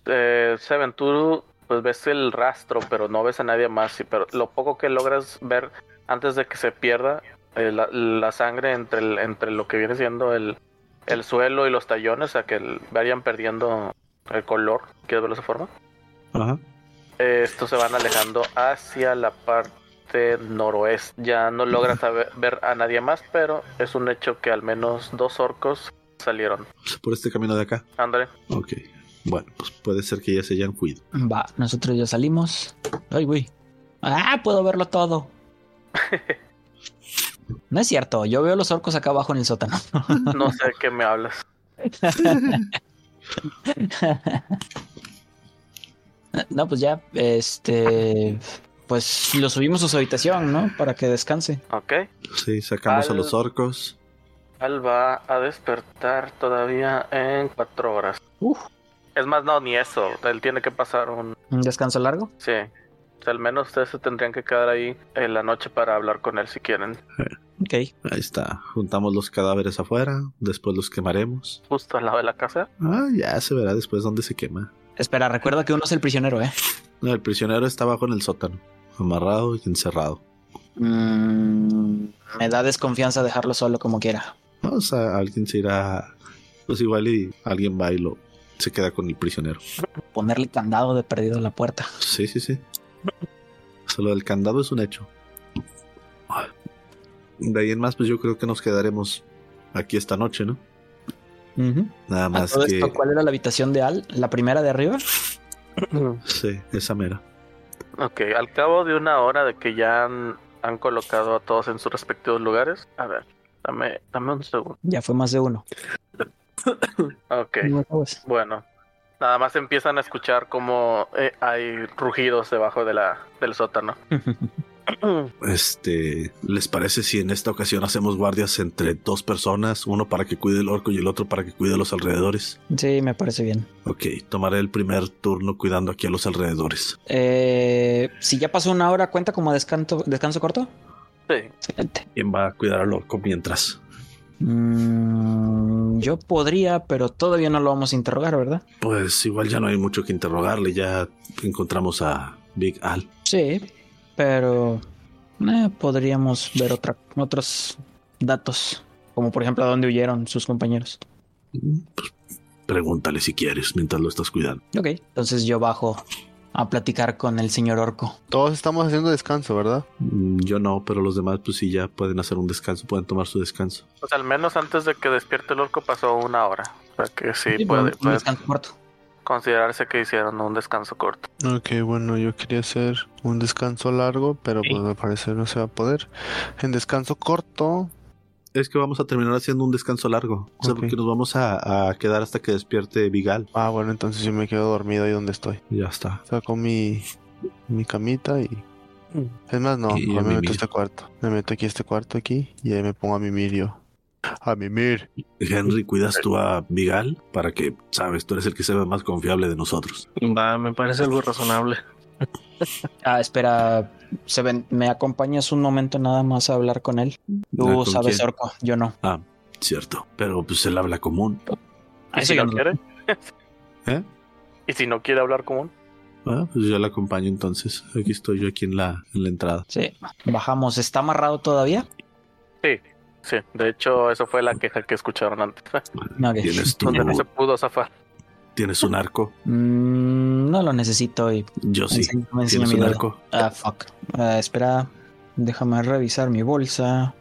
Speaker 1: Eh, Seven, tú pues ves el rastro, pero no ves a nadie más. sí, pero lo poco que logras ver antes de que se pierda eh, la, la sangre entre, el- entre lo que viene siendo el, el suelo y los tallones, a que el- vayan perdiendo el color, ¿quieres verlo de esa forma?
Speaker 2: Ajá.
Speaker 1: Eh, estos se van alejando hacia la parte noroeste. Ya no logras saber- ver a nadie más, pero es un hecho que al menos dos orcos salieron.
Speaker 2: Por este camino de acá.
Speaker 1: André,
Speaker 2: Ok. Bueno, pues puede ser que ya se hayan cuido.
Speaker 6: Va, nosotros ya salimos. Ay, güey. Ah, puedo verlo todo. No es cierto, yo veo los orcos acá abajo en el sótano.
Speaker 1: no sé de qué me hablas.
Speaker 6: No, pues ya, este. Pues lo subimos a su habitación, ¿no? Para que descanse.
Speaker 1: Ok.
Speaker 2: Sí, sacamos a
Speaker 1: Al-
Speaker 2: los orcos.
Speaker 1: Al va a despertar todavía en cuatro horas.
Speaker 6: Uf.
Speaker 1: Es más, no, ni eso. Él tiene que pasar un...
Speaker 6: ¿Un descanso largo?
Speaker 1: Sí. O sea, al menos ustedes se tendrían que quedar ahí en la noche para hablar con él si quieren.
Speaker 6: Ok.
Speaker 2: Ahí está. Juntamos los cadáveres afuera. Después los quemaremos.
Speaker 1: Justo al lado de la casa.
Speaker 2: Ah, ya se verá después dónde se quema.
Speaker 6: Espera, recuerda que uno es el prisionero, ¿eh?
Speaker 2: No, el prisionero está abajo en el sótano. amarrado y encerrado.
Speaker 6: Mm, me da desconfianza dejarlo solo como quiera.
Speaker 2: No, o sea, alguien se irá, pues igual y alguien va y lo se queda con el prisionero.
Speaker 6: Ponerle candado de perdido a la puerta.
Speaker 2: Sí, sí, sí. O sea, lo del candado es un hecho. De ahí en más, pues yo creo que nos quedaremos aquí esta noche, ¿no?
Speaker 6: Ujú.
Speaker 2: Nada
Speaker 6: A
Speaker 2: más
Speaker 6: todo
Speaker 2: que...
Speaker 6: esto, ¿Cuál era la habitación de Al? ¿La primera de arriba?
Speaker 2: Sí, esa mera.
Speaker 1: Ok, al cabo de una hora de que ya han, han colocado a todos en sus respectivos lugares. A ver, dame, dame un segundo.
Speaker 6: Ya fue más de uno.
Speaker 1: Ok,
Speaker 6: Bueno, pues,
Speaker 1: bueno. Nada más empiezan a escuchar como eh, hay rugidos debajo de la, del sótano.
Speaker 2: Este, ¿les parece si en esta ocasión hacemos guardias entre dos personas, uno para que cuide el orco y el otro para que cuide los alrededores?
Speaker 6: sí, me parece bien.
Speaker 2: Ok, tomaré el primer turno cuidando aquí a los alrededores.
Speaker 6: Eh, si ya pasó una hora, ¿cuenta como descanso, descanso corto?
Speaker 1: Sí,
Speaker 6: Excelente.
Speaker 2: ¿Quién va a cuidar al orco mientras?
Speaker 6: Mm, yo podría, pero todavía no lo vamos a interrogar, ¿verdad?
Speaker 2: Pues igual ya no hay mucho que interrogarle, ya encontramos a Big Al.
Speaker 6: Sí, pero eh, podríamos ver otra, otros datos, como por ejemplo a dónde huyeron sus compañeros.
Speaker 2: Mm, pues, Pregúntale si quieres mientras lo estás cuidando.
Speaker 6: Ok, entonces yo bajo a platicar con el señor Orco.
Speaker 5: Todos estamos haciendo descanso, ¿verdad?
Speaker 2: Mm, Yo no, pero los demás pues sí ya pueden hacer un descanso, pueden tomar su descanso.
Speaker 1: pues al menos antes de que despierte el orco pasó una hora. O sea que sí,
Speaker 6: Sí,
Speaker 1: puede,
Speaker 6: un- un
Speaker 1: puede
Speaker 6: descanso corto.
Speaker 1: considerarse que hicieron un descanso corto.
Speaker 5: Ok, bueno, yo quería hacer un descanso largo, pero pues al parecer no se va a poder. En descanso corto,
Speaker 2: Es que vamos a terminar haciendo un descanso largo, o sea,
Speaker 5: Ok.
Speaker 2: porque nos vamos a, a quedar hasta que despierte Big Al.
Speaker 5: ah, bueno, entonces yo me quedo dormido ahí donde estoy.
Speaker 2: Ya está.
Speaker 5: Saco mi, mi camita y...
Speaker 6: Mm.
Speaker 5: Es más, no,
Speaker 2: Y
Speaker 5: mejor
Speaker 2: a
Speaker 5: me meto
Speaker 2: mimir.
Speaker 5: a este cuarto. Me meto aquí a este cuarto aquí y ahí me pongo a mimir yo. A mimir.
Speaker 2: Henry, cuidas tú a Vigal para que, sabes, tú eres el que se ve más confiable de nosotros.
Speaker 4: Va, me parece algo razonable.
Speaker 6: Ah, espera, se ven, ¿me acompañas un momento nada más a hablar con él? Tú
Speaker 1: Eh,
Speaker 2: Ah, ¿con
Speaker 6: sabes
Speaker 2: quién?
Speaker 6: Orco, yo no.
Speaker 2: Cierto, pero pues él habla común.
Speaker 1: ¿Y
Speaker 6: Ah, Eso
Speaker 1: si
Speaker 6: yo
Speaker 1: no
Speaker 6: no.
Speaker 1: quiere?
Speaker 2: ¿Eh?
Speaker 1: ¿Y si no quiere hablar común?
Speaker 2: Ah, pues yo la acompaño entonces. Aquí estoy yo aquí en la, en la entrada.
Speaker 6: Sí, bajamos. ¿Está amarrado todavía?
Speaker 1: Sí, sí. De hecho, eso fue la queja que escucharon antes.
Speaker 6: Ok.
Speaker 2: Tienes tu,
Speaker 1: Donde no se pudo zafar.
Speaker 2: tienes un arco.
Speaker 6: Mm, no lo necesito y
Speaker 2: Yo Pues sí.
Speaker 6: enseño- me enseño
Speaker 2: Tienes
Speaker 6: mi
Speaker 2: un
Speaker 6: dedo.
Speaker 2: arco.
Speaker 6: Ah, fuck. Ah, espera, déjame revisar mi bolsa.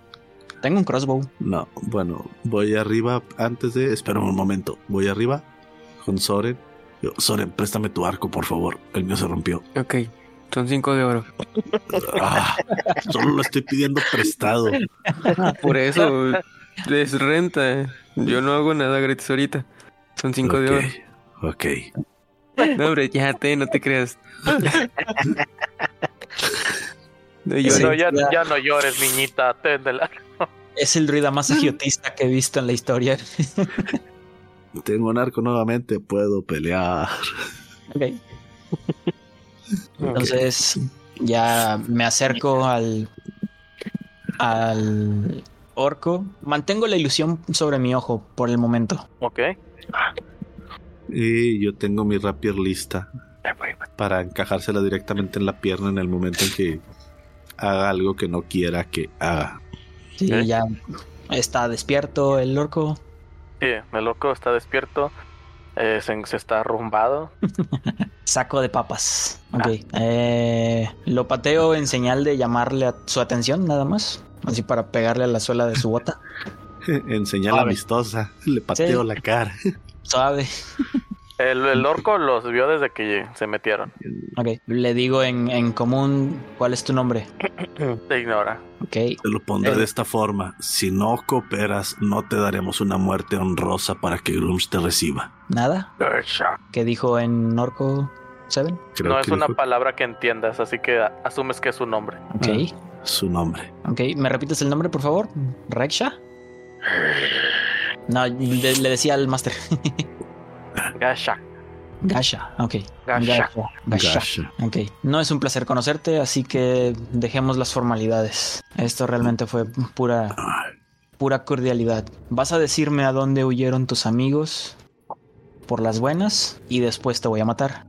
Speaker 6: Tengo un crossbow.
Speaker 2: No, bueno, voy arriba antes de. Espérame un momento. Voy arriba con Soren. Yo, Soren, préstame tu arco, por favor. El mío se rompió.
Speaker 3: Ok, son cinco de oro.
Speaker 2: Ah, solo lo estoy pidiendo prestado.
Speaker 3: Por eso es renta. Yo no hago nada gratis ahorita. Son cinco de oro.
Speaker 2: Ok, ok.
Speaker 3: No, hombre, ya te, no te creas. No, yo
Speaker 6: Sí.
Speaker 3: no,
Speaker 1: No, ya, ya no llores, niñita, aténdela.
Speaker 6: Es el druida más agiotista que he visto en la historia.
Speaker 2: Tengo un arco nuevamente. Puedo pelear.
Speaker 6: Ok. Entonces ya me acerco al al orco. Mantengo la ilusión sobre mi ojo por el momento.
Speaker 1: Ok.
Speaker 2: Y yo tengo mi rapier lista para encajársela directamente en la pierna en el momento en que haga algo que no quiera que haga.
Speaker 6: Sí,
Speaker 1: Ok.
Speaker 6: ya está despierto el orco.
Speaker 1: Sí, el loco está despierto. eh, se, se está arrumbado.
Speaker 6: Saco de papas. Ok.
Speaker 1: Ah.
Speaker 6: Eh, lo pateo en señal de llamarle a su atención nada más. Así para pegarle a la suela de su bota.
Speaker 2: En señal
Speaker 6: Suave.
Speaker 2: amistosa, le pateo la cara.
Speaker 6: Suave.
Speaker 1: El, el orco los vio desde que se metieron.
Speaker 6: Ok. Le digo en, en común cuál es tu nombre.
Speaker 1: Se ignora.
Speaker 6: Ok.
Speaker 2: Te lo pondré
Speaker 6: Eh.
Speaker 2: de esta forma. Si no cooperas, no te daremos una muerte honrosa para que Grooms te reciba.
Speaker 6: Nada. ¿Qué dijo en orco Seven?
Speaker 2: Creo
Speaker 1: no
Speaker 2: que
Speaker 1: es una
Speaker 2: dijo
Speaker 1: palabra que entiendas, así que a- asumes que es su nombre.
Speaker 6: Ok.
Speaker 1: Ah.
Speaker 2: su nombre.
Speaker 6: Ok, ¿me repites el nombre, por favor? ¿Reksha? No, le, le decía al máster.
Speaker 1: Gasha.
Speaker 6: Gasha, ok.
Speaker 1: Gasha.
Speaker 6: Gasha.
Speaker 2: Gasha.
Speaker 6: Ok. No es un placer conocerte, así que dejemos las formalidades. Esto realmente fue pura,
Speaker 2: Ay,
Speaker 6: pura cordialidad. Vas a decirme a dónde huyeron tus amigos por las buenas y después te voy a matar.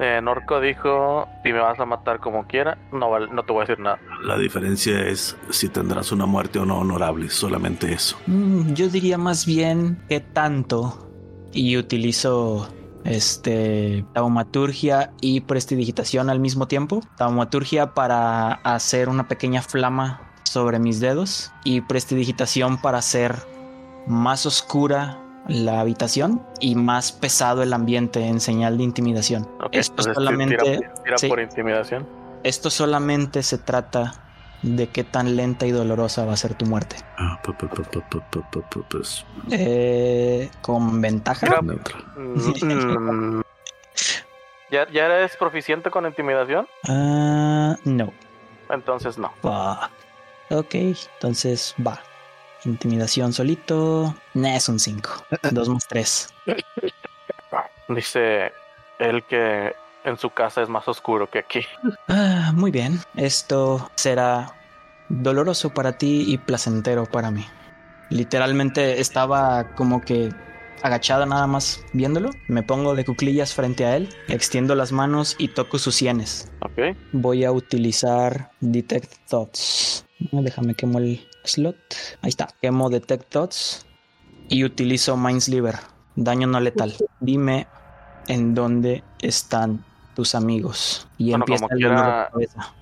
Speaker 1: Eh, Norco dijo, si me vas a matar como quiera, no, val- no te voy a decir nada.
Speaker 2: La diferencia es si tendrás una muerte o no honorable, solamente eso.
Speaker 6: Mm, yo diría más bien que tanto. Y utilizo este taumaturgia y prestidigitación al mismo tiempo. Taumaturgia para hacer una pequeña flama sobre mis dedos y prestidigitación para hacer más oscura la habitación y más pesado el ambiente en señal de intimidación.
Speaker 1: Ok,
Speaker 6: Esto
Speaker 1: entonces,
Speaker 6: solamente-
Speaker 1: Tira, tira
Speaker 6: sí.
Speaker 1: por intimidación.
Speaker 6: Esto solamente se trata de qué tan lenta y dolorosa va a ser tu muerte.
Speaker 2: Ah, pa, pa, pa, pa, pa, pa, pa, pa, pues,
Speaker 6: Eh, con ventaja.
Speaker 2: neutra.
Speaker 1: Mm, mm. ¿Ya, ¿Ya eres proficiente con intimidación?
Speaker 6: Ah, no.
Speaker 1: Entonces no.
Speaker 6: Va. Ok, entonces va. Intimidación solito. Nah, es un 5. 2 más 3.
Speaker 1: Dice él que en su casa es más oscuro que aquí.
Speaker 6: Ah, muy bien. Esto será doloroso para ti y placentero para mí. Literalmente estaba como que agachada nada más viéndolo. Me pongo de cuclillas frente a él, extiendo las manos y toco sus sienes.
Speaker 1: Ok.
Speaker 6: Voy a utilizar Detect Thoughts. Ah, Déjame quemo el slot. Ahí está. Quemo Detect Thoughts y utilizo Mindsliver. Daño no letal. Dime en dónde están tus amigos. Y
Speaker 1: Bueno,
Speaker 6: empieza
Speaker 1: como
Speaker 6: el dolor de
Speaker 1: quiera-
Speaker 6: cabeza.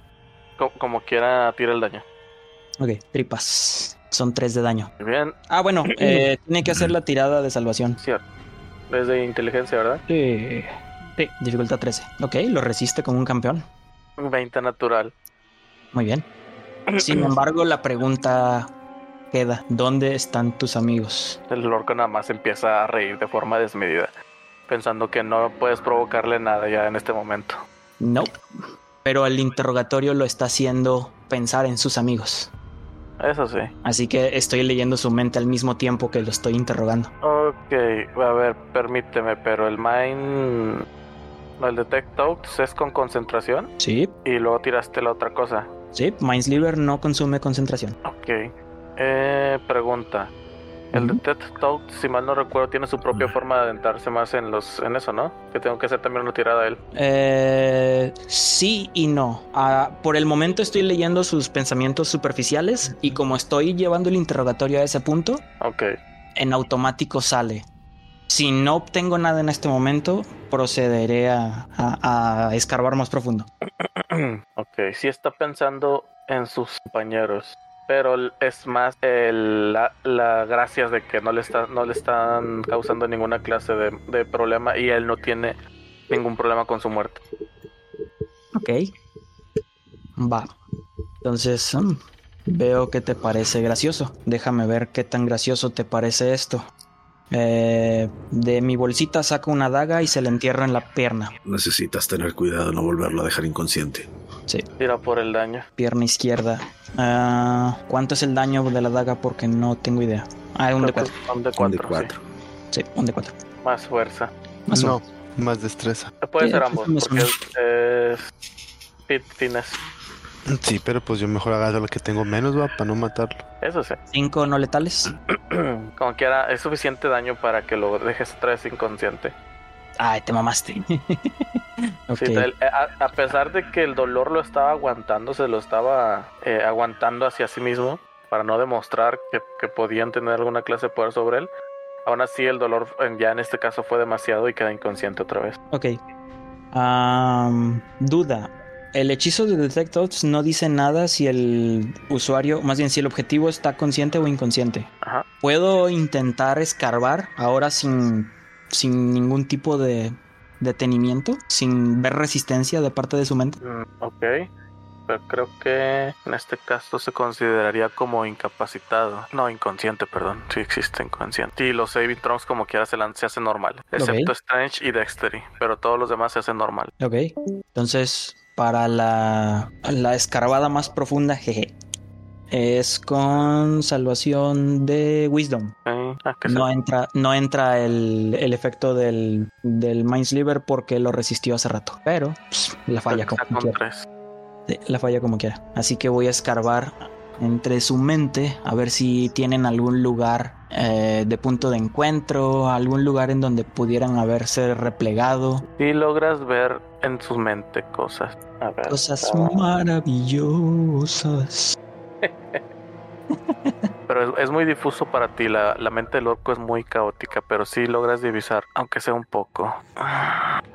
Speaker 1: Co- como quiera, tira el daño.
Speaker 6: Ok, tripas. Son tres de daño.
Speaker 1: Muy bien,
Speaker 6: Ah, bueno, eh, tiene que hacer la tirada de salvación.
Speaker 1: cierto. Es de inteligencia, ¿verdad?
Speaker 6: Sí. Dificultad 13. Ok, lo resiste como un campeón.
Speaker 1: 20 natural.
Speaker 6: Muy bien. Sin embargo, la pregunta queda, ¿dónde están tus amigos?
Speaker 1: El Lorco nada más empieza a reír de forma desmedida, pensando que no puedes provocarle nada ya en este momento.
Speaker 6: No. Pero el interrogatorio lo está haciendo pensar en sus amigos.
Speaker 1: Eso sí.
Speaker 6: Así que estoy leyendo su mente al mismo tiempo que lo estoy interrogando.
Speaker 1: Ok, a ver, permíteme, pero el Mind. no, El Detect Thoughts es con concentración
Speaker 6: Sí,
Speaker 1: y luego tiraste la otra cosa.
Speaker 6: sí. Mindsliver no consume concentración.
Speaker 1: Ok. Eh, pregunta. El
Speaker 6: Ujú.
Speaker 1: Detect Thoughts, si mal no recuerdo, tiene su propia forma de adentrarse más en los en eso, ¿no? Que tengo que hacer también una tirada a él.
Speaker 6: Eh, sí y no. Ah, por el momento estoy leyendo sus pensamientos superficiales y como estoy llevando el interrogatorio a ese punto,
Speaker 1: Ok.
Speaker 6: en automático sale. Si no obtengo nada en este momento, procederé a, a- a escarbar más profundo.
Speaker 1: ok, sí está pensando en sus compañeros. Pero l- es más el, la, la gracias de que no le, está, no le están causando ninguna clase de, de problema y él no tiene ningún problema con su muerte.
Speaker 6: Ok. Va. Entonces, mm, veo que te parece gracioso. Déjame ver qué tan gracioso te parece esto. Eh, de mi bolsita saco una daga y se la entierro en la pierna.
Speaker 2: Necesitas tener cuidado, no volverlo a dejar inconsciente.
Speaker 1: Tira por el daño.
Speaker 6: Pierna izquierda. Ah, ¿Cuánto es el daño de la daga? Porque no tengo idea. Ah, un de
Speaker 1: Creo que
Speaker 6: 4.
Speaker 1: Son de
Speaker 2: Un
Speaker 1: cuatro.
Speaker 2: de
Speaker 1: sí.
Speaker 2: cuatro.
Speaker 6: Sí, un de 4.
Speaker 1: Más fuerza.
Speaker 6: Más uno.
Speaker 5: no, más destreza.
Speaker 1: Puede
Speaker 6: Sí,
Speaker 1: ser
Speaker 6: sí,
Speaker 1: ambos.
Speaker 6: sí me
Speaker 1: Porque es, es- sí, tienes.
Speaker 5: Sí, pero pues yo mejor agarro lo que tengo menos, va, para no matarlo.
Speaker 1: Eso sí.
Speaker 6: 5 no letales.
Speaker 1: Como quiera, es suficiente daño para que lo dejes otra vez inconsciente.
Speaker 6: Ay, te mamaste. ok.
Speaker 1: Sí, el- a, a pesar de que el dolor lo estaba aguantando, se lo estaba eh, aguantando hacia sí mismo para no demostrar que, que podían tener alguna clase de poder sobre él. Aún así, el dolor en- ya en este caso fue demasiado y queda inconsciente otra vez.
Speaker 6: Ok. Am, duda. El hechizo de Detect Thoughts no dice nada si el usuario, más bien si el objetivo está consciente o inconsciente.
Speaker 1: Ajá.
Speaker 6: Puedo intentar escarbar ahora sin, sin ningún tipo de detenimiento, sin ver resistencia de parte de su mente.
Speaker 1: Mm, ok. Pero creo que en este caso se consideraría como incapacitado. No, inconsciente, perdón. Sí existe inconsciente. Y los saving throws como quiera se, lan- se hacen normales. Excepto Strange y Dexterity. Pero todos los demás se hacen normal.
Speaker 6: Ok. Entonces, para la, la escarbada más profunda, jeje. Es con salvación de Wisdom.
Speaker 1: Ok. Ah, que se-
Speaker 6: No entra, no entra el, el efecto del, del Mindsliver porque lo resistió hace rato. Pero pss, la falla
Speaker 1: está
Speaker 6: como
Speaker 1: con
Speaker 6: quiera.
Speaker 1: tres.
Speaker 6: Sí, La falla como quiera. Así que voy a escarbar entre su mente, a ver si tienen algún lugar eh, de punto de encuentro, algún lugar en donde pudieran haberse replegado.
Speaker 1: Si logras ver en su mente cosas. A ver. ah,
Speaker 6: Cosas maravillosas.
Speaker 1: Pero es, es muy difuso para ti. La, la mente del orco es muy caótica, pero sí logras divisar, aunque sea un poco.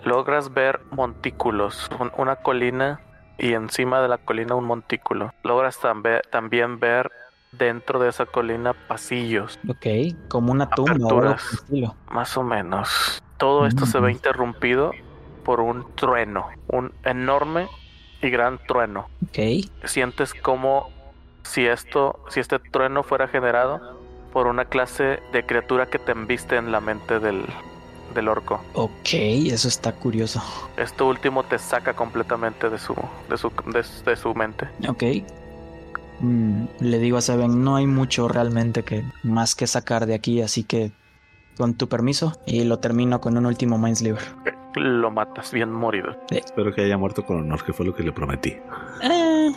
Speaker 1: Logras ver montículos, un- una colina y encima de la colina un montículo. Logras tambe- también ver dentro de esa colina pasillos,
Speaker 6: Ok, como una tumba o algo por el
Speaker 1: Aperturas.
Speaker 6: estilo.
Speaker 1: más o menos. Todo esto se ve
Speaker 6: Mm.
Speaker 1: interrumpido por un trueno, un enorme y gran trueno.
Speaker 6: Ok,
Speaker 1: sientes como si esto, si este trueno fuera generado por una clase de criatura que te embiste en la mente del, del orco.
Speaker 6: ok, eso está curioso.
Speaker 1: Esto último te saca completamente de su, de su, de, su- de su mente.
Speaker 6: Ok. Mm, le digo a Seven, no hay mucho realmente que más que sacar de aquí, así que con tu permiso y lo termino con un último Mindsliver.
Speaker 1: Lo matas bien morido.
Speaker 2: Espero que haya muerto con honor, que fue lo que le prometí.
Speaker 6: Eh,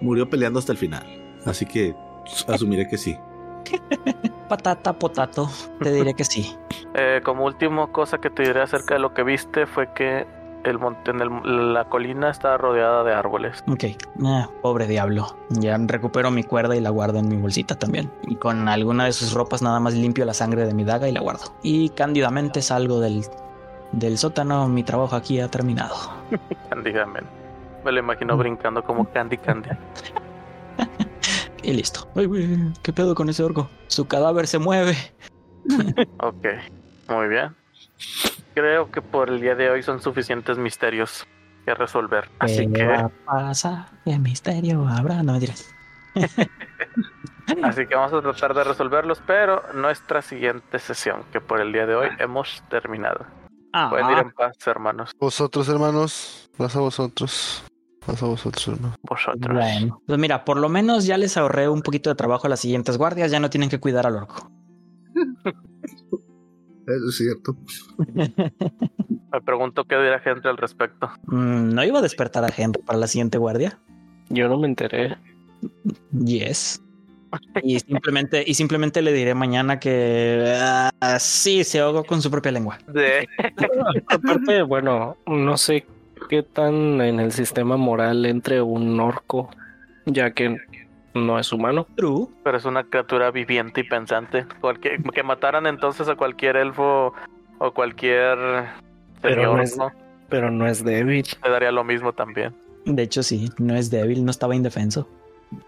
Speaker 2: Murió peleando hasta el final. Así que s- asumiré que sí.
Speaker 6: patata, potato, te diré que sí.
Speaker 1: Eh, como última cosa que te diré acerca de lo que viste fue que el monte, en el- la colina está rodeada de árboles.
Speaker 6: Ok, Ah, pobre diablo. Ya recupero mi cuerda y la guardo en mi bolsita también. Y con alguna de sus ropas nada más limpio la sangre de mi daga y la guardo. Y cándidamente salgo del, del sótano, mi trabajo aquí ha terminado.
Speaker 1: Cándidamente. Me lo imagino brincando como Candy Candy.
Speaker 6: Y listo. Ay, güey, ¿Qué pedo con ese orco? Su cadáver se mueve.
Speaker 1: Ok, muy bien. Creo que por el día de hoy son suficientes misterios que resolver. Así
Speaker 6: ¿Qué va
Speaker 1: que,
Speaker 6: a pasar? ¿Qué misterio habrá? No me dirás.
Speaker 1: así que vamos a tratar de resolverlos, pero nuestra siguiente sesión, que por el día de hoy hemos terminado. Pueden ir en paz, hermanos,
Speaker 5: Vosotros, hermanos, vas a vosotros. Vas a vosotros, hermano.
Speaker 1: vosotros.
Speaker 6: Bueno, pues mira, por lo menos ya les ahorré un poquito de trabajo a las siguientes guardias, ya no tienen que cuidar al orco.
Speaker 2: Eso es cierto.
Speaker 1: Me pregunto qué dirá gente al respecto.
Speaker 6: Mm, no iba a despertar a Henry para la siguiente guardia.
Speaker 4: Yo no me enteré.
Speaker 6: Yes. Y simplemente, y simplemente le diré mañana que ah, sí se ahogó con su propia lengua.
Speaker 1: De-
Speaker 4: Aparte, bueno, no sé qué tan en el sistema moral entre un orco, ya que no es humano.
Speaker 6: True.
Speaker 1: Pero es una criatura viviente y pensante. Cualquier, que mataran entonces a cualquier elfo o cualquier
Speaker 4: Pero
Speaker 1: señor,
Speaker 4: no es-
Speaker 1: ¿no?
Speaker 4: Pero no es débil.
Speaker 1: Le daría lo mismo también.
Speaker 6: De hecho, sí, no es débil, no estaba indefenso.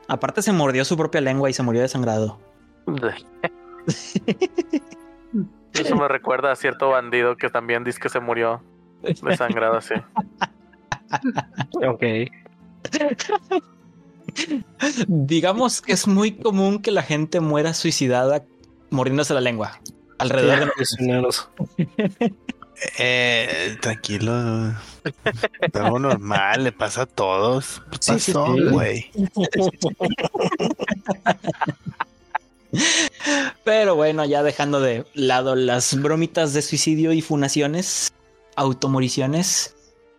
Speaker 6: Aparte, se mordió su propia lengua y se murió desangrado.
Speaker 1: De- Eso me recuerda a cierto bandido que también dice que se murió desangrado así.
Speaker 4: Ok.
Speaker 6: Digamos que es muy común que la gente muera suicidada mordiéndose la lengua. Alrededor de
Speaker 4: Prisioneros.
Speaker 5: Eh, tranquilo. Es Algo normal, le pasa a todos. ¿Qué
Speaker 6: Sí, sí,
Speaker 5: pasó,
Speaker 6: sí.
Speaker 5: güey?
Speaker 6: Pero bueno, ya dejando de lado las bromitas de suicidio y funaciones, automoriciones.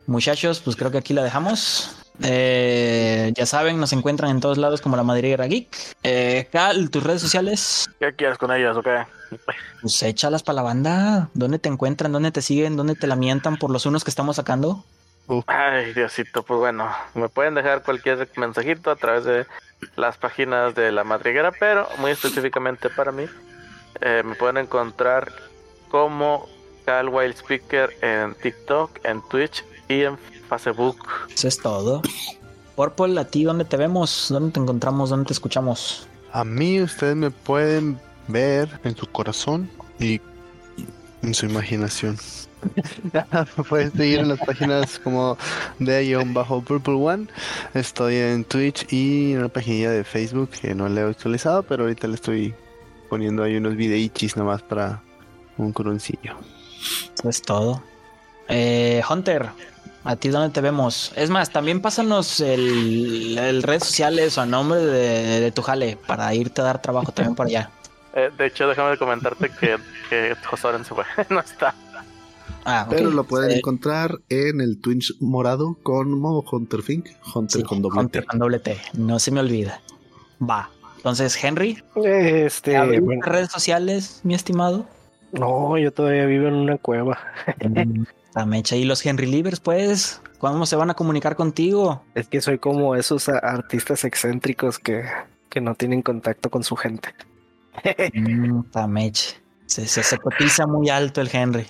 Speaker 6: Muchachos, pues creo que aquí la dejamos. Eh, ya saben, nos encuentran en todos lados como la madriguera geek. Eh, Cal, tus redes sociales,
Speaker 1: ¿Qué quieres con ellas, ok?
Speaker 6: pues échalas para la banda. ¿Dónde te encuentran? ¿Dónde te siguen? ¿Dónde te lamentan por los unos que estamos sacando?
Speaker 1: Ay, Diosito, pues bueno, me pueden dejar cualquier mensajito a través de las páginas de La Madriguera, pero muy específicamente para mí, eh, me pueden encontrar como Cal Wild Speaker en TikTok, en Twitch y en Facebook.
Speaker 6: Eso es todo. Purple, a ti, ¿dónde te vemos? ¿Dónde te encontramos? ¿Dónde te escuchamos?
Speaker 5: A mí ustedes me pueden ver en su corazón y en su imaginación. me pueden seguir en las páginas como de-purple one. Estoy en Twitch y en una página de Facebook que no le he actualizado, pero ahorita le estoy poniendo ahí unos videichis nomás para un curoncillo.
Speaker 6: Eso es todo. Eh, Hunter, ¿a ti dónde te vemos? Es más, también pásanos el, el redes sociales o nombre de, de tu jale para irte a dar trabajo también por allá.
Speaker 1: Eh, de hecho, déjame comentarte que, que Josoren se fue, no está.
Speaker 6: Ah, ok.
Speaker 2: Pero lo pueden
Speaker 6: Eh,
Speaker 2: encontrar en el Twitch morado como Hunter Fink. Hunter
Speaker 6: sí,
Speaker 2: con doble T.
Speaker 6: Hunter con doble T, No se me olvida. Va. Entonces, Henry,
Speaker 2: Eh,
Speaker 4: Este,
Speaker 6: ¿abriste
Speaker 4: bueno,
Speaker 6: redes sociales, mi estimado.
Speaker 4: no, yo todavía vivo en una cueva.
Speaker 6: La mecha. ¿Y los Henry Livers, pues? ¿Cuándo se van a comunicar contigo?
Speaker 4: Es que soy como esos a- artistas excéntricos que, que no tienen contacto con su gente.
Speaker 6: Mm, La mecha. Se, se, se cotiza muy alto el Henry.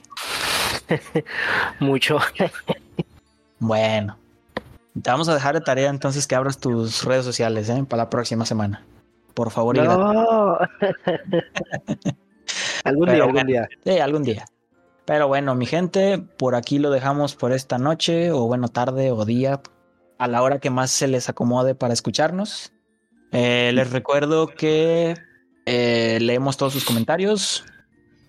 Speaker 4: Mucho.
Speaker 6: Bueno. Te vamos a dejar de tarea entonces que abras tus redes sociales, ¿eh? Para la próxima semana. Por favor, y gratis.
Speaker 4: No. algún día,
Speaker 6: Pero
Speaker 4: algún
Speaker 6: bueno.
Speaker 4: día.
Speaker 6: Sí, algún día. Pero bueno, mi gente, por aquí lo dejamos por esta noche, o bueno, tarde o día, a la hora que más se les acomode para escucharnos. Eh, les recuerdo que eh, leemos todos sus comentarios.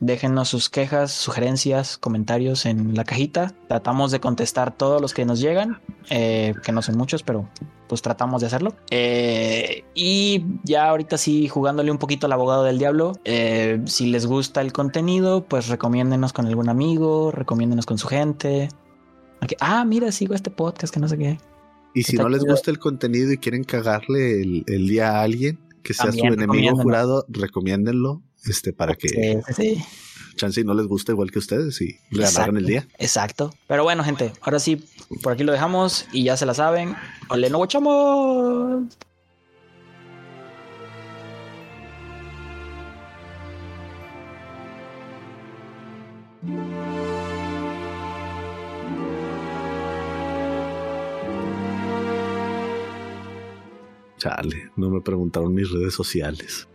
Speaker 6: Déjennos sus quejas, sugerencias, comentarios en la cajita. Tratamos de contestar todos los que nos llegan, eh, que no son muchos, pero pues tratamos de hacerlo. Eh, y ya ahorita sí, jugándole un poquito al abogado del diablo, eh, si les gusta el contenido, pues recomiéndenos con algún amigo, recomiéndenos con su gente. Aquí- ah, mira, sigo este podcast que no sé qué.
Speaker 2: Y si
Speaker 6: Está
Speaker 2: no les
Speaker 6: chido.
Speaker 2: gusta el contenido y quieren cagarle el, el día a alguien, que sea
Speaker 6: También
Speaker 2: su enemigo
Speaker 6: recomiéndanos.
Speaker 2: jurado, recomiéndenlo. Este, para que
Speaker 6: Sí, sí, sí.
Speaker 2: chance y no les gusta igual que ustedes y le
Speaker 6: Exacto.
Speaker 2: amargan el día.
Speaker 6: Exacto. Pero bueno, gente, ahora sí, por aquí lo dejamos y ya se la saben. ¡Ole, no guachamos!
Speaker 2: Chale, no me preguntaron mis redes sociales.